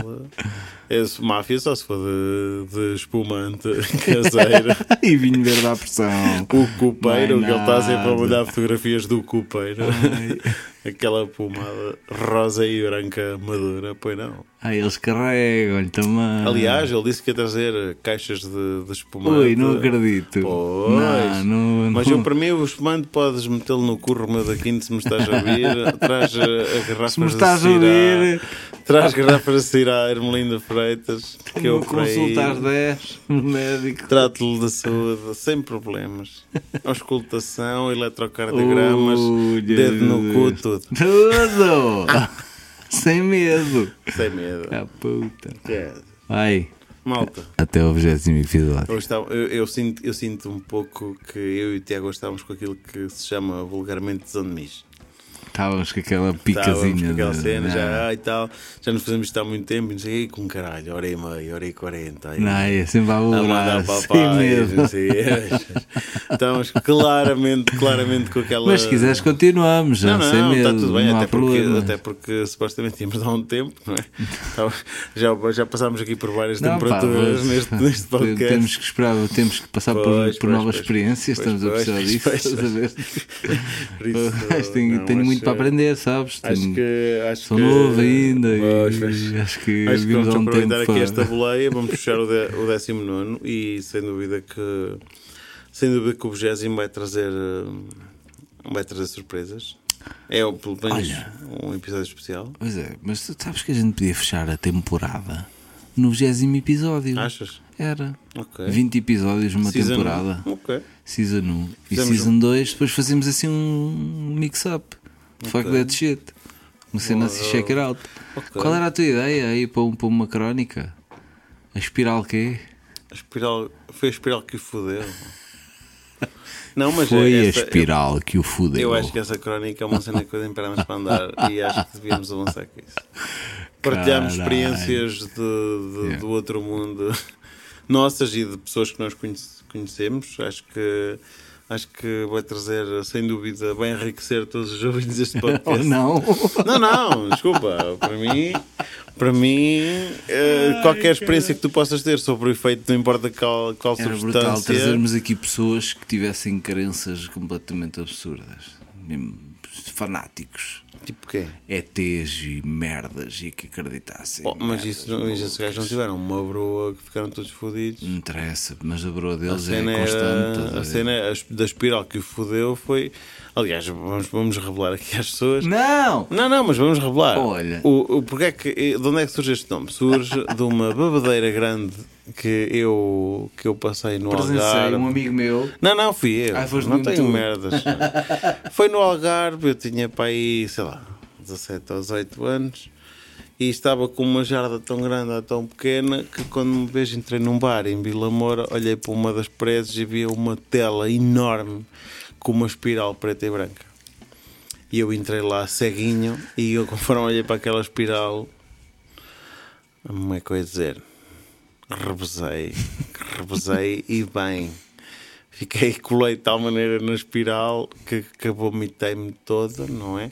Esse máfia só se for de, de espumante caseira. e vinho verde à pressão. O cupeiro, Não é que ele está sempre a nada. mandar fotografias do cupeiro. Aquela pomada rosa e branca madura, pois não. Ah, eles carregam-lhe também. Aliás, ele disse que ia trazer caixas de, de espumante. Ui, não acredito. Pois. Não, não, Mas não. eu, para mim, o espumante podes metê-lo no curro, mas daqui se me estás a vir, traz eh, a garrafas me estás de a Syrah, ver. Traz garrafas de Sirá, Ermelinda Freitas, que eu Vou por aí- consultar 10 no médico. Trato-lhe da saúde, sem problemas. Auscultação, eletrocardiogramas, Ui, dedo no cu, Jesus. tudo. Tudo! Sem medo. Sem medo. Ah, puta. É. Ai, Malta, até o 20 episódio. hoje está- eu, eu sinto, eu sinto um pouco que eu e o Tiago hoje estávamos com aquilo que se chama vulgarmente zone de mijo. Estávamos com aquela Estávamos com picazinha. aquela de- cena, já, ah, e tal, já nos fazemos isto há muito tempo, e não sei, "Ei, com caralho, hora e meia, hora e quarenta. aí Não, é sempre a assim a orar. mandar Sem papais, medo. não sei. Estamos claramente, claramente com aquela. Mas se quiseres, continuamos. Já, Não, não, sem medo. está tudo bem, não há até, porque, problema. até porque supostamente íamos dar um tempo, não é? Então, já, já passámos aqui por várias Não, pá, temperaturas mas- neste, neste podcast. Temos que esperar, temos que passar por- Pois, por, pois, novas pois. experiências, Pois, estamos a pois, precisar pois, disso. pois, estás a ver? Por isso, Mas tenho não, tenho acho- muito para aprender, sabes? Acho Tenho- que. Acho Sou que- novo ainda Pois, e pois. acho que Acho que vimos vamos há um tempo aproveitar aqui para- esta boleia, vamos puxar o, de, o 19 e sem dúvida que sem dúvida que o 20 vai trazer hum, vai trazer surpresas. É ou pelo menos Olha. um episódio especial. Pois é, mas tu sabes que a gente podia fechar a temporada no 20 episódio. Achas? Era. Ok. 20 episódios numa É. Season um. temporada. Ok. Season 1 e Fizemos um. Season 2, depois fazemos assim um mix-up. Fuck that shit. Uma cena assim, check it out. Ok. Qual era a tua ideia aí para, um- para uma crónica? A espiral quê? A espiral, foi a espiral que fodeu. Não, mas é Foi essa- a espiral que o fudeu. Eu acho que essa crónica é uma cena que eu tenho pernas para andar e acho que devíamos avançar com isso. Partilhamos Caralho. experiências de- de- Yeah. do outro mundo, nossas e de pessoas que nós conhece- conhecemos. Acho que, acho que vai trazer, sem dúvida, vai enriquecer todos os ouvintes deste Ou podcast. não? Não, não, desculpa. Para mim, para mim eh, qualquer experiência que tu possas ter sobre o efeito, não importa qual, qual Era substância. brutal trazermos aqui pessoas que tivessem crenças completamente absurdas. Mesmo fanáticos. Tipo quê? ETs e merdas e que acreditassem. Bom, Oh, mas merdas isso, não- esses gajos não tiveram uma broa que ficaram todos fodidos. Não interessa, mas a broa A deles é cena, constante. estás era, a a ver? cena as- da espiral que o fodeu foi. Aliás, vamos, vamos revelar aqui às pessoas. Não! Não, não, mas vamos revelar. Olha. O, o, porque é que, de onde é que surge este nome? Surge de uma babadeira grande que eu, que eu passei no Presenciei Algarve. um amigo meu. Não, não, fui eu. Ah, foste não mesmo tenho tu. merdas. Foi no Algarve, eu tinha para aí, sei lá, 17 ou 18 anos. E estava com uma jarda tão grande ou tão pequena que quando uma vez entrei num bar em Vila Moura, olhei para uma das paredes e via uma tela enorme com uma espiral preta e branca. E eu entrei lá ceguinho e eu conforme olhei para aquela espiral, como é que eu ia dizer? Rebesei, rebesei e bem. Fiquei colei de tal maneira na espiral que acabou, mitei-me toda, não é?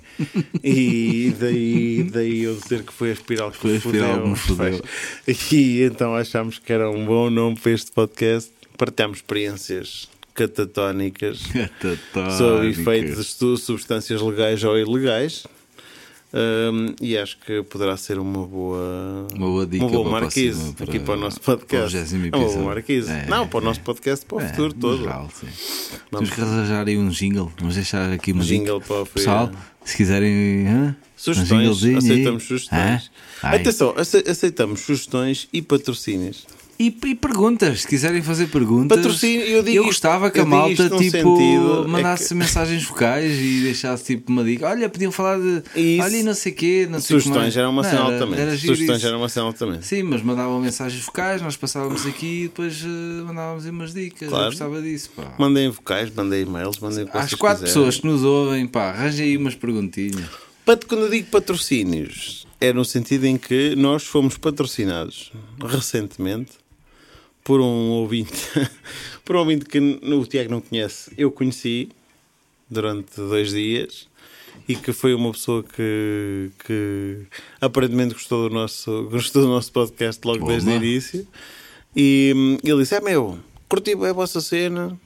E daí, daí eu dizer que foi a espiral que Foi a espiral que nos fudeu. E então achámos que era um bom nome para este podcast. Partilhámos experiências catatónicas É sobre Catatónicas. efeitos de substâncias legais ou ilegais. Hum, e acho que poderá ser uma boa, Uma boa dica uma boa para a marquise próxima, para- aqui para o nosso para o podcast. 20º uma boa episódio. marquise. É, Não, para o nosso podcast, para o futuro no todo. geral, sim. Temos que arranjar aí um jingle. Vamos deixar aqui um Jingle para o Pessoal, se quiserem. hã? um Sugestões, jinglezinho aí. aceitamos sugestões. Hã? Ai. Atenção, ace- aceitamos sugestões e patrocínios. E, e perguntas, se quiserem fazer perguntas. Patrocínio, eu digo isto- gostava que eu a digo malta isto num tipo, sentido, é mandasse que- mensagens vocais e deixasse tipo uma dica. Olha, podiam falar de. E É isso- olha, e não sei o quê. Não sei o que Sugestões mais. eram uma Assim é- Não, cena era- era altamente. giro Sugestões isso. eram uma cena altamente. Sim, mas mandavam mensagens vocais, nós passávamos aqui e depois eh, mandávamos aí umas dicas. Claro. Eu gostava disso. Pá. Mandem vocais, mandem e-mails, mandem o que Às vocês quatro quiserem. pessoas que nos ouvem, pá, arranjem aí umas perguntinhas. Pat- Quando eu digo patrocínios, é no sentido em que nós fomos patrocinados recentemente por um ouvinte, por um ouvinte que n- o Tiago não conhece, eu conheci durante dois dias e que foi uma pessoa que, que aparentemente gostou do nosso, gostou do nosso podcast logo Boa, desde o mano. início e hum, ele disse, é meu, curti bem a vossa cena,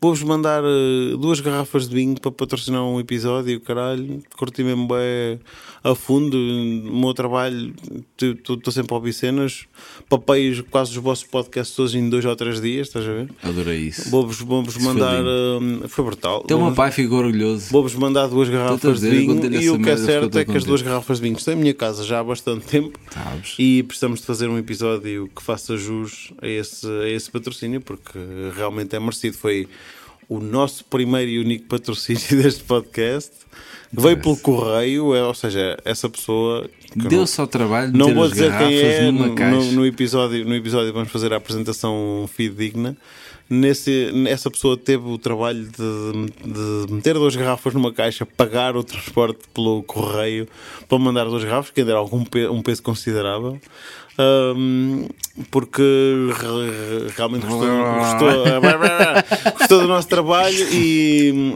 Vou-vos mandar eh, duas garrafas de vinho para patrocinar um episódio, caralho. Curti mesmo bem a fundo o meu trabalho. Estou sempre a ouvir cenas. Papei os- quase os vossos podcasts todos em dois ou três dias, estás a ver? Adorei isso. Vou-vos vou-vos foi mandar. eh, foi brutal. Então o meu Vou-vos- pai ficou orgulhoso. Vou-vos mandar duas garrafas dizer, de eu contei-lhe vinho e essa o que é merda, ficou certo é todo que as duas contente. garrafas de vinho estão em minha casa já há bastante tempo Sabes? e precisamos de fazer um episódio que faça jus a esse, a esse patrocínio porque realmente é merecido. Foi o nosso primeiro e único patrocínio deste podcast. Veio pelo correio, é, ou seja, essa pessoa que eu não- Deu-se ao trabalho de não ter vou as dizer garrafas quem é. numa No, caixa. no- no episódio, no episódio vamos fazer a apresentação fidedigna. Nesse, essa pessoa teve o trabalho de, de meter duas garrafas numa caixa, pagar o transporte pelo correio para mandar duas garrafas, que ainda era algum pe- um peso considerável, Ahm, porque re- re- realmente gostou, gostou, gostou do nosso trabalho e,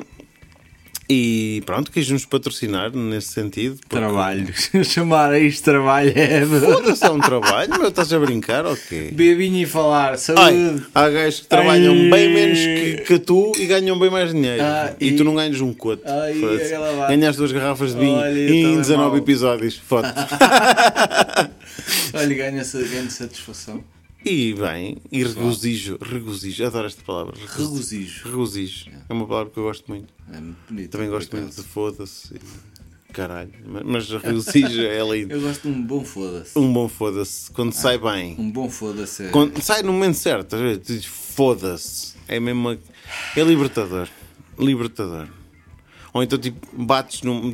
e pronto, quis nos patrocinar nesse sentido. porque- Trabalho. Chamar a isto trabalho é. Foda-se, é um trabalho, meu. Estás a brincar ou quê? Bebinho e falar. Ai, Saúde. há gajos que trabalham Ai. bem menos que, que tu e ganham bem mais dinheiro. Ah, e, e- tu não ganhas um coto. Ai, Foda-se. aquela vá. Ganhas duas garrafas de vinho Olha, então é em 19 mau. episódios. Foda-se. Olha, ganha-se grande satisfação. e bem, e regozijo, regozijo. Adoro esta palavra. Regozijo. Regozijo. Regozijo. É uma palavra que eu gosto muito. É muito bonito. Também gosto por muito de acaso. foda-se. e- Caralho. Mas- Mas regozijo é lindo. Eu gosto de um bom foda-se. Um bom foda-se. Quando sai bem. Um bom foda-se. é- Quando- sai no momento certo, às vezes tu dizes, foda-se. É mesmo. a- É libertador. Libertador. Ou então tipo, bates num-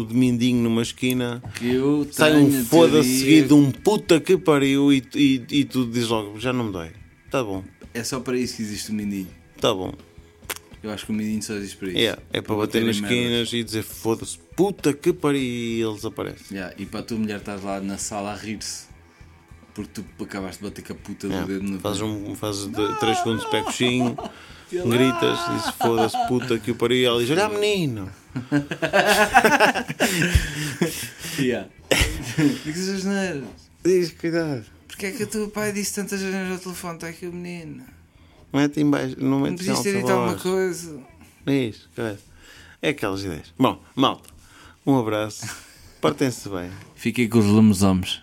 o de mindinho numa esquina, Que eu sai tenho um a foda-se teoria seguido, um puta que pariu e, e, e tu dizes logo, já não me dói. Tá bom, É só para isso que existe o mindinho. tá bom. Eu acho que o Midinho só existe para isso. Yeah, é para bater nas em merdas. esquinas e dizer foda-se, puta que pariu, e eles aparecem. Yeah, E para a tua mulher estás lá na sala a rir-se porque tu acabaste de bater com a puta do Yeah. dedo na Fazes, um, fazes de- três segundos de pé coxinho, gritas, dizes foda-se, puta que pariu, e ela diz: olha menino. um- Yeah. Diz as neiras. Diz, cuidado, Porquê é que o teu pai disse tantas vezes ao telefone? Está aqui o menino. mete em baixo, não Não metes em podias ter alta dito é alguma voz. coisa. Diz, cuidado. É aquelas ideias. Bom, malta, um abraço, portem-se bem, Fiquei com os lomos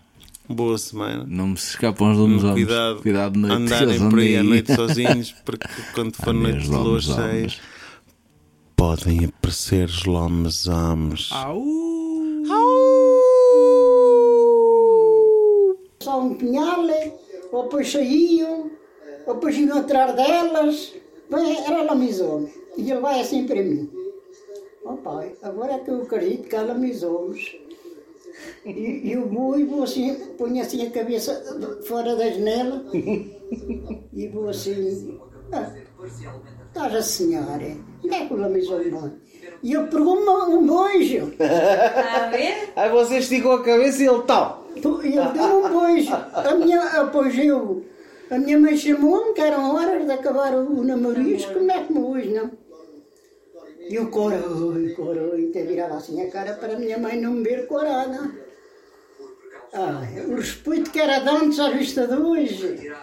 boa semana. Não me se escapam os lomos Cuidado, Cuidado de noite. eles andarem por aí à andam noite sozinhos, porque quando for Andem noite os de lua cheia, lomos-homens. podem aparecer os lomes-ames. Au! só um punhal, ou depois saíam, ou depois iam atrás delas. Bem, era lamisome. E ele vai assim para mim. Oh pai, agora é que eu acredito que há lamisomes. E, e eu vou e vou assim, ponho assim a cabeça fora da janela e vou assim. "Ah, Estás a senhora, onde é que o lamisome vai? E eu pergunto um beijo. Aí você esticou a cabeça e ele tal. Tu- e Ele deu um beijo. A minha, após eu, a minha mãe chamou-me, que eram horas de acabar o, é o namorisco, mete-me hoje, não. E o coroi, coroi, até virava assim a cara para a minha mãe não me ver Ah, corada. Ai, o respeito que era de antes à vista de hoje.